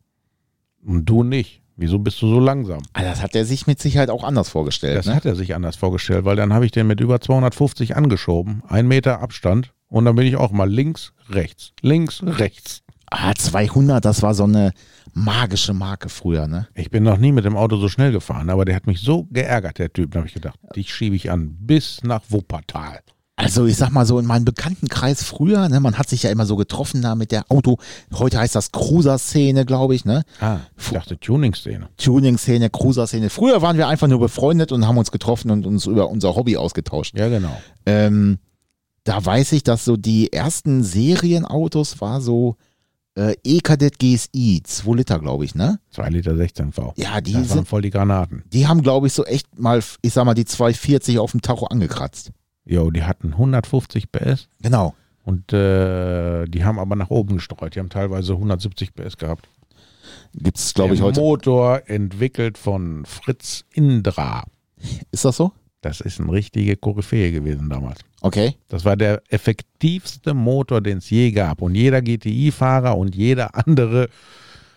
Speaker 2: Und du nicht. Wieso bist du so langsam?
Speaker 1: Ah, das hat er sich mit Sicherheit auch anders vorgestellt,
Speaker 2: Das
Speaker 1: ne?
Speaker 2: hat er sich anders vorgestellt, weil dann habe ich den mit über 250 angeschoben, ein Meter Abstand. Und dann bin ich auch mal links, rechts, links, rechts.
Speaker 1: Ah, 200, das war so eine magische Marke früher, ne?
Speaker 2: Ich bin noch nie mit dem Auto so schnell gefahren, aber der hat mich so geärgert, der Typ. Da habe ich gedacht, dich schiebe ich an bis nach Wuppertal.
Speaker 1: Also ich sag mal so, in meinem Bekanntenkreis früher, ne, man hat sich ja immer so getroffen da mit der Auto, heute heißt das Cruiser-Szene, glaube ich, ne?
Speaker 2: Ah, ich dachte, Tuning-Szene.
Speaker 1: Tuning-Szene, Cruiser-Szene. Früher waren wir einfach nur befreundet und haben uns getroffen und uns über unser Hobby ausgetauscht.
Speaker 2: Ja, genau.
Speaker 1: Ähm, da weiß ich, dass so die ersten Serienautos war so äh, E-Kadett GSI, 2 Liter, glaube ich, ne?
Speaker 2: 2 Liter 16V.
Speaker 1: Ja, die
Speaker 2: Das waren
Speaker 1: sind,
Speaker 2: voll die Granaten.
Speaker 1: die haben, glaube ich, so echt mal, ich sag mal, die 240 auf dem Tacho angekratzt.
Speaker 2: Jo, die hatten 150 PS.
Speaker 1: Genau.
Speaker 2: Und äh, die haben aber nach oben gestreut. Die haben teilweise 170 PS gehabt.
Speaker 1: Gibt's, glaube ich,
Speaker 2: Der
Speaker 1: heute.
Speaker 2: Motor entwickelt von Fritz Indra.
Speaker 1: Ist das so?
Speaker 2: Das ist ein richtige Koryphäe gewesen damals.
Speaker 1: Okay.
Speaker 2: Das war der effektivste Motor, den es je gab. Und jeder GTI-Fahrer und jeder andere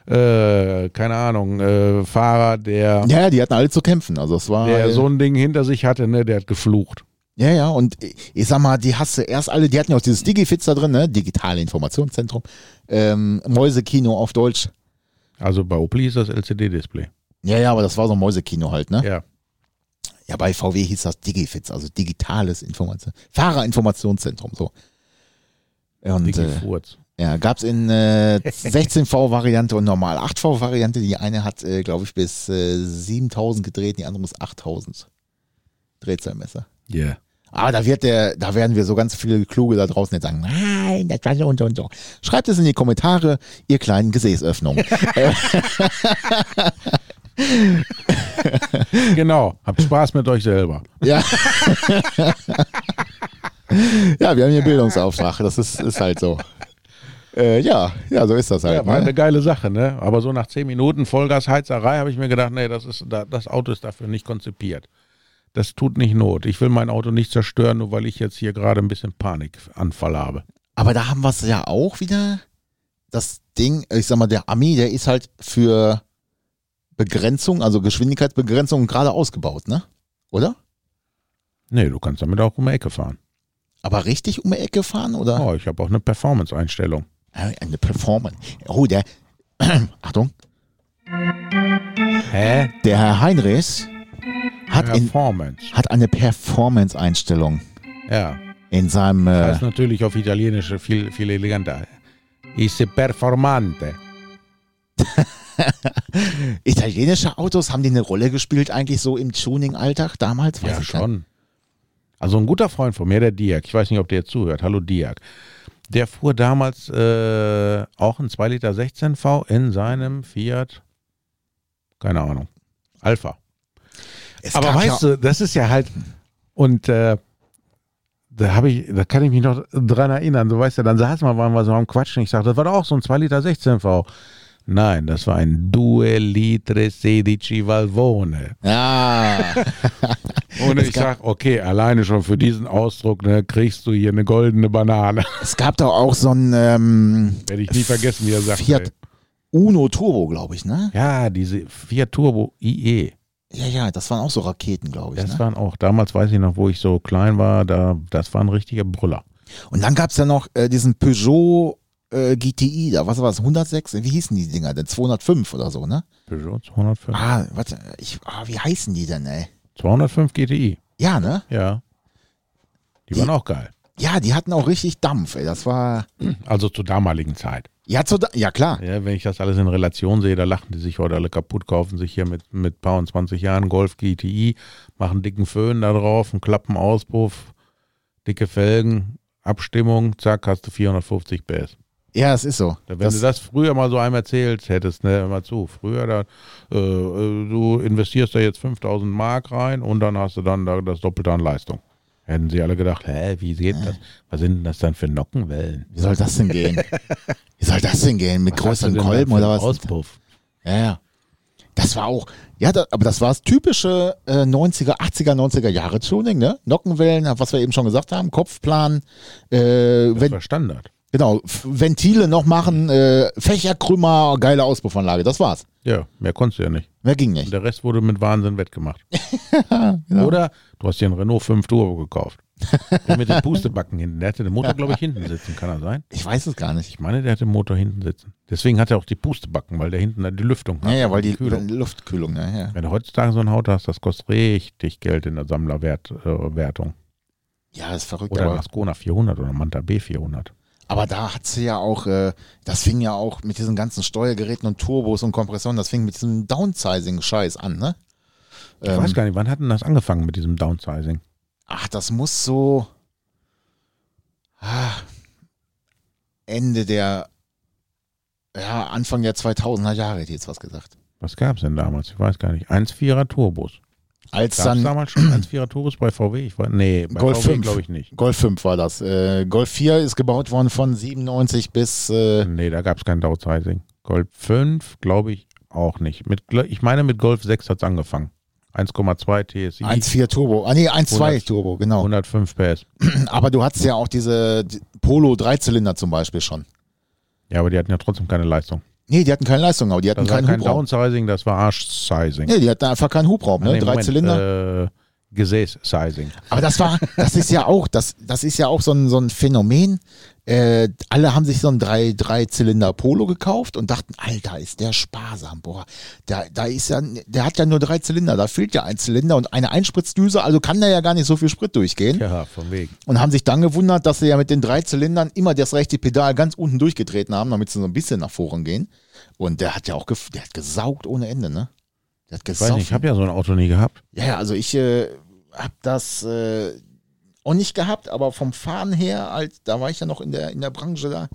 Speaker 2: äh, keine Ahnung, äh, Fahrer, der,
Speaker 1: Ja, ja, die hatten alle zu kämpfen. Also es war.
Speaker 2: der
Speaker 1: äh,
Speaker 2: so ein Ding hinter sich hatte, ne, der hat geflucht.
Speaker 1: Ja, ja, und ich, ich sag mal, die hast du erst alle, die hatten ja auch dieses Digifits da drin, ne? Digitale Informationszentrum. Ähm, Mäusekino auf Deutsch.
Speaker 2: Also bei Opel ist das LCD-Display.
Speaker 1: Ja, ja, aber das war so ein Mäusekino halt, ne? Ja,
Speaker 2: Ja.
Speaker 1: bei VW hieß das Digifits, also digitales Information. Fahrerinformationszentrum, so. Und äh,
Speaker 2: Digi-Furz.
Speaker 1: ja, gab's in äh, 16V-Variante und normal 8V-Variante. Die eine hat, äh, glaube ich, bis äh, 7000 gedreht, die andere bis 8000 Drehzahlmesser.
Speaker 2: Yeah.
Speaker 1: Aber Ah, da wird der, da werden wir so ganz viele Kluge da draußen jetzt sagen, nein, das war so und so und so. Schreibt es in die Kommentare, ihr kleinen Gesäßöffnungen.
Speaker 2: Genau. Habt Spaß mit euch selber.
Speaker 1: ja. ja, wir haben hier Bildungsauftrag, das ist, ist halt so. Äh, ja, ja, so ist das halt.
Speaker 2: Ja, war eine
Speaker 1: ne?
Speaker 2: geile Sache, ne? Aber so nach 10 Minuten Vollgasheizerei habe ich mir gedacht, nee, das, ist, da- das Auto ist dafür nicht konzipiert. Das tut nicht Not. Ich will mein Auto nicht zerstören, nur weil ich jetzt hier gerade ein bisschen Panikanfall habe.
Speaker 1: Aber da haben wir es ja auch wieder. Das Ding, ich sag mal, der Ami, der ist halt für Begrenzung, also Geschwindigkeitsbegrenzung gerade ausgebaut, ne? Oder?
Speaker 2: Nee, du kannst damit auch um die Ecke fahren.
Speaker 1: Aber richtig um die Ecke fahren oder?
Speaker 2: Oh, ich habe auch eine Performance-Einstellung.
Speaker 1: Eine Performance. Oh, der. Achtung.
Speaker 2: Hä?
Speaker 1: Der Herr Heinrichs hat, in,
Speaker 2: Performance.
Speaker 1: hat eine Performance-Einstellung
Speaker 2: Ja.
Speaker 1: in seinem.
Speaker 2: Das
Speaker 1: Äh,
Speaker 2: ist natürlich auf Italienisch viel, viel eleganter. Ist performante.
Speaker 1: italienische Autos haben die eine Rolle gespielt, eigentlich so im Tuning-Alltag damals? Weiß
Speaker 2: Ja,
Speaker 1: ich gar
Speaker 2: schon. Also ein guter Freund von mir, der Diak, ich weiß nicht, ob der jetzt zuhört, hallo Diak, der fuhr damals äh, auch ein 2 Liter 16 V in seinem Fiat, keine Ahnung, Alpha.
Speaker 1: nicht. Es
Speaker 2: Aber
Speaker 1: gab
Speaker 2: weißt
Speaker 1: ja,
Speaker 2: du, das ist ja halt, und äh, da habe ich, da kann ich mich noch dran erinnern, so weißt du, dann saß man, waren wir so am Quatschen, ich sagte, das war doch auch so ein 2 Liter 16 V. Nein, das war ein 2 Litre 16 Valvone.
Speaker 1: Ja.
Speaker 2: Und
Speaker 1: Es
Speaker 2: ich
Speaker 1: gab-
Speaker 2: sag, okay, alleine schon für diesen Ausdruck ne, kriegst du hier eine goldene Banane.
Speaker 1: es gab da auch so ein. Ähm,
Speaker 2: Werde ich nie vergessen, wie er sagt.
Speaker 1: Fiat Uno Turbo, glaube ich, ne?
Speaker 2: Ja, diese Fiat Turbo IE.
Speaker 1: Ja, ja, das waren auch so Raketen, glaube ich.
Speaker 2: Das
Speaker 1: Ne?
Speaker 2: waren auch, damals weiß ich noch, wo ich so klein war, da, das war ein richtiger Brüller.
Speaker 1: Und dann gab es ja noch äh, diesen Peugeot äh, GTI da. Was war das? 106? Wie hießen die Dinger denn? 205 oder so, ne?
Speaker 2: Peugeot 205.
Speaker 1: Ah, warte, ich, ah, wie heißen die denn, ey?
Speaker 2: 205 GTI,
Speaker 1: Ja, ne?
Speaker 2: ja. Die
Speaker 1: Die-
Speaker 2: waren auch geil.
Speaker 1: Ja, die hatten auch richtig Dampf, ey. Das war.
Speaker 2: Also zur damaligen Zeit.
Speaker 1: Ja, zu, da- ja klar.
Speaker 2: Ja, wenn ich das alles in Relation sehe, da lachen die sich heute alle kaputt, kaufen sich hier mit, mit paar und 20 Jahren Golf GTI, machen dicken Föhn da drauf, einen klappen Auspuff, dicke Felgen, Abstimmung, zack, hast du 450 PS.
Speaker 1: Ja, es ist so.
Speaker 2: Wenn du
Speaker 1: Das,
Speaker 2: das früher mal so einem erzählt hättest, ne, hör mal zu, früher da, äh, äh, du investierst da jetzt 5000 Mark rein und dann hast du dann da das Doppelte an Leistung. Hätten sie alle gedacht, hä, wie geht das? Was sind denn das dann für Nockenwellen?
Speaker 1: wie soll das denn gehen? wie soll das denn gehen? Mit
Speaker 2: Was hast du
Speaker 1: größeren
Speaker 2: denn da
Speaker 1: Kolben
Speaker 2: für
Speaker 1: oder
Speaker 2: einen
Speaker 1: was?
Speaker 2: Auspuff.
Speaker 1: Ja, ja. Das war auch. Ja, da, aber das war das typische äh, 90er, 80er, 90er Jahre Tuning, ne? Nockenwellen, was wir eben schon gesagt haben, Kopfplan, äh,
Speaker 2: Das
Speaker 1: wenn,
Speaker 2: war Standard.
Speaker 1: genau, F- Ventile noch machen, äh, Fächerkrümmer, geile Auspuffanlage, das war's.
Speaker 2: Ja, mehr konntest du ja nicht.
Speaker 1: Mehr ging nicht.
Speaker 2: Und der Rest wurde mit Wahnsinn wettgemacht. Oder du hast dir einen Renault 5 Turbo gekauft. Der mit den Pustebacken hinten. Der hatte den Motor, glaube ich, hinten sitzen. Kann er sein?
Speaker 1: Ich weiß es gar nicht.
Speaker 2: Ich meine, der hatte den Motor hinten sitzen. Deswegen hat er auch die Pustebacken, weil der hinten dann die Lüftung hat.
Speaker 1: Ja, ja, weil die
Speaker 2: Kühlung.
Speaker 1: Luftkühlung, ne? Ja.
Speaker 2: Wenn du heutzutage so ein Auto hast, das kostet richtig Geld in der Sammlerwertung. Äh, Wertung.
Speaker 1: Ja, ist verrückt.
Speaker 2: oder ein
Speaker 1: Aber,
Speaker 2: Ascona 400 oder ein Manta B400.
Speaker 1: aber da hat sie ja auch, äh, das fing ja auch mit diesen ganzen Steuergeräten und Turbos und Kompressoren, das fing mit diesem Downsizing-Scheiß an, ne? Ähm,
Speaker 2: Ich weiß gar nicht, wann hat denn das angefangen mit diesem Downsizing?
Speaker 1: Ach, das muss so ah, Ende der, ja, Anfang der 2000er Jahre hätte ich jetzt was gesagt.
Speaker 2: Was gab es denn damals? Ich weiß gar nicht. 1,4er Turbos.
Speaker 1: Als
Speaker 2: Gab es
Speaker 1: dann
Speaker 2: damals schon 1,4er Turbos bei VW? Ich war, nee, bei
Speaker 1: Golf
Speaker 2: VW
Speaker 1: 5.
Speaker 2: glaube ich nicht.
Speaker 1: Golf 5 war das. Äh, Golf 4 ist gebaut worden von 97 bis, äh,
Speaker 2: Nee, da gab es kein Downsizing. Golf 5 glaube ich auch nicht. Mit, Gl- ich meine, mit Golf 6 hat es angefangen. 1,2 TSI,
Speaker 1: 1.4 Turbo. Ah, nee, 1.2
Speaker 2: 100.
Speaker 1: Turbo, genau.
Speaker 2: 105 PS.
Speaker 1: Aber du hattest ja auch diese die Polo Dreizylinder zum Beispiel schon.
Speaker 2: Ja, aber die hatten ja trotzdem keine Leistung.
Speaker 1: Nee, die hatten keine Leistung, aber die hatten
Speaker 2: Das war
Speaker 1: keinen
Speaker 2: kein
Speaker 1: Hubraum.
Speaker 2: Downsizing, das war Arsch-Sizing.
Speaker 1: Nee, die hatten einfach keinen Hubraum, ne?
Speaker 2: Nee,
Speaker 1: Drei
Speaker 2: Moment,
Speaker 1: Zylinder. Hm?
Speaker 2: Äh, Gesäß-Sizing.
Speaker 1: Aber das war, das ist ja auch, das, das ist ja auch so ein, so ein Phänomen. Äh, alle haben sich so ein drei, drei Zylinder Polo gekauft und dachten, Alter, ist der sparsam, boah, da, da ist ja, der hat ja nur drei Zylinder, da fehlt ja ein Zylinder und eine Einspritzdüse, also kann da ja gar nicht so viel Sprit durchgehen.
Speaker 2: Ja, von wegen.
Speaker 1: Und haben sich dann gewundert, dass sie ja mit den drei Zylindern immer das rechte Pedal ganz unten durchgetreten haben, damit sie so ein bisschen nach vorn gehen. Und der hat ja auch, gef der hat gesaugt ohne Ende, ne? Der hat
Speaker 2: Ich weiß
Speaker 1: gesaugt.
Speaker 2: nicht, ich habe ja so ein Auto nie gehabt.
Speaker 1: Ja, ja, also ich äh, habe das äh, auch nicht gehabt, aber vom Fahren her, als, da war ich ja noch in der, in der Branche da,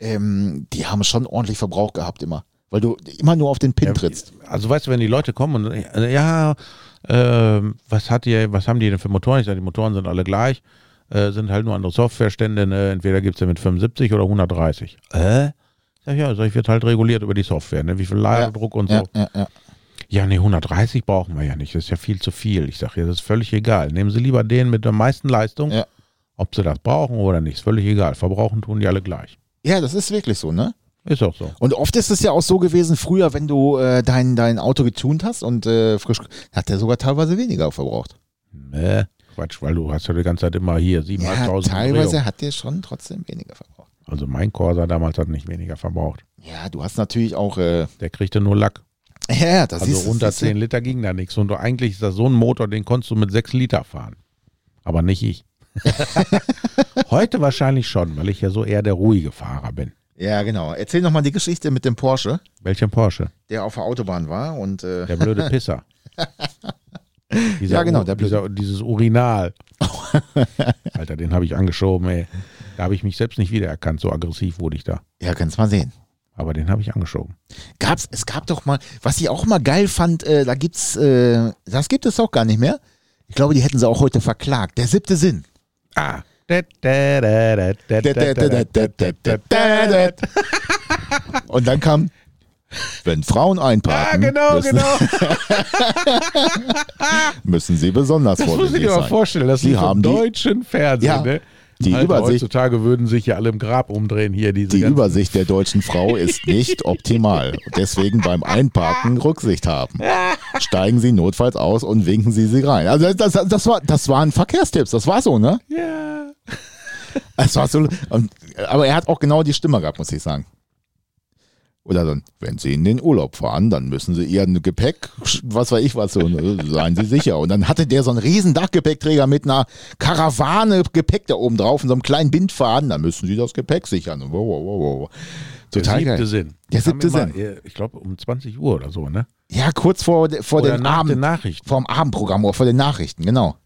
Speaker 1: ähm, die haben schon ordentlich Verbrauch gehabt immer. Weil du immer nur auf den Pin trittst.
Speaker 2: Also weißt du, wenn die Leute kommen und äh, ja, ähm, was hat ihr, was haben die denn für Motoren? Ich sage, die Motoren sind alle gleich, äh, sind halt nur andere Softwarestände, ne? entweder gibt es ja mit 75 oder 130. Äh? Sag ich, ja, sag ich, wird halt reguliert über die Software, ne? Wie viel Ladedruck und so.
Speaker 1: Ja, ja, ja.
Speaker 2: Ja, nee, 130 brauchen wir ja nicht. Das ist ja viel zu viel. Ich sage, ja, das ist völlig egal. Nehmen Sie lieber den mit der meisten Leistung.
Speaker 1: Ja.
Speaker 2: Ob Sie das brauchen oder nicht, ist völlig egal. Verbrauchen tun die alle gleich.
Speaker 1: ja, das ist wirklich so, ne?
Speaker 2: Ist auch so.
Speaker 1: Und oft ist es ja auch so gewesen, früher, wenn du äh, dein, dein Auto getunt hast und äh, frisch, hat der sogar teilweise weniger verbraucht.
Speaker 2: Nee, Quatsch, weil du hast ja die ganze Zeit immer hier 7.000,
Speaker 1: Ja,
Speaker 2: 8.000
Speaker 1: teilweise hat der schon trotzdem weniger verbraucht.
Speaker 2: Also mein Corsa damals hat nicht weniger verbraucht.
Speaker 1: Ja, du hast natürlich auch, äh,
Speaker 2: Der kriegte nur Lack.
Speaker 1: Ah, ja, das
Speaker 2: Also
Speaker 1: ist
Speaker 2: unter 10 Liter ging da nichts. Und du, eigentlich ist das so ein Motor, den konntest du mit 6 Liter fahren. Aber nicht ich. Heute wahrscheinlich schon, weil ich ja so eher der ruhige Fahrer bin.
Speaker 1: Ja, genau. Erzähl nochmal die Geschichte mit dem Porsche.
Speaker 2: Welchen Porsche?
Speaker 1: der auf der Autobahn war und äh,
Speaker 2: Der blöde Pisser. Dieser
Speaker 1: Ja, genau,
Speaker 2: Ur-
Speaker 1: der blöde-
Speaker 2: dieser, dieses Urinal. Alter, den habe ich angeschoben, ey. Da habe ich mich selbst nicht wiedererkannt, so aggressiv wurde ich da.
Speaker 1: ja, kannst mal sehen.
Speaker 2: Aber den habe ich angeschoben.
Speaker 1: Gab's, es gab doch mal, was ich auch mal geil fand, äh, da gibt's, äh, das gibt es auch gar nicht mehr. Ich glaube, die hätten sie auch heute verklagt. Der siebte Sinn.
Speaker 2: Ah.
Speaker 1: Und dann kam, wenn Frauen
Speaker 2: Ah,
Speaker 1: einparken,
Speaker 2: genau,
Speaker 1: müssen,
Speaker 2: genau.
Speaker 1: müssen sie besonders
Speaker 2: Das muss
Speaker 1: vorsichtig
Speaker 2: ich dir mal
Speaker 1: sein.
Speaker 2: vorstellen. Das
Speaker 1: Die
Speaker 2: ist
Speaker 1: haben
Speaker 2: vom
Speaker 1: die-
Speaker 2: deutschen Fernsehen.
Speaker 1: Ja,
Speaker 2: ne?
Speaker 1: die
Speaker 2: Alter,
Speaker 1: Übersicht-
Speaker 2: Heutzutage würden sich ja alle im Grab umdrehen hier. Diese
Speaker 1: Die
Speaker 2: ganzen-
Speaker 1: Übersicht der deutschen Frau ist nicht optimal. Deswegen beim Einparken Rücksicht haben. Steigen Sie notfalls aus und winken Sie sie rein. Also das, das, das, war, das waren Verkehrstipps, das war so, ne?
Speaker 2: ja.
Speaker 1: Das war so, Also und, aber er hat auch genau die Stimme gehabt, muss ich sagen. Oder dann, wenn Sie in den Urlaub fahren, dann müssen Sie Ihren Gepäck, was weiß ich was, so, ne, seien Sie sicher. Und dann hatte der so einen riesen Dachgepäckträger mit einer Karawane Gepäck da oben drauf und so einem kleinen Bindfaden, dann müssen Sie das Gepäck sichern. Und wow, wow, wow, wow.
Speaker 2: Der
Speaker 1: Total
Speaker 2: siebte
Speaker 1: geil.
Speaker 2: Sinn.
Speaker 1: Der
Speaker 2: Die haben
Speaker 1: siebte
Speaker 2: immer, äh, Ich glaube um 20 Uhr oder so, ne?
Speaker 1: Ja, kurz vor, de- vor,
Speaker 2: Oder
Speaker 1: den
Speaker 2: nach den
Speaker 1: Abend,
Speaker 2: Nachrichten.
Speaker 1: vor dem Abendprogramm oder vor den Nachrichten, genau.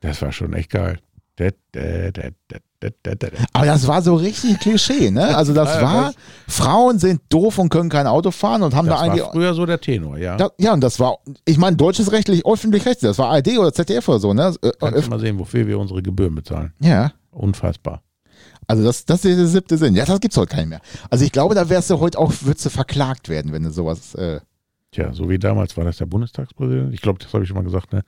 Speaker 2: Das war schon echt geil. Da, da, da, da, da, da, da.
Speaker 1: Aber das war so richtig Klischee, ne? Also das
Speaker 2: Ja,
Speaker 1: war, Frauen sind doof und können kein Auto fahren und haben da
Speaker 2: Das
Speaker 1: eigentlich...
Speaker 2: war früher so der Tenor, ja.
Speaker 1: Da, ja, und das war, ich meine, deutsches rechtlich, öffentlich rechtlich, das war ARD oder ZDF oder so, ne? Ö-
Speaker 2: Kannst
Speaker 1: öff-
Speaker 2: du mal sehen, wofür wir unsere Gebühren bezahlen.
Speaker 1: Ja,
Speaker 2: Unfassbar.
Speaker 1: also das, das ist der siebte Sinn. Ja, das gibt's heute keinen mehr. Also ich glaube, da wärst du heute auch, würdest du verklagt werden, wenn du sowas, äh,
Speaker 2: Tja, so wie damals war das der Bundestagspräsident. Ich glaube, das habe ich schon mal gesagt, ne?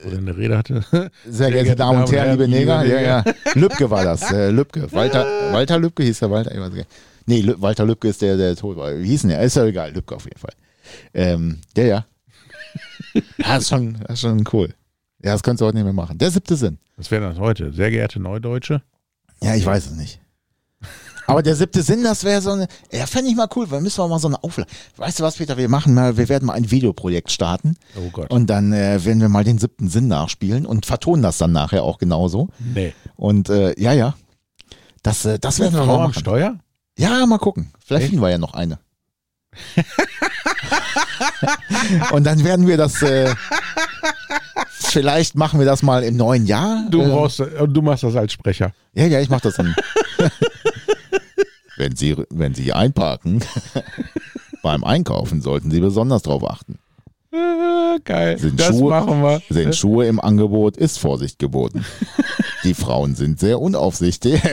Speaker 2: Wo der eine Rede hatte.
Speaker 1: sehr geehrte Damen und Herren, liebe Neger, ja,
Speaker 2: liebe
Speaker 1: ja. Lübcke war das, äh, Lübcke. Walter, Walter Lübcke hieß der Walter, ich weiß gar nicht. Nee, Lü Walter Lübcke ist der, der tot war. Wie hieß denn der? Ist ja egal, Lübcke auf jeden Fall. Ähm, der, ja. Ja, ist schon, ist schon cool. Ja, das könntest du heute nicht mehr machen. Der siebte Sinn.
Speaker 2: Was wäre das heute? Sehr geehrte Neudeutsche.
Speaker 1: Ja, ich weiß es nicht. Aber der siebte Sinn, das wäre so eine. Ja, fände ich mal cool, weil müssen wir mal so eine Auflage. Weißt du was, Peter? Wir machen mal, wir werden mal ein Videoprojekt starten
Speaker 2: Oh Gott.
Speaker 1: und dann äh, werden wir mal den siebten Sinn nachspielen und vertonen das dann nachher auch genauso.
Speaker 2: nee.
Speaker 1: Und äh, ja, ja. Das, äh, das werden wir
Speaker 2: Frau
Speaker 1: mal
Speaker 2: am
Speaker 1: machen.
Speaker 2: Steuer?
Speaker 1: Ja, mal gucken. Vielleicht
Speaker 2: Echt?
Speaker 1: finden wir ja noch eine. und dann werden wir das. Äh, vielleicht machen wir das mal im neuen Jahr.
Speaker 2: Du,
Speaker 1: Ähm,
Speaker 2: brauchst, äh, du machst das als Sprecher.
Speaker 1: ja, ja, ich mach das dann. wenn, Sie, wenn Sie einparken, beim Einkaufen sollten Sie besonders darauf achten.
Speaker 2: Äh, geil.
Speaker 1: Sind
Speaker 2: das
Speaker 1: Schuhe-
Speaker 2: machen wir. Äh.
Speaker 1: Sind Schuhe im Angebot, ist Vorsicht geboten. Die Frauen sind sehr unaufsichtig,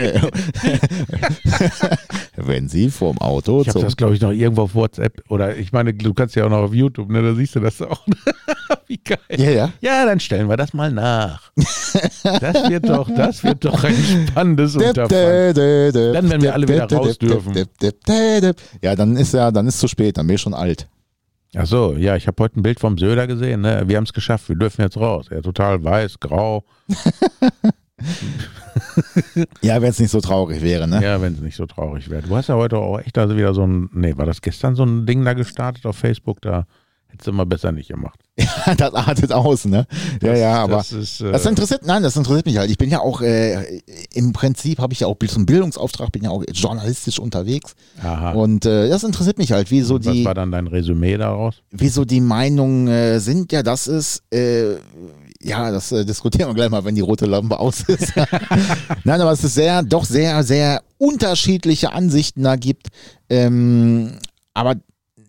Speaker 1: wenn sie vorm Auto
Speaker 2: Ich habe
Speaker 1: zum
Speaker 2: das, glaube ich, noch irgendwo auf WhatsApp oder ich meine, du kannst ja auch noch auf YouTube, ne? Da siehst du das auch. Wie geil.
Speaker 1: Ja, ja.
Speaker 2: Ja, dann stellen wir das mal nach. Das wird doch, das wird doch ein spannendes Unterfangen.
Speaker 1: Dann
Speaker 2: Dann, wenn wir alle wieder raus dürfen.
Speaker 1: Ja, dann ist ja, dann ist zu spät, dann bin ich schon alt.
Speaker 2: Ach so, ja, ich habe heute ein Bild vom Söder gesehen. Ne? Wir haben es geschafft, wir dürfen jetzt raus. Er ist total weiß, grau.
Speaker 1: Ja, wenn es nicht so traurig wäre, ne?
Speaker 2: Ja, wenn es nicht so traurig wäre. Du hast ja heute auch echt also wieder so ein, nee, war das gestern so ein Ding da gestartet auf Facebook? Da hättest du mal besser nicht gemacht.
Speaker 1: das artet aus, ne? Ja, ja, aber
Speaker 2: das ist, äh,
Speaker 1: Das interessiert, nein, das interessiert mich halt. Ich bin ja auch, äh, im Prinzip habe ich ja auch so einen Bildungsauftrag, bin ja auch journalistisch unterwegs.
Speaker 2: aha.
Speaker 1: Und äh, das interessiert mich halt, wie so
Speaker 2: Was
Speaker 1: die,
Speaker 2: war dann dein Resümee daraus?
Speaker 1: wie so die Meinungen äh, sind. Ja, das ist, äh, ja, das äh, diskutieren wir gleich mal, wenn die rote Lampe aus ist. nein, aber es ist sehr, doch sehr, sehr unterschiedliche Ansichten da gibt. Ähm, aber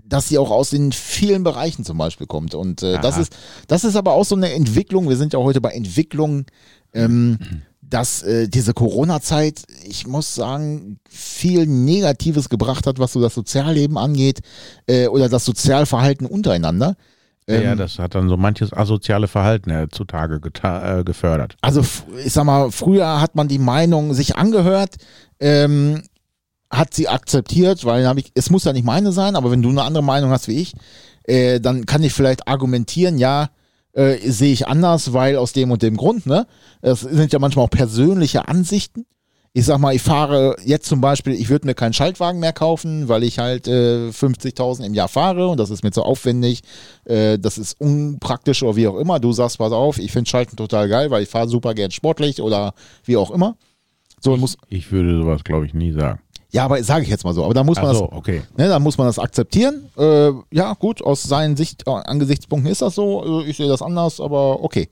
Speaker 1: dass sie auch aus den vielen Bereichen zum Beispiel kommt. Und äh, das
Speaker 2: Aha.
Speaker 1: ist, das ist aber auch so eine Entwicklung. Wir sind ja heute bei Entwicklung, ähm, dass äh, diese Corona-Zeit, ich muss sagen, viel Negatives gebracht hat, was so das Sozialleben angeht äh, oder das Sozialverhalten untereinander.
Speaker 2: Ja,
Speaker 1: Ähm,
Speaker 2: ja, das hat dann so manches asoziale Verhalten äh, zutage geta- äh, gefördert.
Speaker 1: also f- ich sag mal, früher hat man die Meinung sich angehört, ähm, hat sie akzeptiert, weil dann hab ich, es muss ja nicht meine sein, aber wenn du eine andere Meinung hast wie ich, äh, dann kann ich vielleicht argumentieren, ja, äh, sehe ich anders, weil aus dem und dem Grund, ne? Das sind ja manchmal auch persönliche Ansichten. Ich sag mal, ich fahre jetzt zum Beispiel, ich würde mir keinen Schaltwagen mehr kaufen, weil ich halt äh, 50.000 im Jahr fahre und das ist mir zu aufwendig, äh, das ist unpraktisch oder wie auch immer. Du sagst, pass auf, ich finde Schalten total geil, weil ich fahre super gern sportlich oder wie auch immer. So muss,
Speaker 2: Ich würde sowas, glaube ich, nie sagen.
Speaker 1: ja, aber sage ich jetzt mal so, aber da muss man
Speaker 2: Ach
Speaker 1: das
Speaker 2: so, okay.
Speaker 1: ne, dann muss man das akzeptieren. Äh, ja, gut, aus seinen Sicht, äh, Angesichtspunkten ist das so. Also ich sehe das anders, aber okay.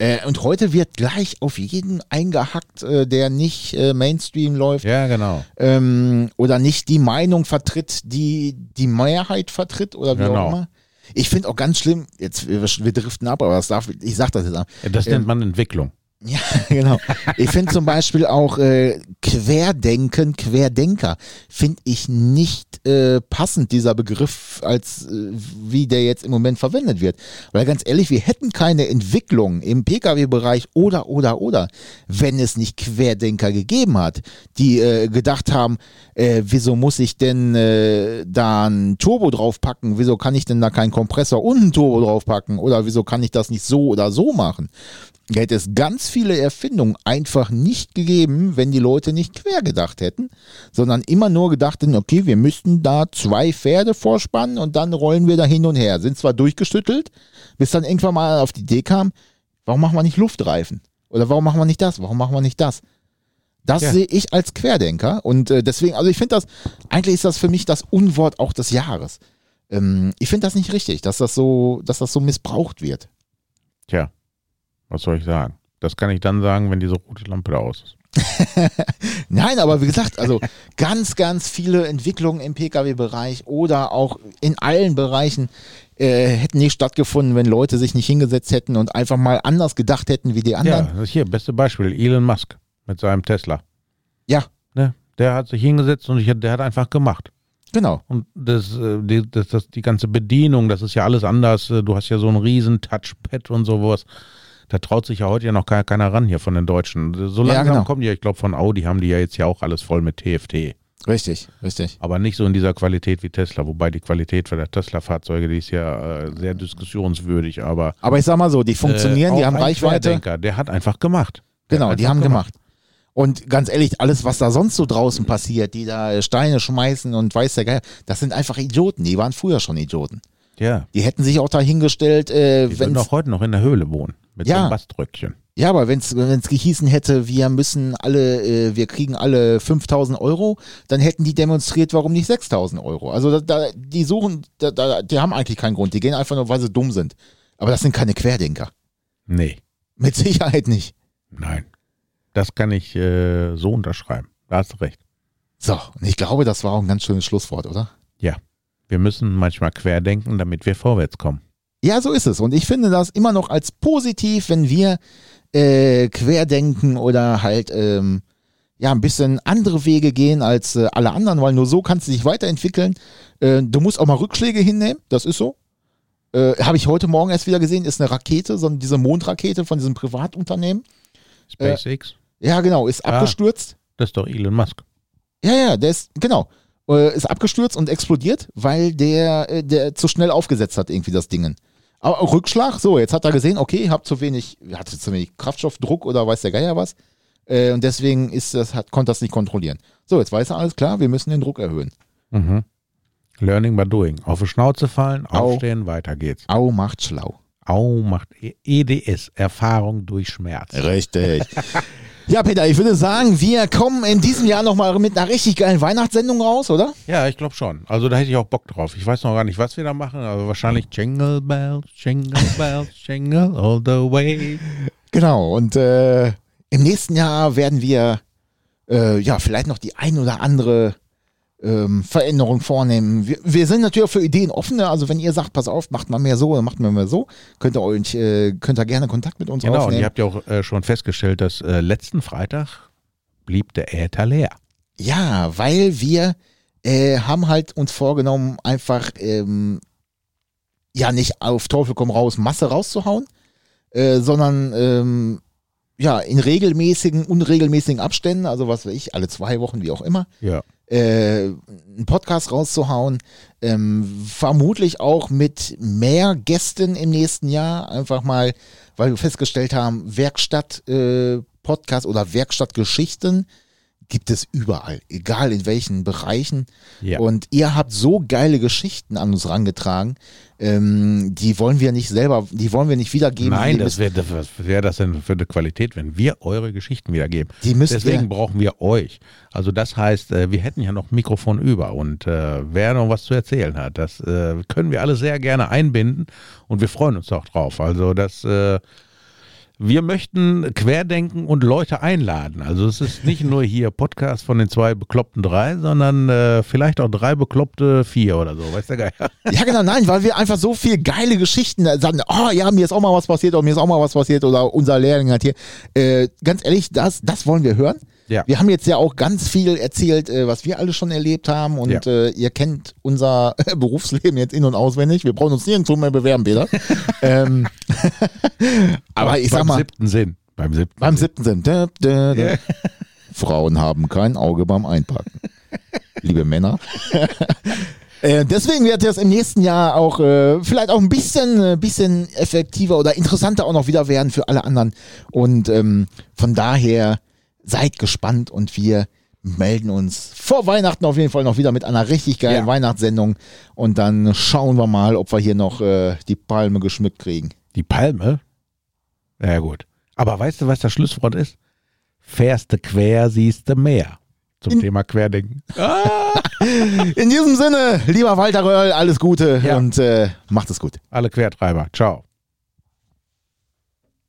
Speaker 1: Äh, und heute wird gleich auf jeden eingehackt, äh, der nicht äh, Mainstream läuft
Speaker 2: Ja, genau.
Speaker 1: ähm, oder nicht die Meinung vertritt, die die Mehrheit vertritt oder wie auch
Speaker 2: Genau.
Speaker 1: immer. Ich finde auch ganz schlimm, jetzt wir, wir driften ab, aber das darf, ich sag das jetzt an.
Speaker 2: Ja, Das
Speaker 1: Ähm,
Speaker 2: nennt man Entwicklung.
Speaker 1: Ja, genau. Ich finde zum Beispiel auch äh, Querdenken, Querdenker, finde ich nicht äh, passend, dieser Begriff, als äh, wie der jetzt im Moment verwendet wird. Weil ganz ehrlich, wir hätten keine Entwicklung im Pkw-Bereich oder, oder, oder, wenn es nicht Querdenker gegeben hat, die äh, gedacht haben, äh, wieso muss ich denn äh, da ein Turbo draufpacken? Wieso kann ich denn da keinen Kompressor und einen Turbo draufpacken? Oder wieso kann ich das nicht so oder so machen? hätte es ganz viele Erfindungen einfach nicht gegeben, wenn die Leute nicht quer gedacht hätten, sondern immer nur gedacht hätten, okay, wir müssten da zwei Pferde vorspannen und dann rollen wir da hin und her. Sind zwar durchgeschüttelt, bis dann irgendwann mal auf die Idee kam, warum machen wir nicht Luftreifen? Oder warum machen wir nicht das? Warum machen wir nicht das? Das
Speaker 2: Ja.
Speaker 1: sehe ich als Querdenker und äh, deswegen, also ich finde das, eigentlich ist das für mich das Unwort auch des Jahres. Ähm, ich finde das nicht richtig, dass das so, dass das so missbraucht wird.
Speaker 2: Tja, was soll ich sagen? Das kann ich dann sagen, wenn diese rote Lampe da aus ist.
Speaker 1: Nein, aber wie gesagt, also ganz, ganz viele Entwicklungen im Pkw-Bereich oder auch in allen Bereichen äh, hätten nicht stattgefunden, wenn Leute sich nicht hingesetzt hätten und einfach mal anders gedacht hätten wie die
Speaker 2: Ja,
Speaker 1: anderen.
Speaker 2: das ist hier, beste Beispiel, Elon Musk mit seinem Tesla.
Speaker 1: Ja,
Speaker 2: Ne? Der hat sich hingesetzt und ich, der hat einfach gemacht.
Speaker 1: genau.
Speaker 2: Und das, äh, die, das, das, die ganze Bedienung, das ist ja alles anders. Äh, Du hast ja so ein riesen Touchpad und sowas. Da traut sich ja heute ja noch ke- keiner ran hier von den Deutschen. So
Speaker 1: Ja,
Speaker 2: langsam
Speaker 1: genau.
Speaker 2: kommen die ja, ich glaube, von Audi haben die ja jetzt ja auch alles voll mit TFT.
Speaker 1: Richtig, richtig.
Speaker 2: Aber nicht so in dieser Qualität wie Tesla. Wobei die Qualität für der Tesla-Fahrzeuge, die ist ja äh, sehr diskussionswürdig. Aber
Speaker 1: Aber ich sag mal so, die funktionieren,
Speaker 2: äh,
Speaker 1: die
Speaker 2: auch
Speaker 1: haben
Speaker 2: ein
Speaker 1: Reichweite.
Speaker 2: Querdenker, Der hat einfach gemacht. Der
Speaker 1: Genau,
Speaker 2: hat
Speaker 1: die
Speaker 2: einfach
Speaker 1: haben gemacht. Und ganz ehrlich, alles, was da sonst so draußen passiert, die da äh, Steine schmeißen und weiß der Geier, das sind einfach Idioten. Die waren früher schon Idioten.
Speaker 2: Ja.
Speaker 1: Die hätten sich auch dahingestellt, äh,
Speaker 2: Die
Speaker 1: wenn
Speaker 2: würden auch heute noch in der Höhle wohnen. Mit
Speaker 1: Ja.
Speaker 2: so einem Baströckchen.
Speaker 1: Ja, aber wenn's wenn's gehießen hätte, wir müssen alle, äh, wir kriegen alle 5000 Euro, dann hätten die demonstriert, warum nicht 6000 Euro. Also da, da, die suchen, da, da, die haben eigentlich keinen Grund, die gehen einfach nur, weil sie dumm sind. Aber das sind keine Querdenker.
Speaker 2: Nee,
Speaker 1: Mit Sicherheit nicht.
Speaker 2: nein. Das kann ich äh, so unterschreiben. Da hast du recht.
Speaker 1: So, und ich glaube, das war auch ein ganz schönes Schlusswort, oder?
Speaker 2: Wir müssen manchmal querdenken, damit wir vorwärts kommen.
Speaker 1: Ja, so ist es. Und ich finde das immer noch als positiv, wenn wir äh, querdenken oder halt ähm, ja ein bisschen andere Wege gehen als äh, alle anderen, weil nur so kannst du dich weiterentwickeln. Äh, du musst auch mal Rückschläge hinnehmen, das ist so. Äh, Habe ich heute Morgen erst wieder gesehen, ist eine Rakete, so eine- diese Mondrakete von diesem Privatunternehmen. Äh.
Speaker 2: SpaceX,
Speaker 1: Ja, genau, ist
Speaker 2: Ah.
Speaker 1: abgestürzt.
Speaker 2: das ist doch Elon Musk.
Speaker 1: Ja, ja, der ist, genau. Äh, ist abgestürzt und explodiert, weil der, äh, der zu schnell aufgesetzt hat, irgendwie das Dingen. Aber auch Rückschlag, so, jetzt hat er gesehen, okay, hab zu wenig, hatte zu wenig Kraftstoffdruck oder weiß der Geier was. Äh, und deswegen ist das, hat, konnte das nicht kontrollieren. So, jetzt weiß er alles klar, wir müssen den Druck erhöhen.
Speaker 2: Mhm. Learning by doing. Auf die Schnauze fallen,
Speaker 1: Au.
Speaker 2: aufstehen, weiter geht's.
Speaker 1: Au macht schlau.
Speaker 2: Au macht E- EDS, Erfahrung durch Schmerz.
Speaker 1: Richtig. ja, Peter, ich würde sagen, wir kommen in diesem Jahr nochmal mit einer richtig geilen Weihnachtssendung raus, oder?
Speaker 2: Ja, ich glaube schon. Also da hätte ich auch Bock drauf. Ich weiß noch gar nicht, was wir da machen, aber wahrscheinlich Jingle Bells, Jingle Bells, Jingle all the way.
Speaker 1: Genau, und äh, im nächsten Jahr werden wir äh, ja vielleicht noch die ein oder andere ähm, Veränderung vornehmen. Wir, wir sind natürlich auch für Ideen offen. ne? Also wenn ihr sagt, pass auf, macht mal mehr so oder macht mal mehr so, könnt ihr euch, äh, könnt ihr gerne Kontakt mit uns
Speaker 2: Genau, und ihr
Speaker 1: aufnehmen.
Speaker 2: habt ja auch äh, schon festgestellt, dass äh, letzten Freitag blieb der Äther leer.
Speaker 1: Ja, weil wir äh, haben halt uns vorgenommen, einfach ähm, ja nicht auf Teufel komm raus Masse rauszuhauen, äh, sondern ähm, ja in regelmäßigen, unregelmäßigen Abständen, also was weiß ich, alle zwei Wochen, wie auch immer,
Speaker 2: Ja.
Speaker 1: äh, einen Podcast rauszuhauen. Ähm, vermutlich auch mit mehr Gästen im nächsten Jahr. Einfach mal, weil wir festgestellt haben, Werkstatt-Podcast oder Werkstattgeschichten gibt es überall, egal in welchen Bereichen.
Speaker 2: Ja.
Speaker 1: Und ihr habt so geile Geschichten an uns rangetragen. Ähm, die wollen wir nicht selber, die wollen wir nicht wiedergeben.
Speaker 2: Nein,
Speaker 1: die
Speaker 2: das
Speaker 1: müssen,
Speaker 2: wäre das, was wär das denn für eine Qualität, wenn wir eure Geschichten wiedergeben.
Speaker 1: die müssen
Speaker 2: Deswegen
Speaker 1: wir,
Speaker 2: brauchen wir euch. Also das heißt, äh, wir hätten ja noch ein Mikrofon über und äh, wer noch was zu erzählen hat, das äh, können wir alle sehr gerne einbinden und wir freuen uns auch drauf. Also das, äh, wir möchten querdenken und Leute einladen. Also es ist nicht nur hier Podcast von den zwei bekloppten drei, sondern äh, vielleicht auch drei bekloppte vier oder so. Weißt du geil?
Speaker 1: Ja, genau, nein, weil wir einfach so viel geile Geschichten da sagen, oh ja, mir ist auch mal was passiert oder mir ist auch mal was passiert oder unser Lehrling hat hier. Äh, ganz ehrlich, das, das wollen wir hören.
Speaker 2: Ja.
Speaker 1: Wir haben jetzt ja auch ganz viel erzählt, äh, was wir alle schon erlebt haben und
Speaker 2: Ja.
Speaker 1: äh, ihr kennt unser Berufsleben jetzt in- und auswendig. Wir brauchen uns nirgendwo mehr bewerben, Peter. ähm, aber ich sag
Speaker 2: beim
Speaker 1: mal,
Speaker 2: siebten Sinn. Beim siebten.
Speaker 1: beim
Speaker 2: Sinn.
Speaker 1: siebten Sinn. Dä, dä, dä. Frauen haben kein Auge beim Einpacken. Liebe Männer. Äh, Deswegen wird das im nächsten Jahr auch äh, vielleicht auch ein bisschen, äh, bisschen effektiver oder interessanter auch noch wieder werden für alle anderen. Und ähm, von daher seid gespannt und wir melden uns vor Weihnachten auf jeden Fall noch wieder mit einer richtig geilen
Speaker 2: Ja.
Speaker 1: Weihnachtssendung. Und dann schauen wir mal, ob wir hier noch äh, die Palme geschmückt kriegen.
Speaker 2: Die Palme? Na ja, gut. Aber weißt du, was das Schlusswort ist? Fährst du quer, siehst du mehr. Zum
Speaker 1: In-
Speaker 2: Thema Querdenken.
Speaker 1: In diesem Sinne, lieber Walter Röhrl, alles Gute
Speaker 2: Ja.
Speaker 1: und äh, macht es gut.
Speaker 2: Alle Quertreiber. Ciao.